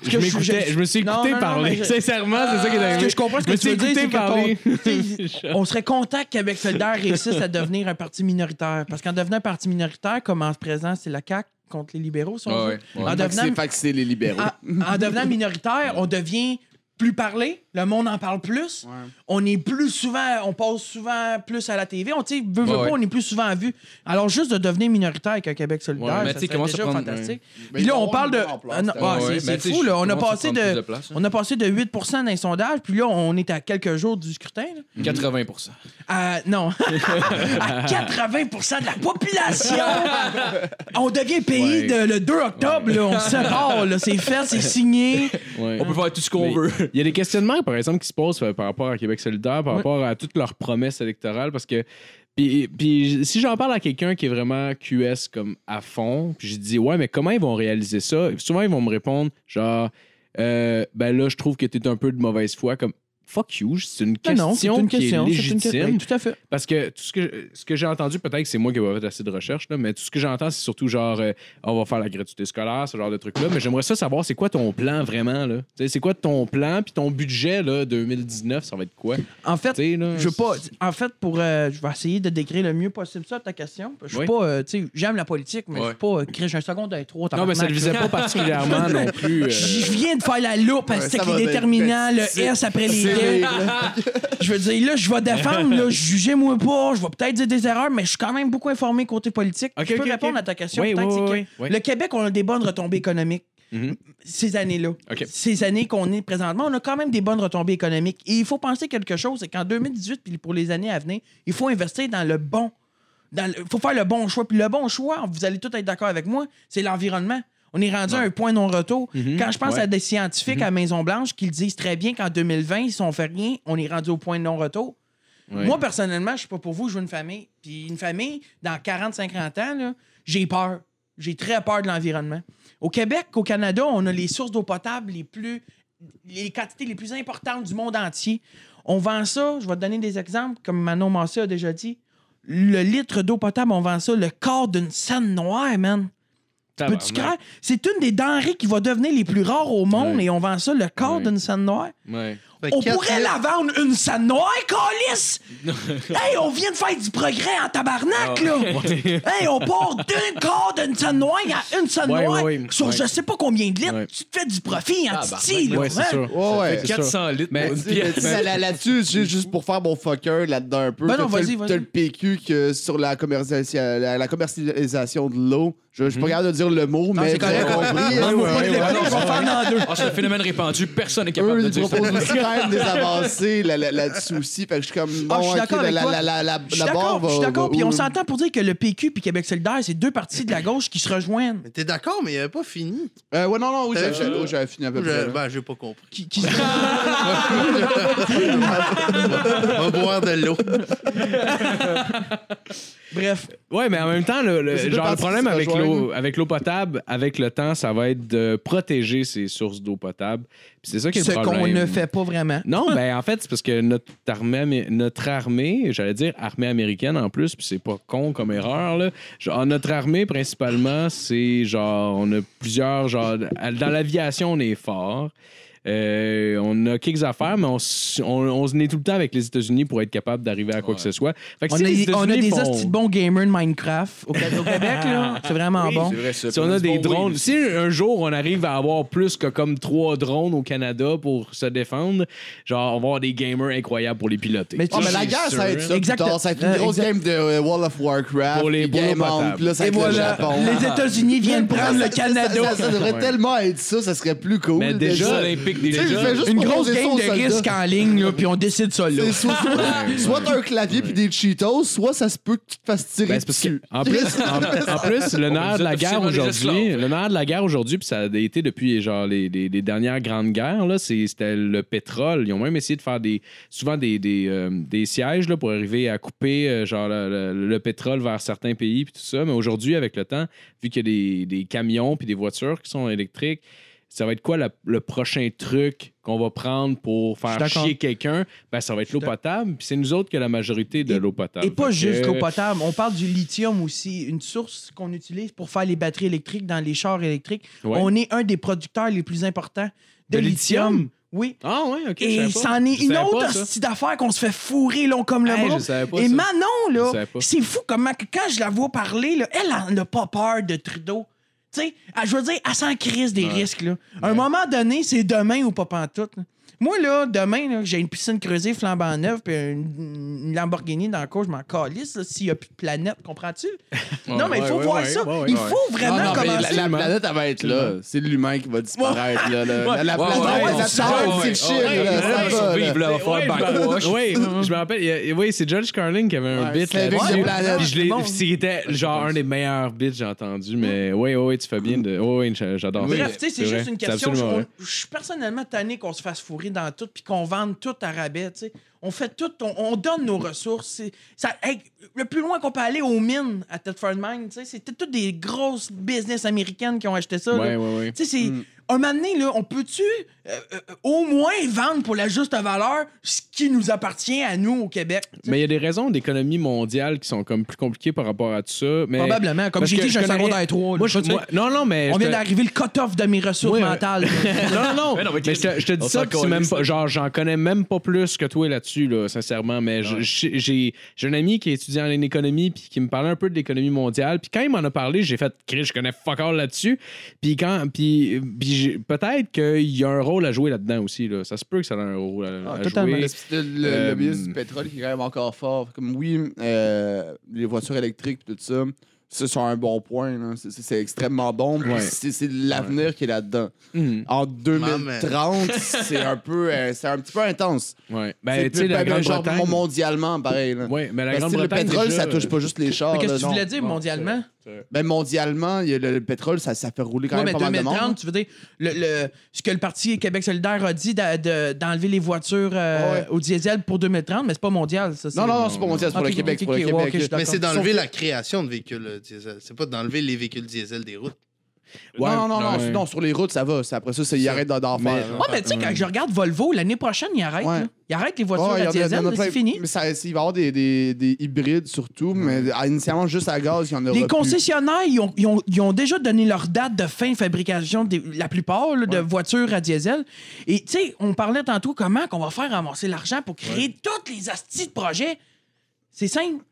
je- Je m'écoutais, je Ah, me suis Non, écouté non, non, parler. mais je- Sincèrement, c'est ça qui est Ah, Ce arrivé. que je comprends ce que Mais tu veux c'est dire, c'est écouter [laughs] parler. [laughs] que ton- on serait content que Québec solidaire réussisse à devenir un parti minoritaire. Parce qu'en devenant un parti minoritaire, comme en se présent, c'est la CAQ contre les libéraux, si on Ouais, veut. ouais, ouais. En, Ah, Fait que devenant, c'est- Fait que c'est les libéraux. en- en devenant minoritaire, on devient plus parlé, le monde en parle plus, on est plus souvent, on passe souvent plus à la TV, on tu sais, veut, veut Ouais, pas, ouais. on est plus souvent vu. Alors juste de devenir minoritaire avec un Québec solidaire, Ouais, mais tu ça sais, serait comment déjà ça prend- fantastique. Mais Puis ils là, vont on avoir parle une de. grande place, Ah, non, cette ah, année. c'est- Ouais, mais c'est tu sais, fou, là. On a comment ça passé prend plus de. de place, hein? On a passé de 8 dans les sondages, puis là, on est à quelques jours du scrutin. là. Mhm. 80 À- Euh, non. [laughs] à 80 de la [laughs] population. on devient pays Ouais. de, le 2 octobre. Là, on se sépare. là. C'est fait, c'est signé. Ouais. On peut faire tout ce qu'on Mais veut. Il y a des questionnements, par exemple, qui se posent euh, par rapport à Québec solidaire, par Ouais. rapport à toutes leurs promesses électorales, parce que puis, puis si j'en parle à quelqu'un qui est vraiment QS comme à fond, puis je dis ouais, mais comment ils vont réaliser ça Puis Souvent ils vont me répondre genre Euh, ben là je trouve que t'es un peu de mauvaise foi comme fuck you, Ben c'est une Non, question non, c'est une qui question. est c'est une légitime. question. Oui, tout à fait. Parce que tout ce que, ce que j'ai entendu, peut-être que c'est moi qui vais faire assez de recherche, là, mais tout ce que j'entends, c'est surtout genre euh, on va faire la gratuité scolaire, ce genre de trucs-là. Mais j'aimerais ça savoir c'est quoi ton plan vraiment. là. Tu sais, C'est quoi ton plan puis ton budget là, 2019, ça va être quoi? En fait, Tu sais, là, Je veux pas. c'est- En fait, pour, euh, je vais essayer de décrire le mieux possible ça ta question. Je suis Oui. pas. euh, tu sais, j'aime la politique, mais je Ouais. suis pas. euh, crée- j'ai un second d'un trois. Non, mais ça tabarnak, le visait là. pas particulièrement non plus. euh, Je viens de faire la loupe Ouais, parce que ça va les être déterminants, le petit. S après les C'est lettres. les- [laughs] Je veux dire, là, je vais défendre, [laughs] là, jugez-moi pas, je vais peut-être dire des erreurs, mais je suis quand même beaucoup informé côté politique. Ok, je ok, peux ok. répondre à ta question. Oui, tant que oui, c'est oui, que- oui. Le Québec, on a des bonnes retombées économiques. Mhm. Ces années-là. Ok. Ces années qu'on est présentement, on a quand même des bonnes retombées économiques. Et il faut penser quelque chose, c'est qu'en 2018, puis pour les années à venir, il faut investir dans le bon. Il faut faire le bon choix. Puis le bon choix, vous allez tous être d'accord avec moi, c'est l'environnement. On est rendu à un point non-retour. Mhm, Quand je pense ouais. Mm-hmm. à des scientifiques à Maison-Blanche qui le disent très bien qu'en 2020, si on fait rien, on est rendu au point de non-retour. Ouais. Moi, personnellement, je suis pas pour vous, je veux une famille. Puis une famille, dans 40-50 ans, là, j'ai peur. J'ai très peur de l'environnement. Au Québec, au Canada, on a les sources d'eau potable les plus. les quantités les plus importantes du monde entier. On vend ça, je vais te donner des exemples, comme Manon Massé a déjà dit. Le litre d'eau potable, on vend ça le corps d'une scène noire, man. tabarnak. Peux-tu croire? C'est une des denrées qui va devenir les plus rares au monde Ouais. et on vend ça le corps Ouais. d'une scène noire. Ouais. Fait On quatre pourrait mille- la vendre une scène noire, [laughs] Calis! hey, on vient de faire du progrès en Ah, tabarnak, là! hey, on part d'un corps d'une scène noire à une scène Ouais, noire ouais, ouais. sur Ouais. je sais pas combien de litres. Ouais. Tu te fais du profit en titi, là! Ouais, c'est hein? sûr. Ouais, ouais. C'est 400 litres. [laughs] Mais- pour une Dis- mais dis- pièce. Ben, là- là- Là-dessus, j'ai juste pour faire mon fucker là-dedans un peu. Ben non, T'as- t'as vas-y, le- vas-y. T'as le PQ que sur la commercialisation, la, la commercialisation de l'eau. Je je suis pas capable de dire le mot, mais Mhm. c'est correct. vous avez compris, hein, Non, moi, ouais, je ouais, l'ai pas, ouais. je vais faire en deux. Ah, c'est un phénomène répandu, personne n'est capable Eux, de ils dire ça. proposent aussi quand [laughs] même des avancées là- là- là-dessus aussi. Fait que je suis comme, Ah, je non, suis ok, d'accord la- avec la- toi. la- la- la- Je suis la barre d'accord, va- je suis d'accord. va Puis où, on là? s'entend pour dire que le PQ puis Québec solidaire, c'est deux parties de la gauche qui se rejoignent. Mais t'es d'accord, mais il avait pas fini. Euh, ouais, non, non, oui, Euh, j'avais- j'avais j'avais fini à peu près. Je- là. Ben, j'ai pas compris. Qui, [laughs] qui- On va boire de l'eau. Bref, Ouais, mais en même temps, le, le- C'est deux genre, le parties problème qui se avec l'eau, rejoignent. avec l'eau potable, avec le temps, ça va être de protéger ces sources d'eau potable. Puis c'est ça qui est ce le problème. qu'on ne fait pas vraiment. Non, ben en fait, c'est parce que notre armée, amé- notre armée, j'allais dire armée américaine en plus, puis c'est pas con comme erreur là. Genre, notre armée principalement, c'est genre on a plusieurs genre dans l'aviation on est fort. Euh, on a quelques affaires, mais on, s- on, on se naît tout le temps avec les États-Unis pour être capable d'arriver à quoi que ce soit. Fait que On si a, les des- on a États-Unis des font- hosties de bons gamers de Minecraft au, [laughs] au Québec, là. C'est vraiment bon. C'est vrai, ça. Si on a des drones, si un jour on arrive à avoir plus que comme trois drones au Canada pour se défendre, genre on va avoir des gamers incroyables pour les piloter. Mais tu- Ah, mais la guerre, ça va être ça. plus Exact. tard. Ça va être une Euh, grosse exact. game de euh, World of Warcraft. Pour les puis Game boulots On, potables. puis là, ça va Et être le voilà, Japon. Ah. les États-Unis viennent Ça, prendre le ça- Canada. Ça, ça devrait tellement être ça, ça serait plus cool. Mais déjà, Olympique Tu sais, je déjà. fais juste Une grosse proposer ça game aux de soldats. risque en ligne, là, puis on décide ça, là. C'est soit, soit, soit un clavier puis des Cheetos, soit ça se peut que tu te fasses tirer Ben, c'est parce que, dessus. en plus, [laughs] [laughs] en, en plus, le nerf de la guerre officiellement des aujourd'hui, esclaves. le nerf de la guerre aujourd'hui, puis ça a été depuis genre les, les- les dernières grandes guerres là, c'est- c'était le pétrole. Ils ont même essayé de faire des souvent des, des, euh, des sièges là, pour arriver à couper euh, genre le, le- le pétrole vers certains pays puis tout ça. Mais aujourd'hui, avec le temps, vu qu'il y a des, des camions puis des voitures qui sont électriques. Ça va être quoi la- le prochain truc qu'on va prendre pour suis faire d'accord. chier quelqu'un? Ben, ça va être l'eau potable. Puis c'est nous autres que la majorité de Et- l'eau potable. Et pas Fait juste que- l'eau potable. On parle du lithium aussi, une source qu'on utilise pour faire les batteries électriques dans les chars électriques. Ouais. On est un des producteurs les plus importants de, De lithium. lithium? Oui. Ah ouais, ok. Et je savais pas. c'en est Je une savais autre pas, ça. hostie d'affaires qu'on se fait fourrer long comme le Hey, bras. je savais pas Et ça. Manon, Je là, savais pas. c'est fou comment que quand je la vois parler, là, elle elle n'a pas peur de Trudeau. Tu sais, elle- je veux dire, elle s'en crise des risques. Là. À un moment donné, c'est demain ou pas pantoute. là. Moi, là, demain, là, j'ai une piscine creusée flambant neuve puis une, une Lamborghini dans le cours, je m'en calisse là, s'il n'y a plus de planète, comprends-tu? non, mais [laughs] il ouais, faut ouais, voir ouais, ça. ouais, ouais, il ouais. faut vraiment Non, non, mais commencer. la, la planète, elle va être là. C'est l'humain qui va disparaître. Là, là. La, la Ouais, planète, ouais, la ouais, Terre, ouais, c'est ouais, le chien. ouais, là, ouais, ça ouais, va, là. survivre, là, va Ouais, faire je me- backwash. ouais, je me rappelle, il y a- il- oui, c'est George Carlin qui avait un Ouais, bit c'est avec là-dessus. des planètes. Puis je l'ai- Bon. puis c'était genre un des meilleurs bits que j'ai entendu, mais oui, oui, tu fais bien de. Oui, oui, j'adore ça. Mm. Bref, tu sais, c'est vrai. juste une C'est question. absolument je- on- vrai. Je suis personnellement tanné qu'on se fasse fourrer dans tout puis qu'on vende tout à rabais, tu sais. On fait tout, on, on donne nos ressources. c'est- Ça, hey, le plus loin qu'on peut aller aux mines à Thetford Mine, tu sais, c'était toutes des grosses business américaines qui ont acheté ça. là. Ouais, ouais, ouais. Mm. Tu sais, c'est. Un moment donné, là, on peut-tu euh, euh, au moins vendre pour la juste valeur ce qui nous appartient à nous au Québec? tu sais? Mais il y a des raisons d'économie mondiale qui sont comme plus compliquées par rapport à tout ça. Mais Probablement. Comme parce j'ai que dit, j'ai je un connais- secondaire 3. Moi, je, moi- non, non, mais. on je vient te- d'arriver le cut-off de mes ressources Ouais, ouais. mentales. [laughs] là. Non, non, non. Mais non, mais mais je te, je te on dis s'en ça, puis c'est même calisse. pas. Genre, j'en connais même pas plus que toi là-dessus, là, sincèrement. Mais je- j'ai j'ai- j'ai un ami qui est étudiant en économie, puis qui me parlait un peu de l'économie mondiale. Puis quand il m'en a parlé, j'ai fait, Chris, je connais fuck all là-dessus. Puis quand. Puis, puis j'ai- peut-être qu'il y a un rôle à jouer là-dedans aussi, là. Ça se peut que ça a un rôle à, Ah, à totalement. jouer. Le, le, Euh, le business du pétrole qui est quand même encore fort. Comme oui, euh, les voitures électriques et tout ça, ça, c'est un bon point. là. C'est- C'est c'est extrêmement bon. puis Ouais. C'est c'est l'avenir qui est là-dedans. Mhm. En 2030, c'est un peu, euh, c'est un petit peu intense. Ouais. Ben, tu sais, plus- la ben, ben, genre Grande-Bretagne. mondialement, pareil. Là. Ouais, mais la Parce que Ben, le Grande-Bretagne, pétrole, déjà, euh, ça touche pas juste les chars. Mais Qu'est-ce là, que tu non. voulais dire mondialement? Ben, mondialement, il y a le, le pétrole, ça, ça fait rouler quand Ouais, même mais pas mal de 2030, monde. hein. tu veux dire, le, le- ce que le Parti Québec solidaire a dit d'a- de- d'enlever les voitures euh, Ouais. au diesel pour 2030, mais c'est pas mondial, ça. c'est- Non, non, non, c'est pas mondial, c'est pour Ok, le Québec. c'est ok, pour le ok, ouais, Québec. ok, je suis Mais c'est d'accord. d'enlever la création de véhicules euh, diesel. C'est pas d'enlever les véhicules diesel des routes. Ouais. non, non, non, Ouais. non, sur les routes, ça va. C'est- Après ça, c'est- il arrête d'en- d'en Mais- faire. là. Ouais, mais tu sais, quand je regarde Volvo, l'année prochaine, ils arrêtent. Ouais. là. Ils arrêtent les Ouais, voitures il y en à a- il y diesel, en a là, plein. c'est fini. Mais ça, il va y avoir des, des, des hybrides surtout, mais ah, initialement juste à gaz, il y en aura Les plus. concessionnaires, ils ont, ils ont- ils ont déjà donné leur date de fin de fabrication, des- la plupart, là, de voitures à diesel. Et tu sais, on parlait tantôt comment qu'on va faire avancer l'argent pour créer toutes les astis de projets. C'est simple.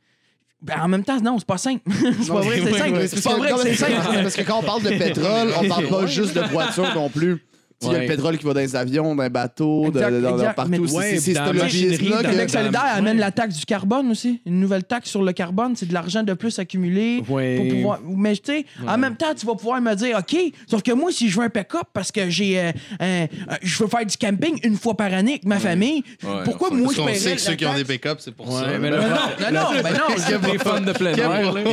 Ben, en même temps, non, c'est pas simple. [laughs] c'est pas Non, vrai, que c'est ouais, simple. ouais, C'est pas que- vrai que non, mais c'est [laughs] c'est simple. parce que quand [laughs] on parle de pétrole, on parle pas juste de voitures non plus. Tu sais, Il y a le Ouais. pétrole qui va dans les avions, dans les bateaux, de- Exact, de- dans- dans- exact. Mais partout. C'est- ouais, c'est- C'est dans ce la logiciel-là machinerie, que- dans Québec la- solidaire amène la taxe du carbone aussi. Une nouvelle taxe sur le carbone, c'est de l'argent de plus accumulé. Ouais. Pour pouvoir... Mais tu sais, en même temps, tu vas pouvoir me dire, OK, sauf que moi, si je veux un pick-up parce que j'ai, euh, euh, euh, je veux faire du camping une fois par année avec ma famille, pourquoi moi, Parce je qu'on paierais sait que la ceux qui ont taxe? des pick-ups, c'est pour ça. Ouais, mais [laughs] Non, là- non, non, non, ben non, c'est Les fans de plein air, là. Mais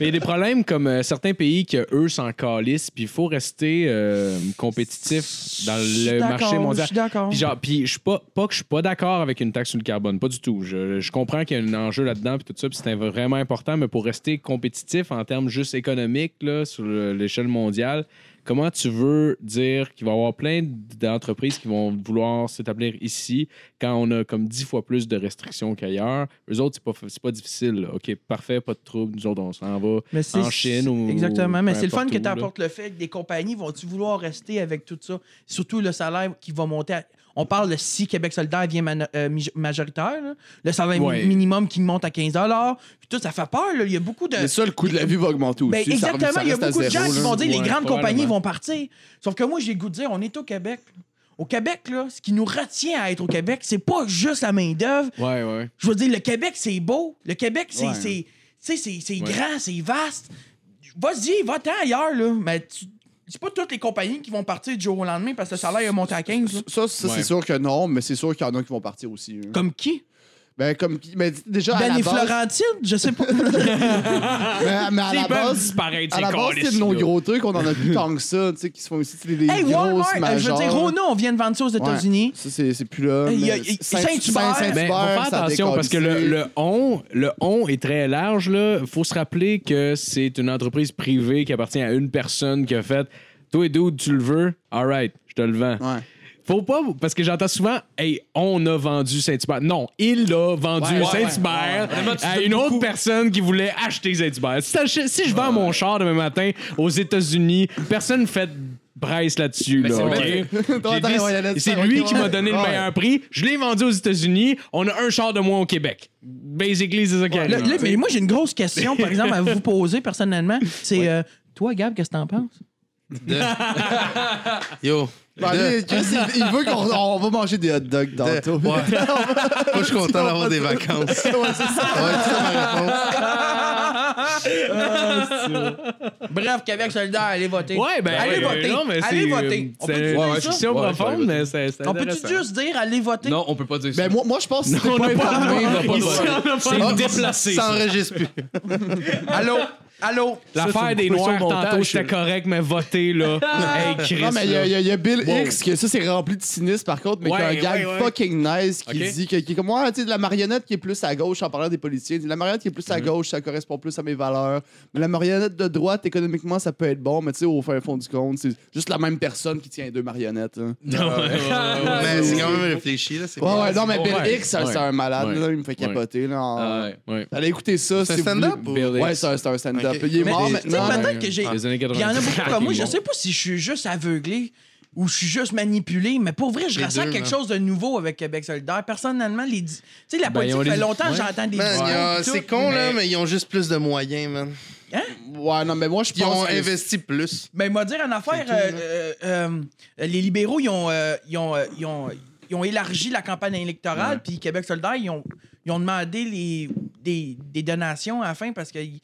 il y a des problèmes comme euh, certains pays qui, eux, s'en calissent, puis il faut rester euh, compétitif dans Je suis le d'accord, marché Je mondial. suis d'accord. Puis genre, puis je suis pas, pas que je suis pas d'accord avec une taxe sur le carbone, pas du tout. Je, je comprends qu'il y a un enjeu là-dedans, puis tout ça, puis c'est un- vraiment important, mais pour rester compétitif en termes juste économiques, là, sur le- l'échelle mondiale, comment tu veux dire qu'il va y avoir plein d'entreprises qui vont vouloir s'établir ici quand on a comme dix fois plus de restrictions qu'ailleurs, eux autres, c'est pas, c'est pas difficile. là. OK, parfait, pas de trouble. Nous autres, on s'en va. Mais c'est- en Chine ou- Exactement. Mais peu c'est le fun importe où, que tu là. apportes le fait que des compagnies vont-tu vouloir rester avec tout ça? Surtout le salaire qui va monter. à- On parle de si Québec solidaire vient mano- euh, mi- majoritaire, là. le salaire mi- Ouais. minimum qui monte à 15 Puis tout, ça fait peur. là. Il y a beaucoup de. Mais ça, le coût de la vie va augmenter aussi. Ben, Ça revient- ça exactement, il y a reste à beaucoup de gens zéro, qui là. vont dire Ouais, les grandes probablement. compagnies vont partir. Sauf que moi, j'ai le goût de dire on est au Québec. Au Québec, là, ce qui nous retient à être au Québec, c'est pas juste la main-d'œuvre. Ouais, ouais. Je veux dire, le Québec, c'est beau. Le Québec, c'est Ouais. c'est- tu sais, c'est- c'est Ouais. grand, c'est vaste. Vas-y, va-t'en ailleurs, là. Mais tu- c'est pas toutes les compagnies qui vont partir du jour au lendemain parce que le salaire est monté à 15. là. Ça, ça, Ouais. c'est sûr que non, mais c'est sûr qu'il y en a qui vont partir aussi. hein. Comme qui? Ben, comme. Mais déjà, à Ben la et base. Florentine? Je sais pas. [laughs] Mais, mais à la base. disparaître, À la base, c'est de nos gros trucs, on en a plus tant que ça, tu sais, qui se font ici, tu sais, des hey, Walmart! grosses euh, Je veux majeures. dire, Rona, on vient de vendre ça aux États-Unis. Ça, c'est c'est plus là. Hey, mais y a- y- Saint- Saint-Hubert. Saint- Mais Saint-Hubert, Ben, faut faire ça a attention parce que le, décalissé. [laughs] le on, le on est très large. Il faut se rappeler que c'est une entreprise privée qui appartient à une personne qui a fait Toi, dude, tu le veux? All right, je te le vends. Ouais. Faut pas, parce que j'entends souvent, hey, on a vendu Saint-Hubert. Non, il a vendu Ouais, ouais, Saint-Hubert ouais, ouais. Vraiment, tu à fais une autre beaucoup. personne qui voulait acheter Saint-Hubert. Si, t'ach- si je vends mon char demain matin aux États-Unis, personne ne fait braise là-dessus. Mais là, c'est ok? vrai. J'ai dit, Ouais, ouais, c'est ouais, lui ouais. qui m'a donné le Ouais. meilleur prix. Je l'ai vendu aux États-Unis. On a un char de moins au Québec. Basically, c'est ça qui Là, arrive. là, mais moi, j'ai une grosse question, par exemple, à vous poser personnellement. C'est euh, toi, Gab, qu'est-ce que t'en penses? Yo, Ben, lui, Chris, il, il veut qu'on on va manger des hot dogs dans de- le [laughs] ouais. moi, [laughs] je suis content d'avoir des vacances. Ouais, c'est ça ma réponse. Bref, Québec solidaire, allez voter. Ouais, ben, allez ouais, voter. non, mais c'est- euh, allez voter. On C'est peut-tu dire ouais, ouais, ça? question Ouais, profonde, ouais. mais c'est c'est On peut-tu intéressant. juste dire allez voter? Non, on peut pas dire ça. Ben, moi, moi, je pense que On c'était n'a pas pas informé. le droit. pas le droit. Ici, on n'a pas le Ah, droit. déplacé, Ça ça. enregistre plus. Allô? Allô? Ça, L'affaire faut des couper ça au Noirs, montage, tantôt, là. c'était correct, mais voter, là. hey, Chris, Non, mais il y, a- là. il y a- il y a Bill Hicks, que ça, c'est rempli de cynisme, par contre, mais qui a un Ouais, gag ouais, ouais. fucking nice qui Ok. dit que, qui est comme, ouais, tu sais, de la marionnette qui est plus à gauche en parlant des politiciens. Il dit, La marionnette qui est plus à gauche, ça correspond plus à mes valeurs. Mais la marionnette de droite, économiquement, ça peut être bon, mais tu sais, au fin fond du compte, c'est juste la même personne qui tient les deux marionnettes. hein. [laughs] Mais c'est quand même réfléchi, là. C'est Ouais, bien. ouais, non, mais Bill Ouais. Hicks, c'est un- c'est un malade, Ouais. là, il me fait capoter, là. en- Ah ouais. Ouais. Allez écouter ça. C'est si un vous stand-up voulez. ou- Ouais, c'est un, c'est un stand-up. Ok. Il est Mais mort tu sais, maintenant. peut-être que j'ai. Les années Il y en a 90. beaucoup comme moi. Je sais pas si je suis juste aveuglé ou je suis juste manipulé, mais pour vrai, je Les ressens deux, hein. quelque là. chose de nouveau avec Québec solidaire. Personnellement, les. dis- Tu sais, la Ben, politique, ils ont fait les- longtemps que Ouais. j'entends des Man, discours il y a- et tout, c'est con, là, mais ils ont juste plus de moyens, man. Ouais, non, mais moi, je Ils ont pense. que- investi plus. Ben, il m'a dire en affaire, euh, euh, euh, les libéraux, ils ont, euh, ils, ont, euh, ils, ont, ils ont élargi la campagne électorale, puis Québec solidaire, ils ont, ils ont demandé les, des, des donations à la fin parce qu'ils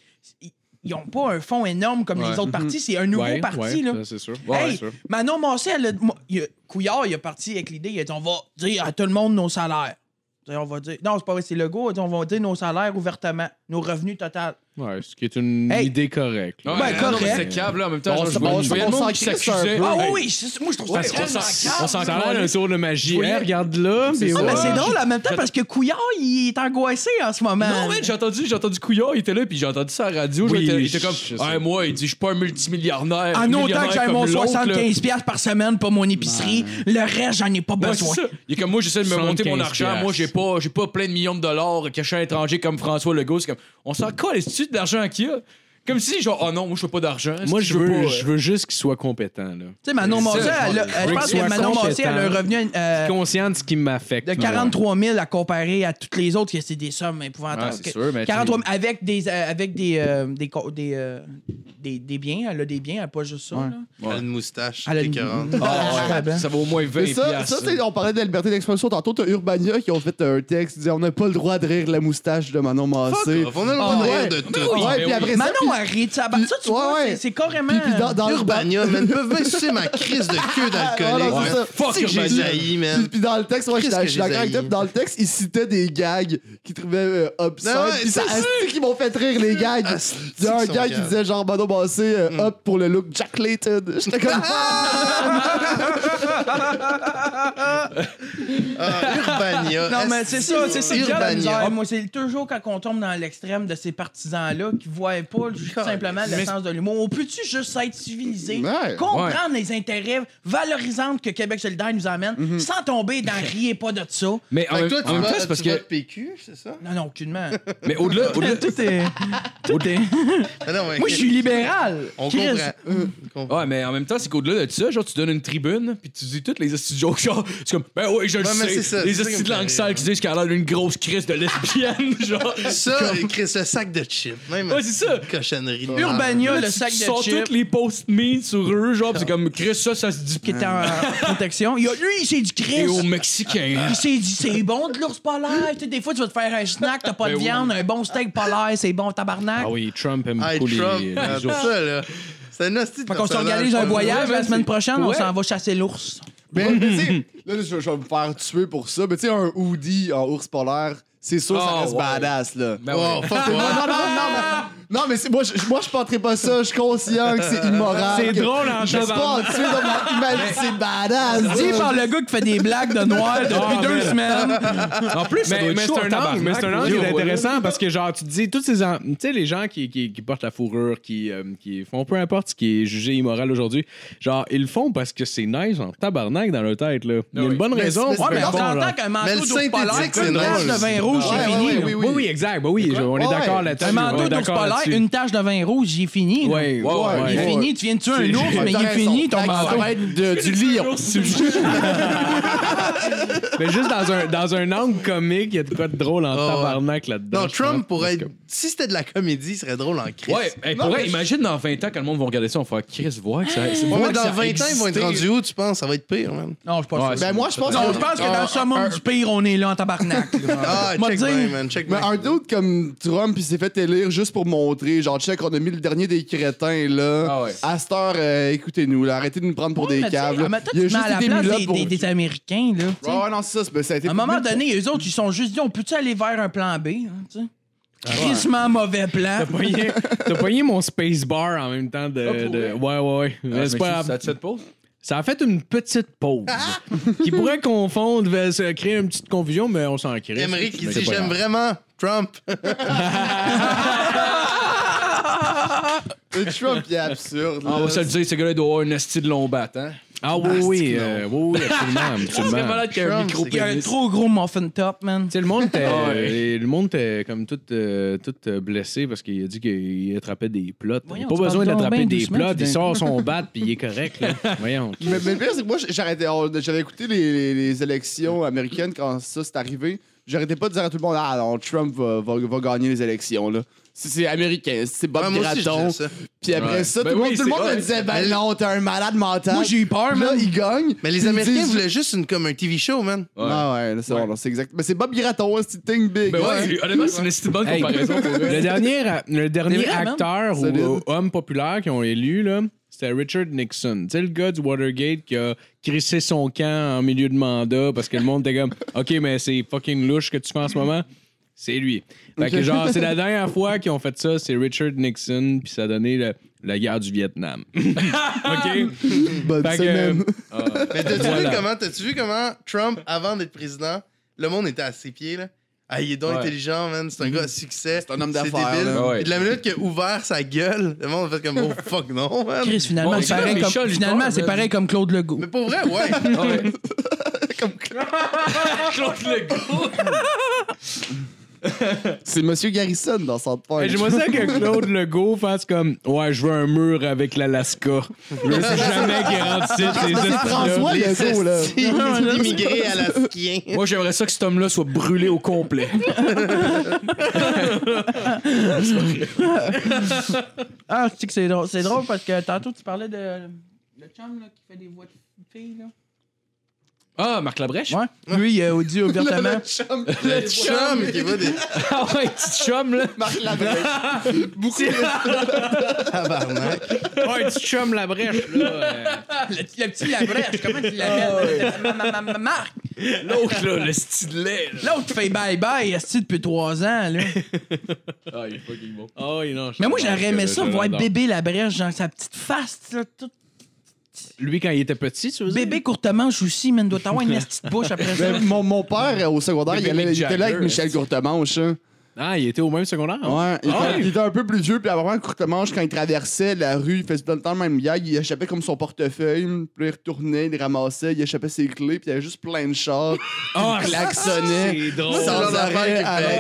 n'ont pas un fonds énorme comme les Ouais. autres partis. C'est un nouveau Mhm. Ouais, parti, ouais, là. ça, C'est sûr. Ouais, hey, Manon Massé, elle a- moi, il a- Couillard, il a parti avec l'idée, il a dit on va dire à tout le monde nos salaires. Tu sais, On va dire, non, c'est pas vrai, c'est Legault, il a dit, on va dire nos salaires ouvertement, nos revenus totaux. Ouais, ce qui est une Hey. idée correcte. là. Ouais, Ben, non, mais correct. c'est câble, là. En même temps, On genre, je s'en- on voyais je voyais le s'en monde qui crisse un s'accusait. peu. Ah Hey, oui, c'est- moi je trouve ça Parce qu'on tellement s'en- calme. on s'en Ça a l'air un tour de magie. voyais- Hey, regarde là. puis Ah, ouais. ben, c'est drôle en même temps parce que Couillard, il est angoissé en ce moment. Non, man, j'ai entendu, j'ai entendu Couillard, il était là, puis j'ai entendu ça à la radio. Oui, j'étais- il était je- comme, je sais. hey, moi, il dit, je suis pas un multimilliardaire. En autant millionnaire que j'ai comme mon l'autre, là. 75$ piastres par semaine pour mon épicerie, le reste, j'en ai pas Ouais, besoin. c'est ça. Il est comme moi, j'essaie de me monter mon 75 argent. Moi, j'ai pas, j'ai pas plein de millions de dollars caché à l'étranger comme François Legault. C'est comme, on s'en colle les études d'argent qu'il y a. Comme si, genre, oh non, moi, je fais pas d'argent. Est-ce Moi, que je tu veux, pas, euh, je veux juste qu'il soit compétent. Là. Tu sais, Manon Massé, elle a- veux je pense qu'il soit que Manon Massé, elle a un compétent. revenu euh, Conscient de ce qui m'affecte. de 43 000 à comparer à toutes les autres, que c'est des sommes Ah, épouvantables. c'est Que- sûr, mais 43 000 avec des, euh, avec des, euh, des, co- des, euh, des, des biens, elle a des biens, elle a pas juste ça. là. Elle a une moustache. Elle a une- écœurante. Ah, ouais. ça vaut au moins 20 Mais ça, ça, piastres. c'est- on parlait de la liberté d'expression. Tantôt, t'as Urbania qui ont fait un texte qui disait on n'a pas le droit de rire la moustache de Manon Massé. On a le droit de ouais. rire de Ouais, tout. ouais, mais puis oui. après ça, puis- Manon, arrête, ça, ça tu Ouais, vois, ouais. c'est- c'est carrément... puis- puis dans- dans- Urbania, man. Peuvent baisser ma crise de queue d'alcoolique. Ouais, c'est ça. man. Fuck C'est que j'ai Urbania. J'ai Puis, man. puis dans le texte, ouais, je Qu'est-ce que je suis d'accord j'ai avec toi. haï. puis Dans le texte, il citait des gags qu'il trouvait euh, obscènes. Non, ouais, puis ça, c'est Ah, asti qu'ils m'ont fait rire, les gags. Asti Il y a un qu'ils sont gars qui caves. disait Hmm. [laughs] genre Manon Massé, euh, hop pour le look Jack Layton. J'étais comme. Ah, Urbania. Non, mais c'est ça, c'est ça. qui a la Urbania. misère. Moi, c'est toujours quand on tombe dans l'extrême de ces partisans-là qui voient pas juste Calais. simplement le sens de l'humour. On peut-tu juste être civilisé, Ouais. comprendre les intérêts valorisants que Québec solidaire nous amène, sans tomber dans riez pas de ça? Mais en Fait que même toi, tu en même vas- temps, c'est parce tu vas que. de PQ, c'est ça? Non, non, aucunement. Mais au-delà. au-delà- tout est. Tout est... Ah non, mais- Moi, je suis libéral. On Chris. comprend. Hum, On comprend. Ouais, mais en même temps, c'est qu'au-delà de ça, genre, tu donnes une tribune, puis tu dis toutes les astuces jokes, genre, c'est comme, ben oui, je le Ouais, mais sais, c'est ça, les c'est ça astuces qui de me langue fait sale rire. qui disent qu'elle a l'air d'une grosse crise de lesbienne, [laughs] genre. Ça, Chris, le sac de chips. Même Ouais, c'est ça. une cochonnerie. de merde. Urbania, Là, le tu- sac tu de sors chips. toutes les posts me sur eux, genre, pis c'est comme, Chris, ça, ça se dit qui était en [laughs] protection. Il y a, lui, il s'est dit Et Chris. aux Mexicains. Il s'est dit, c'est bon de l'ours polaire. Tu sais, des fois, tu vas te faire un snack, t'as pas de Ben oui. viande, un bon steak polaire, c'est bon, tabarnak. Ah oui, Trump aime Hey, beaucoup les- Trump, les, euh, ours. ça, là. C'est un hostile. Fait qu'on s'organise un voyage la semaine prochaine, on Ouais. s'en va chasser l'ours. Mais, [laughs] mais tu sais, là, je, je vais me faire tuer pour ça. Mais tu sais, un hoodie en ours polaire, c'est sûr, ça Oh, reste ouais. badass, là. Ben Oh, ouais. fuck [laughs] Non, off. non, non, non, mais, non, mais c'est- moi, je, moi, je porterai pas ça. Je suis conscient que c'est immoral. C'est que- drôle en Je vais pas en tabarnak. tuer dans ma humanité. C'est badass. Dit là. par le gars qui fait des blagues de noir depuis Ah, deux man. semaines. En plus, ça doit Mais, être mais chaud en c'est un angle, tabarnak, mais c'est un là. angle qui est Ouais. intéressant parce que, genre, tu te dis, tous ces. en- Tu sais, les gens qui, qui, qui portent la fourrure, qui, euh, qui font peu importe ce qui est jugé immoral aujourd'hui, genre, ils le font parce que c'est nice en tabarnak dans leur tête, là. Il y a une oui. bonne Mais raison. c'est- Ouais, mais mais on bon, s'entend genre. qu'un Mais le manteau d'ours polaire, synthétique, coûte c'est une drôle. tache de vin Ah, rouge, Ouais, c'est ouais, fini. ouais, là. oui, Oui, oui, exact. Ben oui, je- on est Ouais. d'accord là-dessus. Un on manteau est d'ours d'accord polaire, là-dessus. une tache de vin rouge, il est fini. là. Ouais, ouais, Ouais, ouais. Il est ouais. fini, tu viens de tuer un ours, mais il T'as est euh, raison. fini ton Fait que manteau. Ça va être de- du livre. Mais juste dans un, dans un angle comique, il y a de quoi de drôle en Oh, ouais. tabarnak là-dedans. Non, je Trump pense, pourrait parce être. Si c'était de la comédie, il serait drôle en Chris. Ouais, hey, pour vrai, imagine dans 20 ans quand le monde va regarder ça, on va faire Chris, voir que ça. c'est Ouais, voir mais que dans ça 20 ans, ils vont être existait. rendus où, tu penses? Ça va être pire, man. Non, je pense Ben, moi, je pense Non, je que. pense que dans le summum du pire, on est là en tabarnak. [laughs] là. Ah, Moi, check dire- bien, man. Check Mais bien. un doute comme Trump, il s'est fait élire juste pour montrer, genre, check, on a mis le dernier des crétins, là. Ah ouais. À cette heure, euh, écoutez-nous, là, arrêtez de nous prendre pour Ouais, des mais tu sais, câbles. en là. même temps, Il y a tu te mets à juste la des place là des, pour. des- des Américains, là. tu sais. Ouais, ouais, non, c'est ça. c'est- ça a été à un moment donné, eux autres, ils sont juste dit, on peut-tu aller vers un plan B? Hein, tu sais? Crissement mauvais plan. que- T'as pogné- T'as pogné mon space bar en même temps Ah, de. de- Ouais, ouais, ouais. Mais c'est pas grave. Ça te fait de pause? Ça a fait une petite pause Ah! qui pourrait confondre, va se créer une petite confusion, mais on s'en crée. Emmerich, il Mais dit c'est pas J'aime grave. vraiment Trump. Le Trump, il est absurde. Ah, On là. va se le dire, ce gars-là doit avoir une asti de lombatte, hein? Ah oui, oui, euh, oui, oui, [laughs] absolument. absolument. qu'il y a Trump, micro- Il y a un trop gros muffin top, man. Tu sais, le monde était, euh, le monde était comme tout, euh, tout euh, blessé parce qu'il a dit qu'il attrapait des plots. Il Voyons, a pas tu besoin parles donc d'attraper bien des doucement, plots. tout Il d'un sort [laughs] son bat puis il est correct. Là. Voyons. Mais, mais le pire, c'est que moi, j'arrêtais. on- J'avais écouté les, les- les élections américaines quand ça s'est arrivé. J'arrêtais pas de dire à tout le monde Ah, non, Trump va, va- va gagner les élections, là. C'est- C'est américain, c'est Bob Ouais, moi aussi, je Gratton. disais ça. Puis après Ouais. ça, Ben tout le oui, monde, tout le c'est monde vrai. me disait Ben non, t'es un malade mental. Moi, j'ai eu peur, Là, man. il gagne. Mais les Ils Américains disent- voulaient juste une, comme un TV show, man. Ouais, ouais, là, c'est bon, là, c'est exact. Mais c'est Bob Gratton, hein, c'est Thing Big. Ben hein. ouais, honnêtement, c'est une asti de bonne [laughs] Hey, comparaison [laughs] pour le eux. dernier, a- le dernier vrai, man. acteur ou Solide. euh, homme populaire qu'ils ont élu, là, c'était Richard Nixon. Tu sais, le gars du Watergate qui a crissé son camp en milieu de mandat parce que le monde était comme [laughs] OK, mais c'est fucking louche que tu fais en ce moment. C'est lui. Fait que genre, c'est la dernière fois qu'ils ont fait ça, c'est Richard Nixon, puis ça a donné le- la guerre du Vietnam. [laughs] OK? Bonne Fait que, euh, semaine. Ah. Mais t'as-tu Voilà. vu comment t'as-tu vu comment Trump, avant d'être président, le monde était à ses pieds, là? Ah, il est donc Ouais. intelligent, man. C'est un gars à succès. C'est un homme d'affaires, débile. là. Ah ouais. Et de la minute qu'il a ouvert sa gueule, le monde a fait comme Oh fuck non, man. Chris, finalement, Bon, c'est c'est pareil, comme comme, Michel finalement, Luther, c'est man. pareil comme Claude Legault. Mais pour vrai, ouais. Ah ouais. [laughs] C'est Monsieur Garrison dans South Park. Hey, J'aimerais ça que Claude Legault fasse comme Ouais, je veux un mur avec l'Alaska. Je veux jamais qu'il rentre ici, ces C'est hosties-là. François Les estis Legault, là. immigrés à la skien. Moi, j'aimerais ça que cet homme-là soit brûlé au complet. [laughs] Ah, tu sais que c'est drôle. C'est drôle parce que tantôt, tu parlais de le chum là, qui fait des voix de filles. Là. Ah, Marc Labrèche? [laughs] Ouais. Lui, il a dit ouvertement. Le chum qui va des Ah ouais, petit chum, là. [laughs] Marc Labrèche. Beaucoup tabarnak. Ouais, tu chum la brèche, là. le, le petit [laughs] Labrèche, comment tu Ah l'appelles? Ma- ma- ma- ma- Marc! L'autre, là, le stylet, là. L'autre fait bye-bye, esti, depuis trois ans. Là. Ah, il est fucking bon. Oh, non, je Mais moi, sais pas, j'aurais aimé je- ça, je voir l'adore. bébé Labrèche, genre sa petite face, là, toute Lui, quand il était petit, tu veux dire? Bébé courtemanche aussi, man, doit avoir une petite bouche après ça. Ben, mon, mon père, euh, au secondaire, il, Bébé allait- Mick il était là avec Jagger, Michel est-ce Courtemanche. hein. Ah, il était au même secondaire? Ouais, il, Ah était, ouais? il était un peu plus vieux, puis avant Courtemanche, quand il traversait la rue, il faisait tout le temps le même gag, il échappait comme son portefeuille, puis il retournait, il les ramassait, il échappait ses clés, puis il y avait juste plein de chars. Ah, klaxonnait. C'est drôle. Sans genre arrêt d'affaire à qu'il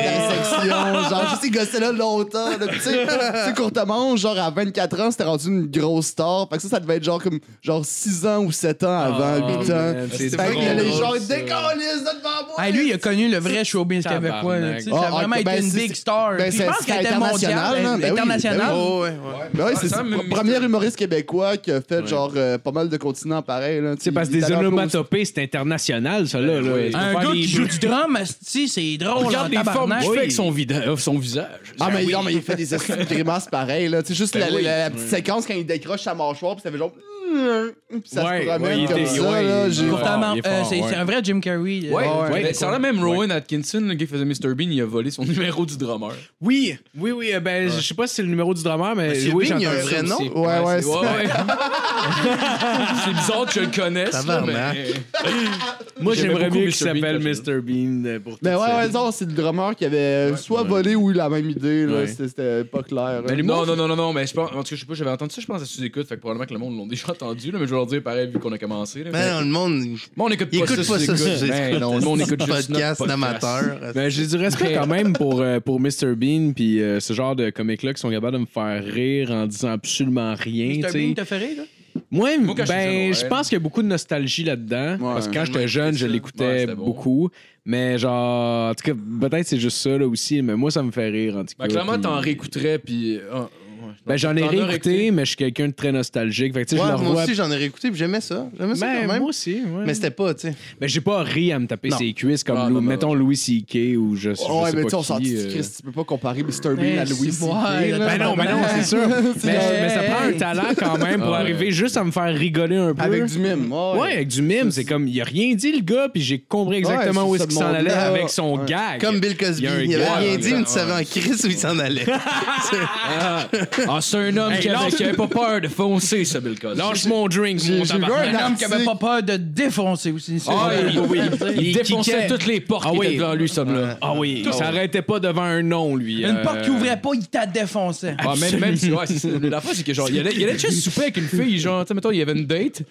fait. l'intersection. genre, juste, il gossait là longtemps. là. Puis, Tu sais, tu sais, Courtemanche, genre, à 24 ans, c'était rendu une grosse star. Fait que ça, ça devait être genre comme genre 6 ans ou 7 ans avant, 8 ans. Ah, man, Fait c'est que drôle, les gens ça. décollissent de devant moi. Ah, lui, il a connu le vrai showbiz Tabarnak. québécois. là, tu sais, Ah, ça a ah, vraiment ben, été une c'est- big star. ben, Puis c'est- je pense c'était qu'elle était international, mondiale. hein, ben oui, internationale. ben Oh, ouais, ouais. Ben ouais, c'est ça, le même premier humoriste québécois qui a fait genre euh, pas mal de continents pareil. là. C'est parce que Il est des allé en onomatopées, c'est international, ça, là. là. Tu peux Un faire gars des qui joue du drum, si c'est drôle. Regarde en les formes tabarnak. qu'il fait avec Oui. son, vida- euh, son visage. Ah, mais, non, mais il fait [laughs] des esti de grimaces pareilles, là. Tu sais, juste la, la- la petite séquence quand il décroche sa mâchoire, puis ça fait genre. [laughs] Puis ça Ouais, ouais, se promène il comme était- ça, ouais, là. il- j'ai- Ouais. Ah, Courtement, Il est fort, euh, c'est ouais. c'est un vrai Jim Carrey. euh, Ouais, Ah ouais, ouais, ouais, ça a l'air même Rowan Atkinson, le gars qui faisait Mr. Bean, il a volé son [laughs] numéro du drummer. Oui, oui, oui. euh, Ben, je sais pas si c'est le numéro du drummer, mais Monsieur oui, Bing, il y a j'entends un ça vrai aussi. nom? Ouais, ouais, c'est c'est- ouais. [laughs] C'est bizarre que je le connaisse. là, Tabarnak. mais- J'aimais Moi, j'aimerais beaucoup mieux qu'il Mr. Bean, s'appelle quand j'étais Mr. Bean euh, pour Mais toute Ben ouais, sa ouais, vie. non, c'est le drummer qui avait euh, soit volé ou eu la même idée, là. Ouais. C'était- C'était pas clair. hein. là. Non, non, non, non, non, mais je pense, en tout cas, je sais pas, j'avais entendu ça, je pense à sous-écoute, fait que probablement que le monde l'ont déjà entendu, là, mais je vais leur dire pareil vu qu'on a commencé. Là, Ben, mais, le monde, Moi, on écoute il pas écoute ça, pas ça. sous-écoute. Ben, non, [laughs] le monde écoute juste notre podcast amateur. Ben, j'ai du respect quand même pour, euh, pour Mr. Bean puis euh, ce genre de comiques-là qui sont capables de me faire rire en disant absolument rien. Mr. tu sais. Bean, t'as fait rire, là? Moi, Moi, quand j'étais jeune, ben, ouais. je pense qu'il y a beaucoup de nostalgie là-dedans. parce que quand j'étais jeune, je ça. Ouais, l'écoutais c'était bon. beaucoup. Mais genre, en tout cas, peut-être c'est juste ça là aussi, mais moi, ça me fait rire en tout cas. Ben, clairement, puis- t'en réécouterais, puis. ah, ouais. Ben, j'en ai T'en as réécouté, mais je suis quelqu'un de très nostalgique. Fait que, tu sais, Ouais, je le moi revois. aussi, j'en ai réécouté, puis j'aimais ça. J'aimais ça Ben, quand même. moi aussi, ouais. Mais c'était pas, tu sais. Ben, j'ai pas ri à me taper Non. ses cuisses comme, Ah, Lou- non, non, mettons, Louis C.K. ou je, je sais Ouais, mais tu sais, on pas s'en qui. dit, euh. Chris, tu peux pas comparer Mr. Bean à Eh, Louis c'est C.K. ouais, là. Ben non, ben non, c'est sûr. [laughs] Ben, mais, mais ça prend un talent quand même pour Ah ouais. arriver juste à me faire rigoler un peu. Avec du mime. Ouais, avec du mime, c'est comme, il a rien dit le gars, puis j'ai compris exactement c'est où est-ce ça, qu'il le s'en monde allait là. avec son Ouais. gag. Comme Bill Cosby. Il y a un Il gars, avait rien ouais, dit, mais tu ouais. savais en crise où il s'en allait. Ah, c'est un homme Hey, qui, avait, lâche- qui avait pas peur de foncer, ce Bill Cosby. Lâche mon drink, J'ai mon j'ai vu un tabarnak. Un homme qui avait article- pas peur de défoncer aussi. c'est Ben, Ah, vrai. il, oui, il, Il défonçait kickait. toutes les portes Ah qui oui. étaient devant lui, ce homme-là. Ah oui, il s'arrêtait pas devant un nom, lui. Une euh, porte qui ouvrait pas, il t'a défoncé. Ah, même, même si, ouais, c'est [laughs] ça. la fois, c'est que genre, il allait, il allait [laughs] juste souper avec une fille, genre, tu sais, mettons, il y avait une date.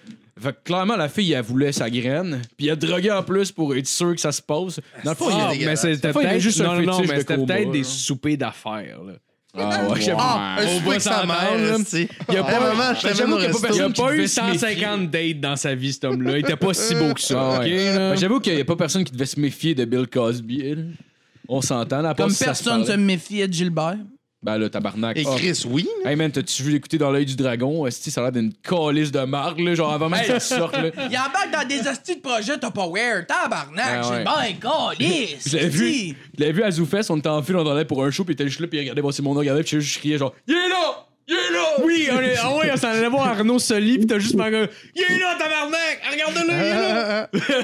Fait que clairement, la fille, elle voulait sa graine. Puis elle droguait en plus pour être sûr que ça se passe. Dans le fond, Ah, il y a mais c'était Enfin, il y avait peut-être juste juste un non, non, fétiche mais de hein. c'était combat, peut-être là. des soupers d'affaires. Là. Ah, ouais, j'avoue. Ah, un souper avec sa mère, s'entendre, là. esti. Il y a Ah, pas- maman, je Ben, t'amène j'avoue au qu'il y a pas resto. personne Il a qui pas devait eu se méfier. 150 dates dans sa vie, cet homme-là. Il était pas si beau que ça. Ah, ok, ouais. là? Ben, J'avoue qu'il n'y a pas personne qui devait se méfier de Bill Cosby. là. On s'entend, là, à part Comme si ça se personne se parlait. méfiait de Gilbert. Ben là, tabarnak. Et Ah. Chris, oui. Hey man, t'as-tu vu l'écouter dans l'œil du dragon? Esti, ça a l'air d'une calice de marque, là, genre avant même que ça sorte, là. Il embarque dans des hosties de projet, t'as pas weird. Tabarnak, Ben Ouais, ouais. Gilbert, calice. Je l'avais vu, si. je l'avais vu à Zoufest, on était en file, on allait pour un show, puis il était juste là, puis il regardait, bon, c'est mon nom, regardait, puis je- je criais genre, il est là! Il est là! Oui, on, est, ah ouais, on s'en allait voir Arnaud Soli, pis t'as juste fait un Il est là, tabarnak! Regarde-le, il est Ah, là! Il y a [laughs]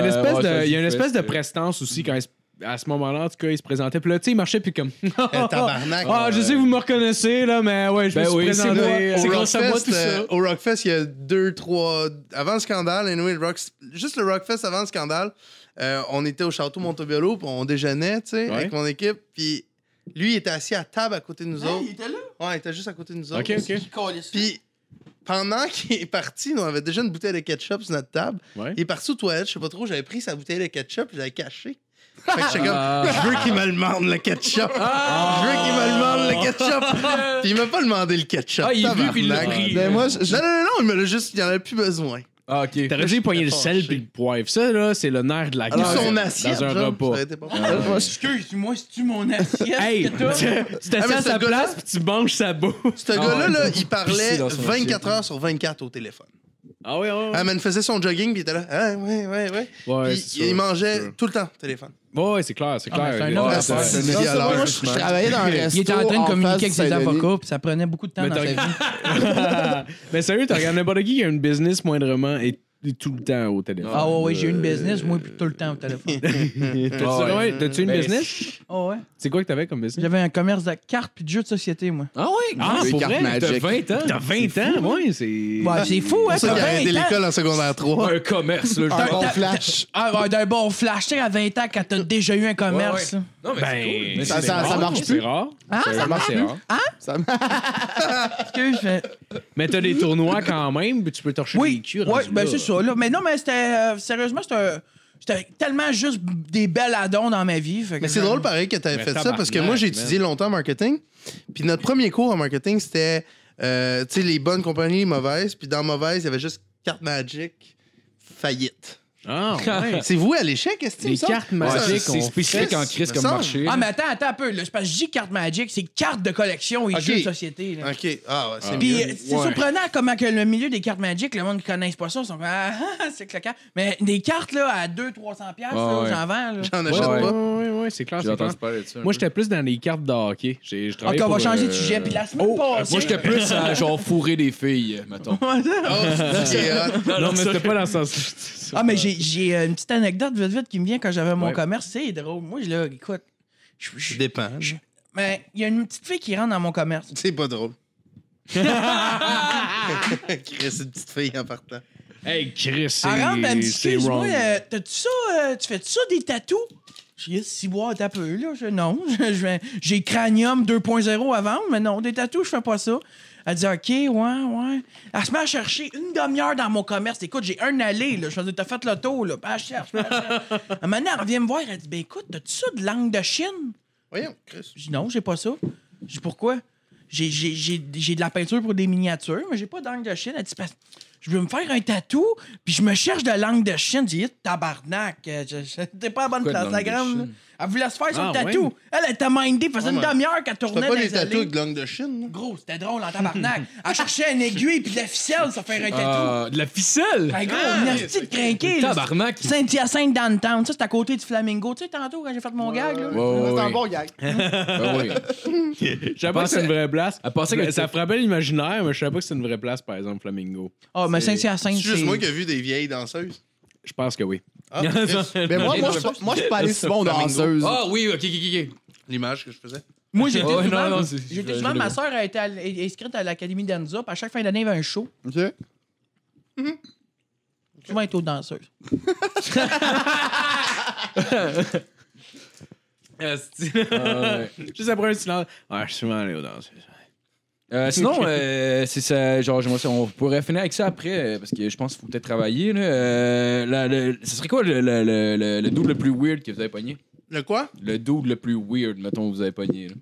une Euh, espèce, ouais, ça, de, il y a une j'ai espèce fait, de prestance aussi quand il se- à ce moment-là, en tout cas, il se présentait. Puis là, tu sais, il marchait, [laughs] puis comme. Eh, Eh, tabarnak. Ah, je sais, vous me reconnaissez, là, mais ouais, je Ben me suis oui, c'est présenté. moi. euh, C'est Au grâce à moi, Rockfest, tout ça. euh, Au Rockfest, il y a deux, trois. Avant le scandale, anyway, le rock... juste le Rockfest avant le scandale, euh, on était au Château Montebello, puis on déjeunait, tu sais, Ouais. avec mon équipe. Puis lui, il était assis à table à côté de nous autres. était là. Ouais, il était juste à côté de nous autres. Ok, ok. Puis pendant [laughs] qu'il est parti, nous, on avait déjà une bouteille de ketchup sur notre table. Ouais. Il est parti aux toilettes, je sais pas trop, j'avais pris sa bouteille de ketchup, je l'avais cachée. Ah! Fait que j'étais comme, je veux qu'il me demande le ketchup. Ah! Je veux qu'il me demande le ketchup. Puis il m'a pas demandé le ketchup. Ah, il est vu, puis il l'a tabarnak. pris. Ben moi, je- je- Non, non, non, non, il me l'a juste, il en avait plus besoin. Ah, ok. T'aurais dû poigner le fâché. sel puis le poivre. Ça, là, c'est le nerf de Ah, la Ou guerre. son assiette. Dans un genre, repas. ça aurait été pas mal. moi, je- Excuse-moi, c'est-tu mon assiette [laughs] Hey, que [laughs] [laughs] t'as? tu Ah, t'assieds mais à ce sa gars-là- place puis tu manges sa bouffe. Ce Ah, gât-là, ouais. là, il parlait Pisser dans son 24 assiette. heures sur 24 au téléphone. Ah ouais, ouais. Ah, mais il faisait son jogging, puis il était là. Ah, ouais, ouais, ouais. Ouais, Puis c'est il sûr, mangeait c'est sûr. tout le temps au téléphone. Ouais, ouais, c'est clair, c'est Ah, mais c'est un clair. homme Ouais, à c'est- part. c'est- Non, ça, moi, je, je travaillais dans un resto. Il était en train de communiquer face avec ses Saint-Denis. avocats, puis ça prenait beaucoup de temps Mais dans sa vie. [laughs] t'as- Mais sérieux, t'as regardé n'importe qui qui a une business moindrement et tout le temps au téléphone. Ah ouais, ouais, j'ai une business, moi, puis tout le temps au téléphone. [laughs] T'as-tu ouais, t'as-tu une Ben, business? [laughs] Ah ouais. C'est quoi que t'avais comme business? J'avais un commerce de cartes puis de jeux de société, moi. Ah ouais, Ah, Des pour cartes vrai? Magic. T'as 20 ans? T'as 20 ans, hein? ouais, c'est... Ouais, c'est fou, hein, C'est pour ça qu'il a t'as arrêté 20 ans. l'école en secondaire 3. Un commerce, là. Un genre. bon flash. Ah, ouais, d'un bon flash, tu sais, à 20 ans, quand t'as déjà eu un commerce. là. Non, mais c'est cool. Ben, Mais ça- c'est ça- rare. ça marche C'est plus. rare. Ah, C'est ça vraiment, c'est rare. Ça- Excuse, je- Mais t'as des tournois quand même, puis tu peux torcher Oui, des culs. ouais, rendu ben là. c'est ça. Là. Mais non, mais c'était. euh, sérieusement, c'était un- c'était tellement juste des belles addons dans ma vie. fait que Mais c'est je- drôle pareil que tu avais Mais fait ça tabarnak, parce que moi j'ai man. étudié longtemps en marketing. Puis notre premier cours en marketing c'était euh, tu sais les bonnes compagnies, les mauvaises. Puis dans mauvaises, il y avait juste carte magique faillite. Ah, ouais. C'est vous à l'échec, est-ce que Les cartes magiques, C'est spécifique en crise comme marché. Ah, mais attends, attends un peu. là. C'est parce que je dis carte Magic, c'est carte de collection et Ok. jeux de société. là. OK, ah ouais, c'est Puis mieux. euh, c'est surprenant comment que le milieu des cartes Magic, le monde qui connaît pas ça, ils sont comme, ah, ah, c'est claquant. Mais des cartes là, à 200-300$, piastres, là, Ah ouais. j'en vends. là. J'en Ouais, achète ouais. pas. ouais, ouais, c'est clair, J'ai c'est clair. entendu parler de ça. hein. Moi, j'étais plus dans les cartes de hockey. J'ai, je Ok, travaillais on va pour, changer de euh, sujet. Puis la semaine passée. Moi, j'étais plus à genre fourrer des filles, mettons. Oh, c'est hot. Non, mais c'était pas dans ce sens. Ah, mais j'ai- j'ai euh, une petite anecdote vite vite qui me vient quand j'avais mon Ouais. commerce. C'est drôle. Moi, je là, écoute. je- je- dépend. je- Mais il y a une petite fille qui rentre dans mon commerce. C'est pas drôle. Chris, une petite fille en partant. [laughs] Hey, Chris, c'est. Elle rentre, elle me dit c'est Excuse-moi, wrong. euh, t'as-tu ça euh, Tu fais-tu ça des tatous J'ai dit Si, bois, t'as peu, là. Je, non, [laughs] je- je- j'ai Cranium 2.0 à vendre, mais non, des tatous, je fais pas ça. Elle dit Ok, ouais, ouais. Elle se met à chercher une demi-heure dans mon commerce. Écoute, j'ai un allée, là. Je faisais T'as fait l'auto, là. Puis Elle cherche. puis [laughs] Elle cherche. À un moment donné, elle revient me voir, elle dit Ben écoute, t'as-tu ça de langue de Chine Voyons, Chris. Je dis non, j'ai pas ça. Je dis pourquoi? J'ai, j'ai, j'ai, j'ai de la peinture pour des miniatures, mais j'ai pas d'angle de chine. Elle dit, Parce- je veux me faire un tatou, puis je me cherche de l'angle de chine. J'ai dit, tabarnak, euh, je- je- t'es pas à bonne Pourquoi de place, langue la de grande. Chine? là. Elle voulait se faire son Ah, tatou. ouais. Elle était mindée, faisait Ouais, une mais- demi-heure qu'elle T'as tournait dans pas des les tatous allées. avec de langue de Chine, là? Gros, c'était drôle en tabarnak. Elle cherchait une aiguille puis de la ficelle, ça faire un tatou. Ah, de la ficelle! Hey, gros, une astuce de crinqué, là. Tabarnak! Saint-Hyacinthe downtown, ça c'est à côté du Flamingo. Tu sais, tantôt quand j'ai fait mon gag, là. Ouais, C'est un ouais, bon gag. ouais, ouais. Je pas que c'est une vraie place. Elle pensait que ça frappait l'imaginaire, mais je savais pas que c'est une vraie place, par exemple, Flamingo. Ah, mais Saint-Hyacinthe, C'est c'est. juste moi qui ai vu des vieilles danseuses. Je pense que oui. Ah, Chris, Mais moi, moi, je moi, je suis pas allé si bon danseuse. Ah oui, ok, ok, ok, ok. l'image que je faisais. Moi, j'étais Ouais, souvent, non, non, c'est- j'étais je- souvent- je ma le soeur a été à l- est- inscrite à l'Académie d'Anza, puis à chaque fin d'année, il y avait un show. OK? Souvent, elle était aux danseuses. Ah, Juste après un silence. Ah, je suis souvent allé aux danses. Euh, sinon, euh, c'est ça, genre, j'aimerais ça- on pourrait finir avec ça après, euh, parce que je pense qu'il faut peut-être travailler. Là. Euh, la- le- ce serait quoi le, le, le, le- le dude le plus weird que vous avez pogné? Le quoi? Le dude le plus weird, mettons, que vous avez pogné. Là.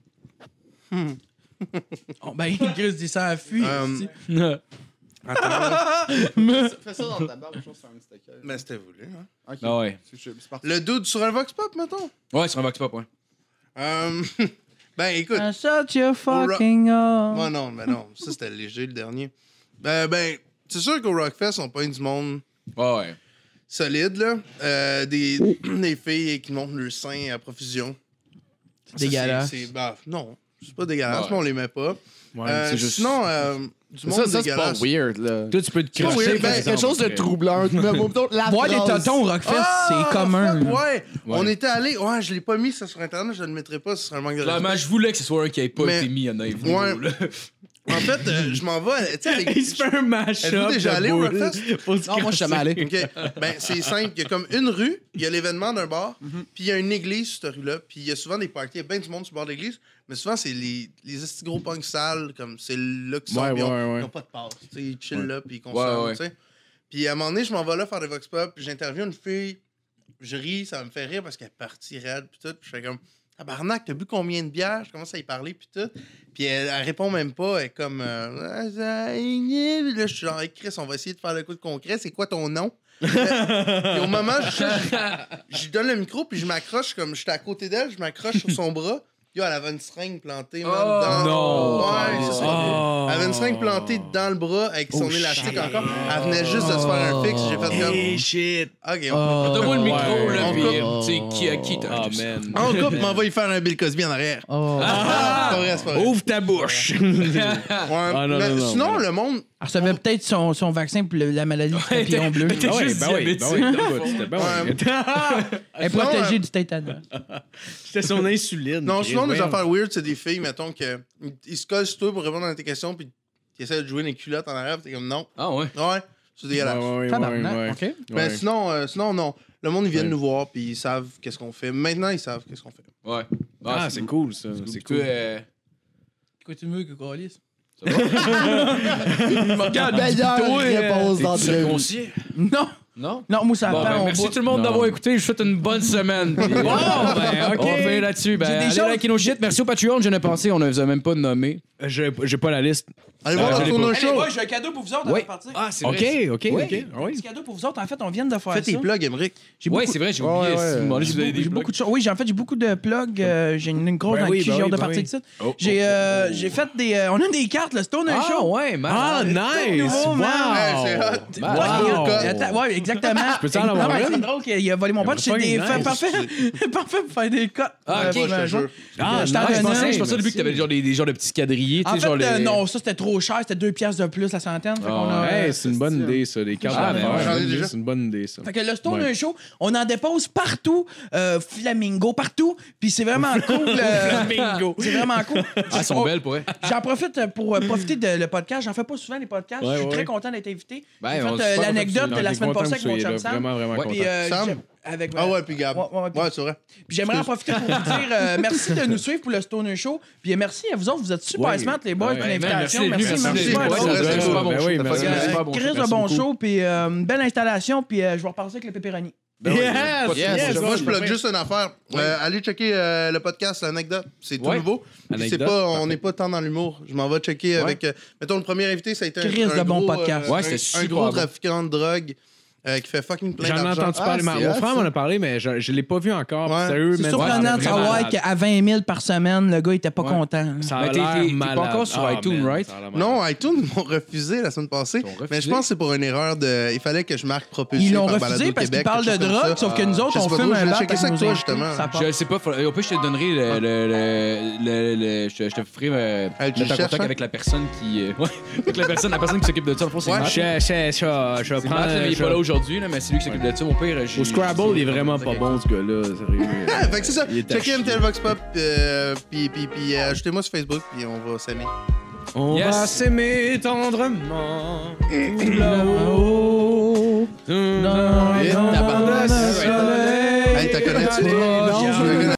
Oh, ben, Chris dit ça à fuit. Euh, esti. [laughs] Fais ça dans ta barbe, je pense que c'est un sticker. Mais c'était voulu, hein? Ok. Ah ouais. C'est- c'est- c'est parti. Le dude sur un Vox Pop, mettons? Ouais, sur un Vox Pop, ouais. Euh, [laughs] ben, écoute. I shut your fucking up. Moi, non, mais non. Ça, c'était léger, le dernier. Ben, ben, c'est sûr qu'au Rockfest, on pogne du monde Ouais, Ah ouais. solide, là. Euh, des, [clears throat] des filles qui montent le sein à profusion. Ça, C'est dégueulasse. c'est- bah, non, c'est pas dégueulasse, Ouais. mais on les met pas. Ouais, Euh, c'est juste- Sinon, euh, du monde Ça, ça c'est pas dégueulasse. weird, là. Toi, tu peux te pas weird, crosser. ben, par quelque exemple, Quelque chose de après. troublant. Mais bon, plutôt, la Boire des phrase. totons au Rockfest, c'est commun. fuck, là. Ah, ouais. on était allé. Ouais, je l'ai pas mis ça sur internet, je le mettrai pas, ce serait un manque de Clairement, je voulais que ce soit un qui ait pas Mais- été mis en live. Ouais. respect. En fait, euh, je m'en vais. [laughs] Tu sais, avec- Il se fait un mash-up. Êtes-vous déjà de allé au boules Rockfest? pour se Non, moi, je crosser. suis jamais allé. OK. Ben, c'est simple. Il y a comme une rue, il y a l'événement d'un bar, puis il y a une église sur cette rue-là, puis il y a souvent des parties. Il y a bien du monde sur le bord de l'église, mais souvent, c'est les, les estis gros punks sales, comme c'est là qu'ils sont. Ouais, puis on- ouais, ouais. Ils n'ont pas de passe. tu sais, Ils chillent là, puis ils Ouais, consomment. ouais. tu sais. Puis à un moment donné, je m'en vais là faire des vox pop, puis j'interviewe une fille, je ris, ça me fait rire parce qu'elle est partie raide, puis tout. Puis je fais comme. Tabarnak, t'as bu combien de bières? Je commence à y parler, puis tout. Puis elle, elle répond même pas. Elle est comme. euh, Ah, ça- Puis là, je suis genre, Hey, Chris, on va essayer de faire le coup de concret. C'est quoi ton nom? Puis au moment, je, je lui donne le micro, puis je m'accroche comme j'étais à côté d'elle, je m'accroche sur son bras. Yo, elle avait une seringue plantée, man, Oh, dans- non. Ouais, c'est ça. Oh. Elle avait une seringue plantée dans le bras avec son Oh, élastique shit. encore. Elle venait juste de se faire un fixe. J'ai fait comme. Hey, shit. Ok, on- Oh, Donne-moi le micro, ouais. là, On puis coupe. euh, tu sais, qui à qui t'as Oh, acheté ça. man. on coupe, m'en va y faire un Bill Cosby en arrière. oh. Ah, c'est pas vrai, c'est pas vrai. Ouvre ta bouche. [laughs] Ouais, Oh. Ah, non, mais non, non, sinon, mais- le monde, Elle recevait peut-être son, son vaccin pour le- la maladie du papillon bleu. t'es Ah ouais, juste ben oui, ben oui, diabétique. ben oui, c'était- ben oui. Elle est Sinon, protégée euh, du tétanos. C'était son insuline. Non, Chris, sinon, les voyons. affaires weird, c'est des filles, mettons, que, ils se collent sur toi pour répondre à tes questions, puis ils essaient de jouer les culottes en arrière, puis t'es comme non. Ah ouais. Ouais, c'est Ouais, dégueulasse. ouais, ouais, Tabarnak, ouais. OK. Mais Ouais. sinon, euh, sinon, non. Le monde, ils viennent Ouais. nous voir, puis ils savent qu'est-ce qu'on fait. Maintenant, ils savent qu'est-ce qu'on fait. Ouais. Ah, c'est cool, ça. C'est cool. euh, Quoi tu veux que [laughs] Coralis? Regarde, Meilleure toi, euh, réponse t'es-tu d'entrevue. circoncis? Non! Non? Non, moi, ça Bon, part, ben, on merci boit. tout le monde Non. d'avoir écouté. Je vous souhaite une bonne semaine. Puis, euh, ben, ok. On finit là-dessus. Ben, J'ai des allez choses- liker nos shit. Merci au Patreon. Je ne pensais, on ne les a même pas nommés. J'ai j'ai pas la liste. Allez Euh, voir je le l'ai tournoi Allez, show. ouais, j'ai un cadeau pour vous autres avant Oui. de partir. Ah, c'est OK, OK, OK. Petit Oui. cadeau pour vous autres. En fait, on vient de faire Fais tes ça. plugs, Emmerich. J'ai Ouais, beaucoup- c'est vrai, j'ai Ouais, oublié. ouais, si vous me demandez si vous avez des J'ai blogs. beaucoup de choses. Oui, j'ai en fait, j'ai beaucoup de plugs. euh, j'ai une, une grosse Ben dans oui, qui ben j'ai hâte oui, de ben partir oui. de site. J'ai euh, j'ai fait des. euh, on a des cartes, le Stone and Ah Show. ouais, man. Ah, nice! nouveau, man. Oh. Ouais, c'est Wow! Wow. hot. Wow. Ouais, attends, ouais, exactement. peux-tu en avoir Non, mais une? C'est drôle qu'il a volé mon Il y a pote. C'est pas des une, fait nice. parfait. [laughs] parfait pour faire des cotes. Ah, Euh, ok, pour je te le jure. jour. Ah, Je t'en nice, je donne pensais, un. je pensais au début que t'avais genre des, des genres de petits quadrillés, tu En sais, fait, genre euh, les... non, ça c'était trop cher, c'était deux pièces de plus la centaine. Fait, qu'on a- Hey, c'est une bonne idée, ça, des cartes Ah, ben, d'affaires. j'en ai déjà. C'est une bonne idée, ça. fait que le Stone Ouais. and Show, on en dépose partout, euh, flamingo partout, puis c'est vraiment cool. euh, Bingo. c'est vraiment cool. Ah, elles sont belles, pour vrai. J'en profite pour euh, profiter de le podcast. J'en fais pas souvent les podcasts. Ouais, je suis ouais. très content d'être invité. Ben, J'ai on fait est euh, super l'anecdote Non, de la t'es semaine content passée que avec vous soyez mon chum là. Sam. Vraiment, vraiment Ouais, content. Puis, euh, Sam? j'aime- avec Ah ouais, puis Gab. Ouais, ouais, puis- Ouais, c'est vrai. Puis j'aimerais en profiter pour vous dire euh, merci de nous suivre pour le Stoner Show. Puis euh, merci à vous autres, vous êtes super Ouais. smart les boys Ouais, pour ben, l'invitation. merci, Merci, merci, merci. les ouais, boys, ouais, ça ouais. doit être super bon Ben show, oui, ça ben fait oui. un Euh, super bon show. Chris de Merci bon beaucoup. show, puis euh, une belle installation, puis euh, je vais repartir avec le pepperoni. Ben Yes! Yes, Yes! moi, je plug juste une affaire. Euh, allez checker euh, le podcast, l'anecdote. C'est tout Ouais. nouveau. Puis C'est Anecdote, pas, on parfait. n'est pas tant dans l'humour. Je m'en vais checker avec. euh, mettons, le premier invité, ça a été un, Chris un de bon gros, podcast. euh, Ouais, un- c'était super Un gros bon. trafiquant de drogue euh, qui fait fucking plein J'en ai d'argent. entendu parler. Ah, ma- c'est Mon hot, frère ça. m'en a parlé, mais je, je l'ai pas vu encore. Ouais. Sérieux, C'est man, ouais, surprenant c'est de vraiment savoir malade. qu'à 20 000 par semaine, le gars était pas Ouais. content. Ça Mais a t'es- l'air t'es- t'es pas malade. encore sur Ah, iTunes, man, right? ça a l'air malade. Non, iTunes m'ont refusé la semaine passée. Ils t'ont Mais je refusé? pense que c'est pour une erreur de. Il fallait que je marque propulsé. Ils l'ont par Balado refusé parce qu'ils Québec, parlent de quelque chose comme drogue, ça. Ah. sauf que nous autres, je sais on pas filme trop, je un vais bat. checker ça avec toi, justement. Je sais pas, faudrait- au pire, je te donnerai le. le, le, le, le- je, te- je te ferai euh, Hey, tu mettre en cherches, contact hein? avec la personne qui. euh, [laughs] ouais, avec la personne, la personne qui s'occupe de ça. En fond, c'est Ouais. Matt. Je, je, je, je vais C'est Matt, prendre. là, mais il est je- pas là aujourd'hui, là, mais c'est lui qui s'occupe de ça. Au pire, j'ai. Au Scrabble, il est vraiment pas bon, ce gars-là. Ah, Sérieux. fait que c'est ça. Il est à Checkez chier. MTL Vox Pop, euh, puis puis- puis, euh, ajoutez-moi sur Facebook, puis on va s'aimer. On Yes. va s'aimer tendrement. tout là-haut. Dans Et le tabarnak. soleil. Hey, t'as connais-tu? Non, Tu la connais?